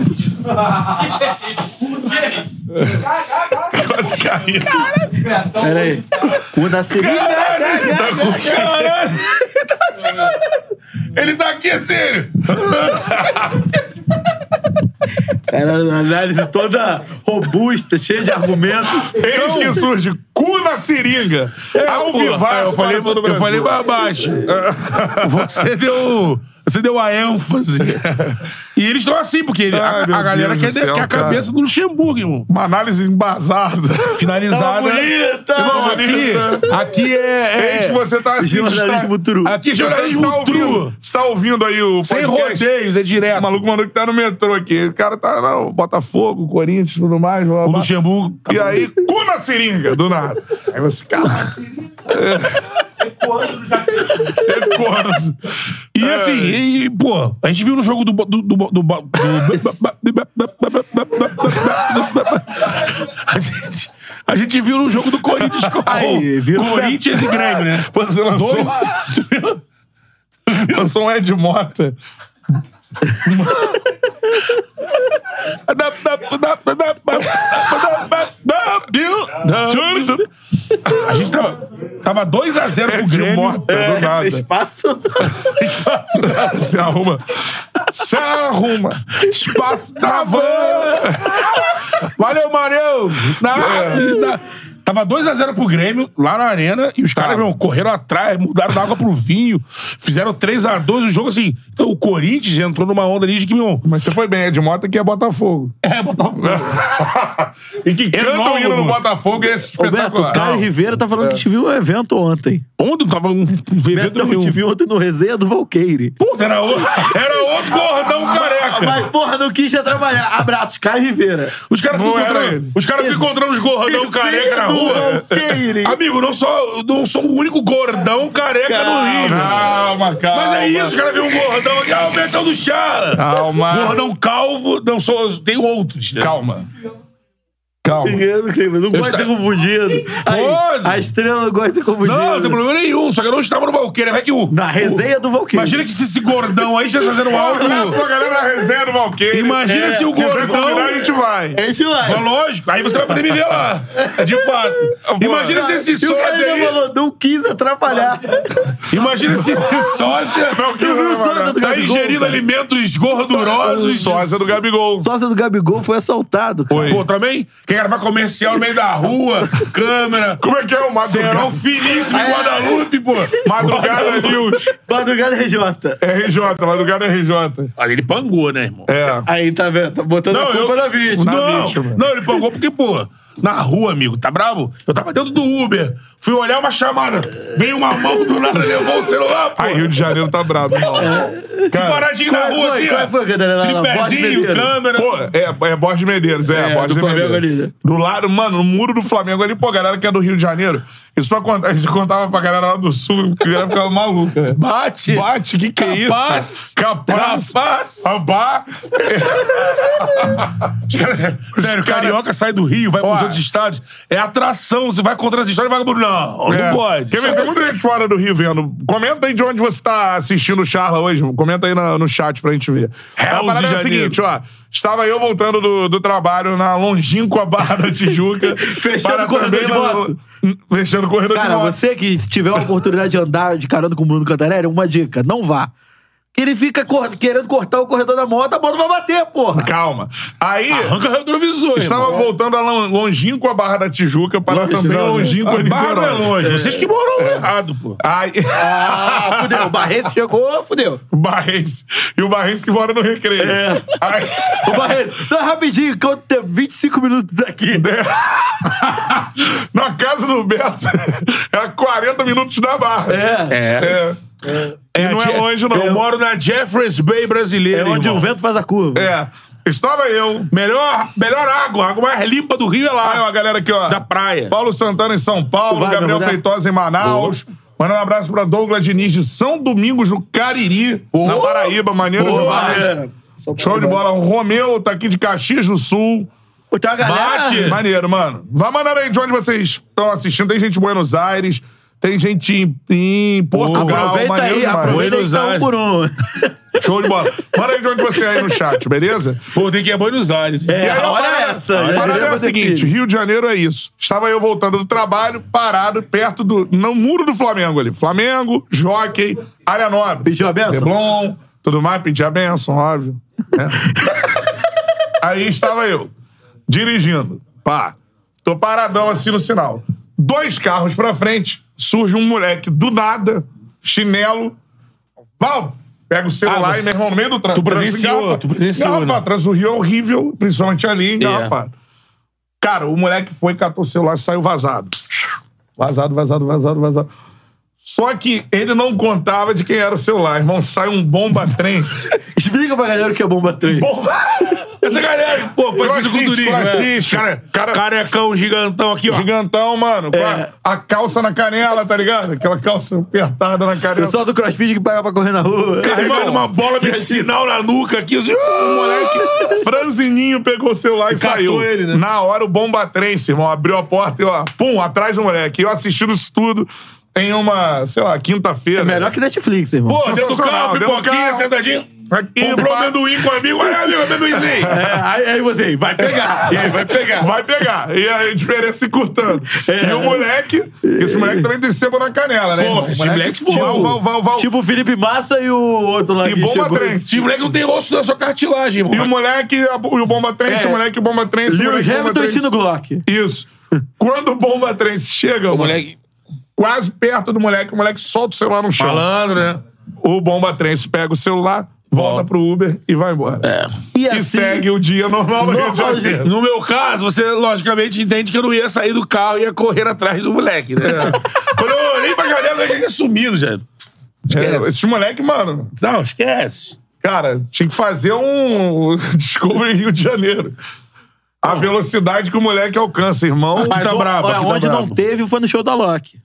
Quase caiu. Peraí. O da Seringa. Caralho, ele tá com- Caralho, ele tá assim, Ele tá aqui assim. ele- Era uma análise toda robusta, cheia de argumento. Eis que surge cu na seringa. ao pô, vivaço Então- é, eu falei, para todo o eu Brasil. falei pra baixo. Você deu, você deu a ênfase. E eles estão assim, porque ele- Ai, a, meu a galera Deus quer, do de- céu, quer a cara. cabeça do Luxemburgo, irmão. Uma análise embasada. Finalizada. Irmão, aqui, aqui é. Eis é que você tá assistindo. Jornalismo está- tru. aqui Você é jornalismo está true. ouvindo, está ouvindo aí o Sem Um podcast? rodeios, é direto. O maluco mandou que tá no metrô aqui. O cara tá, não, Botafogo, Corinthians, tudo mais. blá, O blá. Luxemburgo. E aí, cu na seringa, do nada. Aí você, caralho. Ecoando. E assim, e, e, pô, a gente viu no jogo do. bo- do, do, bo- do, bo- do- a, gente, a gente viu no jogo do Corinthians com Aí, viu? Corinthians e Grêmio, né? Você lançou, Dois- lançou um Ed Mota. A gente tava, tava 2x0 pro Ed Grêmio. Mota, do nada. Espaço. Se arruma. Se arruma. Espaço da van. Valeu, Marão. É. Na- na- Tava 2x0 pro Grêmio, lá na arena, e os caras, meu, correram atrás, mudaram da água pro vinho, fizeram 3x2 o jogo, assim. Então o Corinthians entrou numa onda ali de que, meu, Mas você foi bem, Ed Mota, que é Botafogo. é, Botafogo. E que canta o Enólogo. um hino no Botafogo é esse Roberto, espetacular. Caio Não. Rivera tá falando que te viu um evento ontem. Ontem tava um É. evento Então, te nenhum. viu ontem no resenha do Valqueire. Puta, era outro, era outro gordão careca. Ah, Mas, porra, não quis já trabalhar. Abraço, Caio Rivera. Os caras ficam Não era encontrando, ele. os caras ficam encontrando os gordão careca na do rua. Valqueire. Amigo, não sou, não sou o único gordão careca no Rio. Calma, calma. Mas é isso, o cara viu um gordão aqui, ah, o Betão do Chá. Calma. Gordão calvo, não sou, tem outros, né? Calma. Calma. Ninguém- ninguém- Não gosta de esta- ser confundido. Aí, Pode. a estrela não gosta de ser confundida. Não, não tem problema nenhum. Só que eu não estava no Valqueira. Vai que o. Na resenha do Valqueiro. Imagina que se esse gordão aí já fazendo um Um abraço áudio. pra galera da resenha do É, Valqueiro. Imagina se o Quiser gordão- convidar, a gente vai. É isso lá. É lógico, aí você vai poder me ver lá. De fato. Imagina se esse E o cara sósia ainda aí. falou, não quis atrapalhar. Imagina se esse sósia. Não, É que Tu viu o sósia né? do Tá Gabigol? ingerindo alimentos gordurosos. Sósia do Gabigol. Sócio do Gabigol foi assaltado, cara. Pô, também? Quem gravar comercial no meio da rua, câmera. Como é que é o Serão Madrugada? finíssimo em É. Guadalupe, pô. Madrugada News. Madrugada RJ. RJ, Madrugada RJ. Olha, ele pangou, né, irmão? É. Aí, tá vendo? Tá botando a culpa na vítima. não, vítima. não, ele pagou porque, pô, na rua, amigo, tá bravo? Eu tava dentro do Uber, fui olhar uma chamada, veio uma mão do nada, levou o celular, pô. Aí, Rio de Janeiro tá brabo. irmão. É. Cara, paradinho na Qual rua, foi? assim, Qual ó. foi, Catarina? Lá, lá, Tripézinho, Borges câmera. Pô, é, é Borges Medeiros, é, É, Borges do Flamengo Medeiros. ali, né? Do lado, mano, no muro do Flamengo ali, pô, a galera que é do Rio de Janeiro, isso pra contar, a gente contava pra galera lá do Sul, que a galera ficava maluca. É. né? Bate. Bate, que que é isso? Capaz. Capaz. Capaz. Abá. Sério, Os cara- carioca sai do Rio, vai Ó. pros outros estados. É atração. Você vai contando essa história e vai. Não, É. não pode. Quer ver? Tem muita gente fora do Rio vendo. Comenta aí de onde você tá assistindo o Charla hoje. Comenta aí na- no chat pra gente ver. Hells a parada de é a Janeiro. seguinte, ó. Estava eu voltando do, do trabalho na longínqua Barra da Tijuca. Fechando o corredor também de na- moto. Fechando o corredor de Cara, moto. você que tiver a oportunidade de andar de carona com o Bruno Cantarelli, uma dica, não vá. Que ele fica cor- querendo cortar o corredor da moto, a moto vai bater, porra. Calma. Aí... Arranca o retrovisor, Estava irmão. voltando a lon- longínqua Barra da Tijuca para também não, né? longínqua A barra não é Niterói. É. longe. Vocês que moram errado, pô. Aí, Ah, fudeu. O Barreto chegou, fudeu. o Barrense. E o Barrense que mora no recreio. É. Aí- O Barreto, não, rapidinho, quanto tempo? 25 minutos daqui. Na casa do Beto, era 40 minutos da barra. É. É. E não a é Je- longe, não. Eu moro na Jeffreys Bay É brasileira. onde irmão. o vento faz a curva. É. Estava eu. Melhor, melhor água, a água mais limpa do Rio é Aí, ó, lá. a galera aqui, ó. Da praia. Paulo Santana em São Paulo, Wagner, Gabriel né? Feitosa em Manaus. Manda um abraço pra Douglas Diniz de São Domingos, no Cariri, na Paraíba. Maneiro Boa, demais. maneiro. Só pra Show de lembrar. bola. O Romeu tá aqui de Caxias do Sul. Pô, Tem uma galera... Bate. Maneiro, mano. Vá mandando aí de onde vocês estão assistindo. Tem gente em Buenos Aires, tem gente em, em Portugal. Aproveita maneiro aí, demais. aproveita aí, Buenos tá um Aires. por um. Show de bola. Manda aí de onde você é aí no chat, beleza? Pô, tem que ir a Buenos Aires. É, E aí, a olha parada- essa, A já parada é diria a você que- seguinte, Rio de Janeiro é isso. Estava eu voltando do trabalho, parado, perto do... No muro do Flamengo ali. Flamengo, Jockey, Área Nobre. Pediu a benção? Leblon, tudo mais, pedi a benção, óbvio. né? Aí estava eu, dirigindo. Pá, tô paradão assim no sinal. Dois carros pra frente, surge um moleque do nada, chinelo, Val, pega o celular Ah, você- e meu irmão no meio do trânsito. Tu presenciou, Garrafa- tu presenciou, Garrafa, né? trânsito do Rio é horrível, principalmente ali É. em Garrafa. Cara, o moleque foi, catou o celular e saiu vazado. Vazado, vazado, vazado, vazado. Só que ele não contava de quem era o celular, irmão. Sai um bomba trense. Explica pra galera o que é bomba 3. Essa galera, pô, foi Crossfit, fisiculturismo. né? crossfit, Cara, cara- Carecão, gigantão aqui, ó. É. Gigantão, mano. com a- a, calça na canela, tá ligado? Aquela calça apertada na canela. Pessoal do CrossFit que paga pra correr na rua. Carregando uma bola medicinal na nuca aqui, assim. O moleque, franzininho, pegou o celular e Catou saiu. ele, né? Na hora, o bomba trense, irmão, abriu a porta e, ó, pum, atrás do moleque. E eu assistindo isso tudo em uma, sei lá, quinta-feira. É Melhor que Netflix, irmão. Pô, dentro do Sensacional, um carro, dentro do um pipoquinha, carro. sentadinho. Aqui, Comprou pá. amendoim com amigo. Olha, amigo, amendoinzinho. É, aí, aí você vai pegar. E aí, vai pegar. Vai pegar. E a diferença se curtando. É. E o moleque, esse moleque também tem sebo na canela, né? Porra, irmão? esse O moleque tipo, voou. Val, val, val. Tipo o Felipe Massa e o outro lá E que bomba chegou. três. Esse moleque não tem osso na sua cartilagem, E o irmão. moleque, a- e o bomba trense, É. o moleque, o bomba trense. o Lewis moleque, o bomba tá Hamilton e trense. Tino Glock. Isso. Quando o bomba trense chega, O mano, moleque quase perto do moleque, o moleque solta o celular no chão. malandro, né? O bomba trense pega o celular, volta pro Uber e vai embora. E E, assim- segue o dia normal no Rio de Normal, Janeiro. No meu caso, você logicamente entende que eu não ia sair do carro e ia correr atrás do moleque, né? Quando eu olhei pra janela, o moleque tinha sumido, já. É, esses moleque, mano, Não, esquece. cara, tinha que fazer um Discovery Rio de Janeiro. A velocidade que o moleque alcança, irmão. Mas tá o- brabo, Olha, aqui tá onde brabo. não teve foi no show da Loki.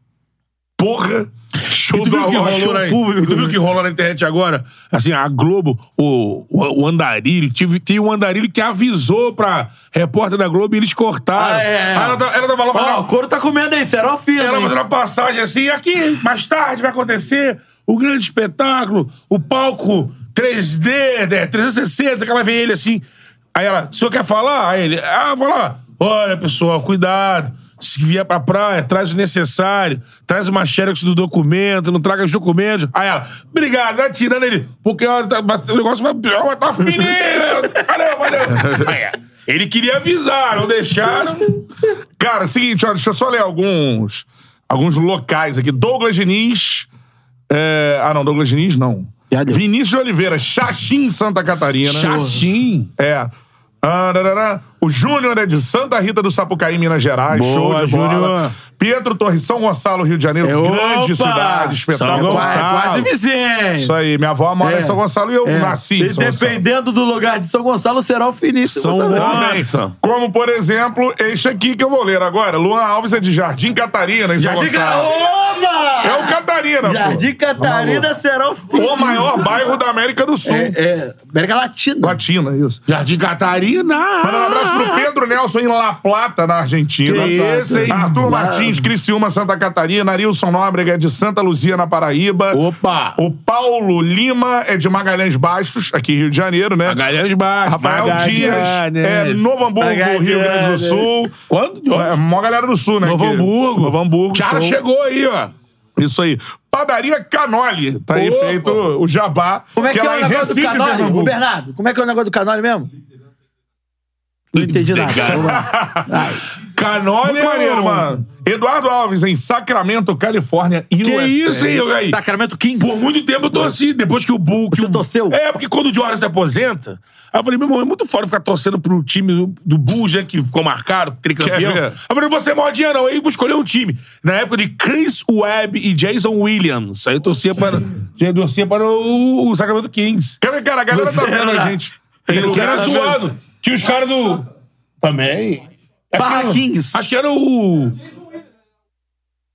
Porra! show E tu viu do o que Alok, rolou show na- público. Tu viu o né? que rola na internet agora? Assim, a Globo, o, o, o Andarilho, tive, tinha um Andarilho que avisou pra repórter da Globo e eles cortaram. Ah, é. Aí ela, tá- ela tava lá Ó, um fazendo- o couro tá comendo aí, será o filho. ela hein? fazendo uma passagem assim, aqui, mais tarde vai acontecer o grande espetáculo, o palco 3D, né, 360, que ela vê ele assim. Aí ela, o senhor quer falar? Aí ele, ah, vou lá. Olha, pessoal, cuidado. Se vier pra praia, traz o necessário, traz uma xerox do documento, não traga os documentos. Aí ela, obrigado, tá tirando ele, porque olha, tá- o negócio vai, vai tá fininho. Valeu, valeu. Aí, ele queria avisar, não deixaram. Cara, é seguinte, olha, deixa eu só ler alguns, alguns locais aqui. Douglas Diniz. é, Ah, não, Douglas Diniz não. Já deu. Vinícius de Oliveira, Xaxim, Santa Catarina. Chaxim. É. Ah, darará. O Júnior é de Santa Rita do Sapucaí, Minas Gerais. Boa, Show de Júnior. bola. Pietro Torres, São Gonçalo, Rio de Janeiro. É, grande opa! cidade, São espetáculo. Gonçalo. É Quase vizinho. Isso aí, minha avó mora É. em São Gonçalo e eu É. nasci em E São Gonçalo. dependendo do lugar de São Gonçalo, será o finíssimo. São também. Gonçalo. Também. Tá. Nossa. Como, por exemplo, este aqui que eu vou ler agora. Luan Alves é de Jardim Catarina, em São Jardim Gonçalo. Catarina! É o Catarina, pô. Jardim Catarina será o O finíssimo. maior bairro da América do Sul. É, é, América Latina. Latina, isso. Jardim Catarina! Manda um abraço pro Pedro Nelson em La Plata, na Argentina. Que isso, hein? Arthur Mano. Martins, Criciúma, Santa Catarina. Arilson Nóbrega é de Santa Luzia, na Paraíba. Opa! O Paulo Lima é de Magalhães Bastos, aqui em Rio de Janeiro, né? É, Magalhães Baixo. Rafael Dias é Novo Hamburgo, Magalhães. Rio Grande do Sul. Quando? É, mó galera do Sul, né? Novo que- Hamburgo. Novo Hamburgo. Tiara show. chegou aí, ó. Isso aí. Padaria Canoli. Tá aí Opa. feito o jabá. Como é que, é, lá o em negócio Recife, do canalho? Ô, Pernambuco. Bernardo, como é que é o negócio do canalho mesmo? Não entendi nada. Vamos lá. Canoli é um- Muito maneiro, mano. Eduardo Alves, em Sacramento, Califórnia, Que USA. isso, hein, aí? assim. Sacramento Kings. Por muito tempo eu torci. Depois que o Bull. que Você o- torceu? É, porque quando o Jordan se aposenta, aí eu falei, meu irmão, é muito foda ficar torcendo pro time do, do Bulls, né? Que ficou marcado, tricampeão. Quer ver? Aí eu falei, você é modinha, não. Aí eu vou escolher um time. Na época de Chris Webb e Jason Williams. Aí eu torcia para. eu torcia para o, o Sacramento Kings. Cara, cara, a galera tá Você vendo a era- gente. Tem tá os Você caras era zoando. Tinha os caras do. Também. É. Acho Barra que era- Kings. Acho que era o.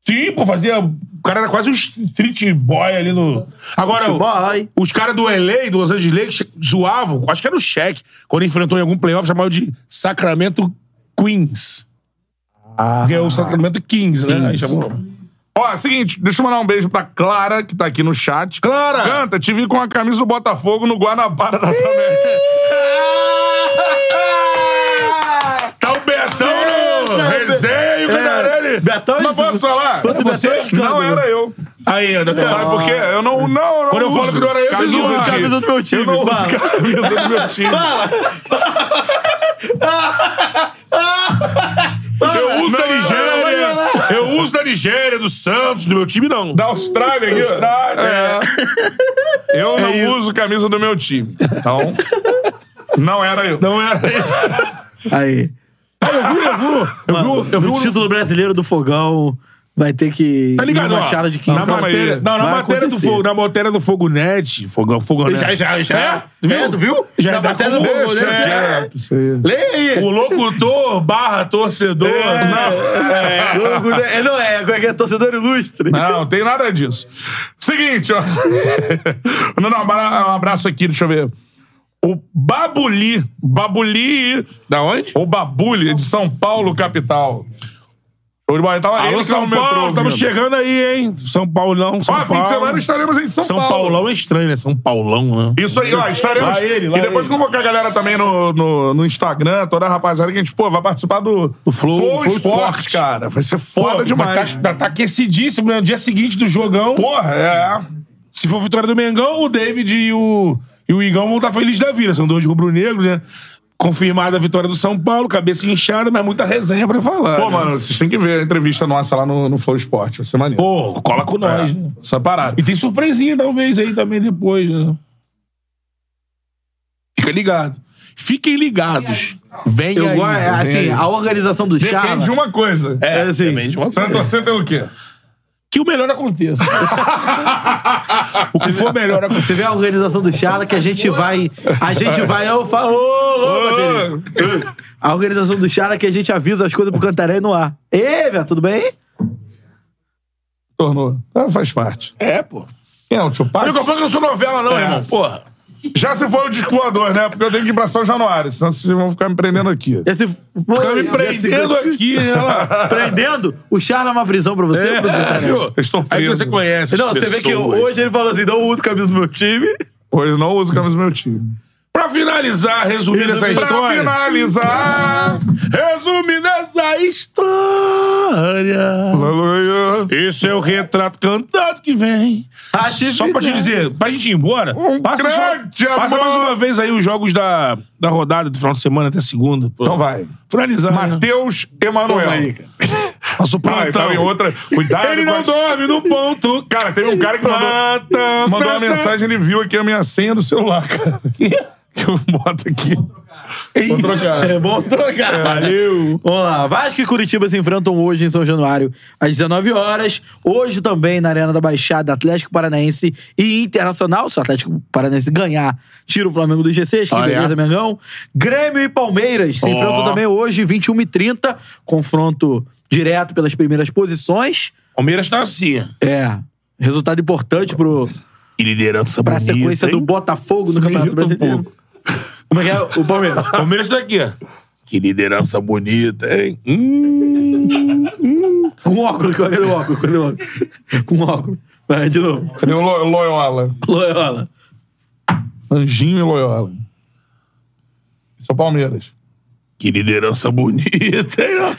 Sim, pô, fazia. O cara era quase um street boy ali no. Agora, o- Boy. os caras do LA, do Los Angeles Lakers, zoavam. Acho que era o Shaq. Quando enfrentou em algum playoff, chamava de Sacramento Queens. Porque é o Sacramento Kings, né? Aí chamou. Ó, é seguinte, deixa eu mandar um beijo pra Clara, que tá aqui no chat. Clara! Canta, te vi com a camisa do Botafogo no Guanabara da América. Tá o Betão no resenho, Vidarelli. Betão, Mas posso falar? Se fosse É Betão, é escândalo. Não era eu. Aí, André. Sabe por quê? Eu não, não, não Quando eu falo uso que não era eu, vocês camisa usam do time. camisa do meu time, Eu não uso fala. camisa do meu time. Eu uso da Não, não, Nigéria. não, não, Eu uso da Nigéria, do Santos, do meu time, não. Da Austrália aqui. ó. É. Eu não uso camisa do meu time. Então, não era eu. Não era. Aí. Eu vi, o- eu vi o o- título brasileiro do fogão vai ter que. Tá ligado? uma ó, charla de 15. na Calma aí. matéria, não, na Vai matéria do acontecer. fogo, na matéria do Fogo Net, Fogão, Fogão Net. Já, já, já. É, É, viu? tu viu? Já Na dá matéria do como Fogo deixa, Net, é. é. Leia aí. O locutor barra torcedor. Não, é. Jogo, né? É, Não é, como é que é torcedor ilustre. Não, tem nada disso. Seguinte, ó. Não, não, um abra- um abraço aqui, deixa eu ver. O Babuli. Babuli. Da onde? Ou Babuli, de São Paulo, capital. Show de bola. Então, ele Alô, que é São o metrô Paulo, estamos ouvindo. chegando aí, hein? São Paulão, São Ó, Paulo. fim de semana estaremos em São, São Paulo. Paulão é estranho, né? São Paulão, né? Isso aí, ó, estaremos. Lá ele, lá e depois ele. convocar a galera também no, no, no Instagram, toda a rapaziada que a gente, pô, vai participar do, Do Flow- Sport, Flow Sport. cara. Vai ser foda Pô, demais. mas Tá, tá aquecidíssimo, né? No dia seguinte do jogão. Porra, é. Se for vitória do Mengão, o David e o, e o Igão vão estar felizes da vida. São dois rubro-negros, né? Confirmada a vitória do São Paulo, cabeça inchada, mas muita resenha pra falar. Pô, né? mano, vocês têm que ver a entrevista nossa lá no, no Flow Sport. Vai ser maneiro. Pô, cola com nós, É, né? Essa parada. E tem surpresinha, talvez, aí também depois, né? Fica ligado. Fiquem ligados. Venha Eu aí. gosto, é, assim, venha aí. a organização do Depende charla. de uma coisa. É, assim, também de uma Você vai coisa. torcer pelo quê? Que o melhor aconteça. o que for melhor acontecer. Você vê a organização do charla que a gente vai. A gente vai. Eu falo. Ô, louco, Adelino. A organização do charla que a gente avisa as coisas pro Cantaré no ar. Ei, velho, tudo bem? Tornou. Ah, faz parte. É, pô. Quem é o Tupac? Não me comprou que eu não sou novela, não, É. irmão. Porra. Já se foi o disco voador, né? Porque eu tenho que ir pra São Januário, senão vocês vão ficar me prendendo aqui. Esse Tá Ficar assim me prendendo aqui, ela. prendendo, o Charla é uma prisão pra você. Bruno? É, viu? Eu estou Aí preso. você conhece. Não, as você vê que pessoas. hoje ele falou assim: não uso camisa do meu time. Hoje eu não uso camisa do meu time. Pra finalizar, resumir essa pra história. finalizar. Resumindo essa história. Esse é o retrato cantado que vem. Atividade. Só pra te dizer, pra gente ir embora, Um passa, grande só, passa amor. mais uma vez aí os jogos da, da rodada do final de semana até segunda. pô. Então vai. Finalizar. né? Mateus Toma aí, Emanuel. cara. Nosso Ah, plantão. tava em outra. Cuidado Ele com não as- dorme no ponto. Cara, teve um cara que mandou, Plata, mandou uma plata. mensagem, ele viu aqui a minha senha do celular, cara. Que eu boto aqui. Vou trocar. É bom trocar. Valeu. Vamos lá. Vasco e Curitiba se enfrentam hoje em São Januário, às 19 horas. Hoje também na Arena da Baixada, Atlético Paranaense e Internacional. Se o Atlético Paranaense ganhar, tira o Flamengo do G6, que Ah, é? beleza, Mengão. Grêmio e Palmeiras se Ó. enfrentam também hoje, 21h30. Confronto direto pelas primeiras posições. Palmeiras tá assim. É. Resultado importante pro, E liderança pra bonita, sequência do hein? Botafogo no me Campeonato irrita um Brasileiro. pouco. Como é que é? O Palmeiras. Palmeiras tá aqui, ó. Que liderança bonita, hein? Hum. Com óculos, com aquele óculos, com aquele óculos. Com óculos. Vai, de novo. Cadê o Lo- Loyola? Loyola. Anjinho e Loyola. São Palmeiras. Que liderança bonita, hein? ó?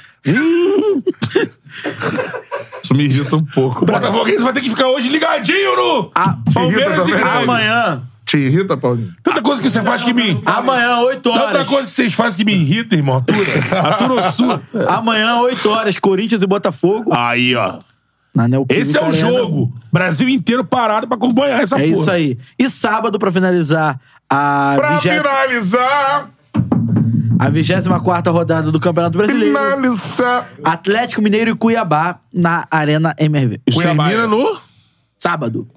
Isso me irrita um pouco. O Botafoguense vai ter que ficar hoje ligadinho no Palmeiras Te irrita também, e Grêmio. Amanhã, Te irrita, Paulinho? Tanta coisa que você faz que me... amanhã, 8 Tanta horas. coisa que vocês fazem que me irrita, irmão. Atura. Atura ou surta. Amanhã, 8 horas, Corinthians e Botafogo. Aí, ó. Na Neoquímica Esse é o Arena. jogo. Brasil inteiro parado pra acompanhar essa tá É porra. isso aí. E sábado, pra finalizar, a Pra 20 finalizar, a 24 rodada do Campeonato Brasileiro. finalizar. Atlético Mineiro e Cuiabá na Arena MRV. Isso Cuiabá, termina é. no... Sábado.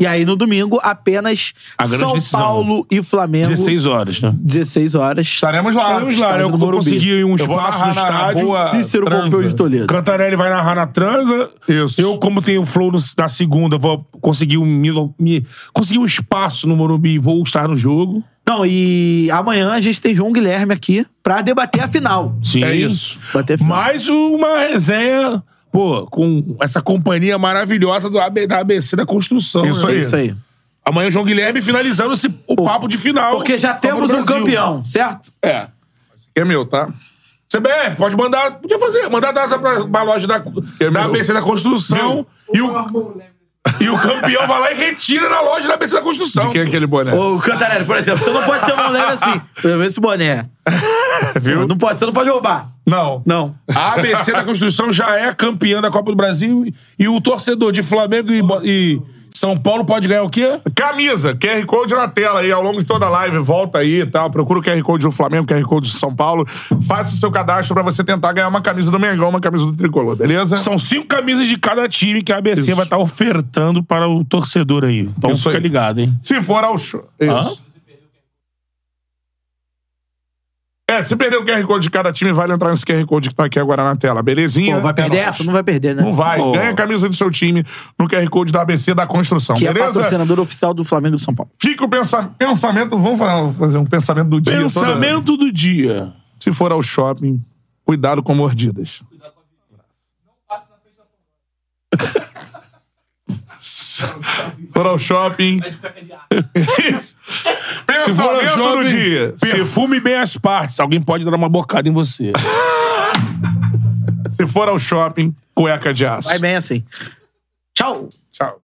E aí, no domingo, apenas A grande São decisão. Paulo e Flamengo. 16 horas, né? 16 horas. Estaremos lá. Estaremos lá, Estádio eu do vou Morumbi. conseguir um Eu vou espaço narrar no na estádio. rua Cícero Transa. Pompeu de Toledo. Cantarelli vai narrar na transa. Isso. Eu, como tenho flow no- na segunda, vou conseguir um, milo- me- conseguir um espaço no Morumbi e vou estar no jogo. Não, e amanhã a gente tem João Guilherme aqui pra debater a final. Sim. É isso. Bater a final. Mais uma resenha, pô, com essa companhia maravilhosa do AB, da ABC da construção. Isso né? aí. É isso aí. Amanhã o João Guilherme finalizando esse, o papo de final. Porque já Copa do temos um Brasil. campeão, certo? É. É meu, tá? CBF, pode mandar. Podia fazer, mandar data pra, pra loja da, é da meu. ABC da Construção. E o, e o campeão vai lá e retira na loja da ABC da Construção. Quem é aquele boné? Ô, Cantarelli, por exemplo, você não pode ser mão leve assim. Por exemplo, esse boné. Viu? Não pode, você não pode roubar. Não. Não. A ABC da Construção já é campeã da Copa do Brasil. e- E o torcedor de Flamengo e, Bo- e São Paulo pode ganhar o quê? Camisa, QR Code na tela aí, ao longo de toda a live, volta aí e tal. Procura o QR Code do Flamengo, QR Code do São Paulo. Faça o seu cadastro pra você tentar ganhar uma camisa do Mengão, uma camisa do Tricolor, beleza? São cinco camisas de cada time que a ABC Isso. vai estar ofertando para o torcedor aí. Então Isso fica aí. ligado, hein? Se for ao show. Isso. É, se perder o QR Code de cada time, vale entrar nesse QR Code que tá aqui agora na tela, belezinha? Pô, vai perder É nóis. essa? Não vai perder, né? Não vai. Pô, Ganha a camisa do seu time no QR Code da ABC da Construção, Que é beleza? patrocinador oficial do Flamengo do São Paulo. Fica o pensa- pensamento. Vamos fa- fazer um pensamento do dia. toda- Pensamento do dia. Se for ao shopping, cuidado com mordidas. Se for ao shopping. Isso. Se for ao Pensamento shopping, do É dia. Se, Perfume bem as partes. Alguém pode dar uma bocada em você. se for ao shopping, cueca de aço. Vai bem assim. Tchau. Tchau.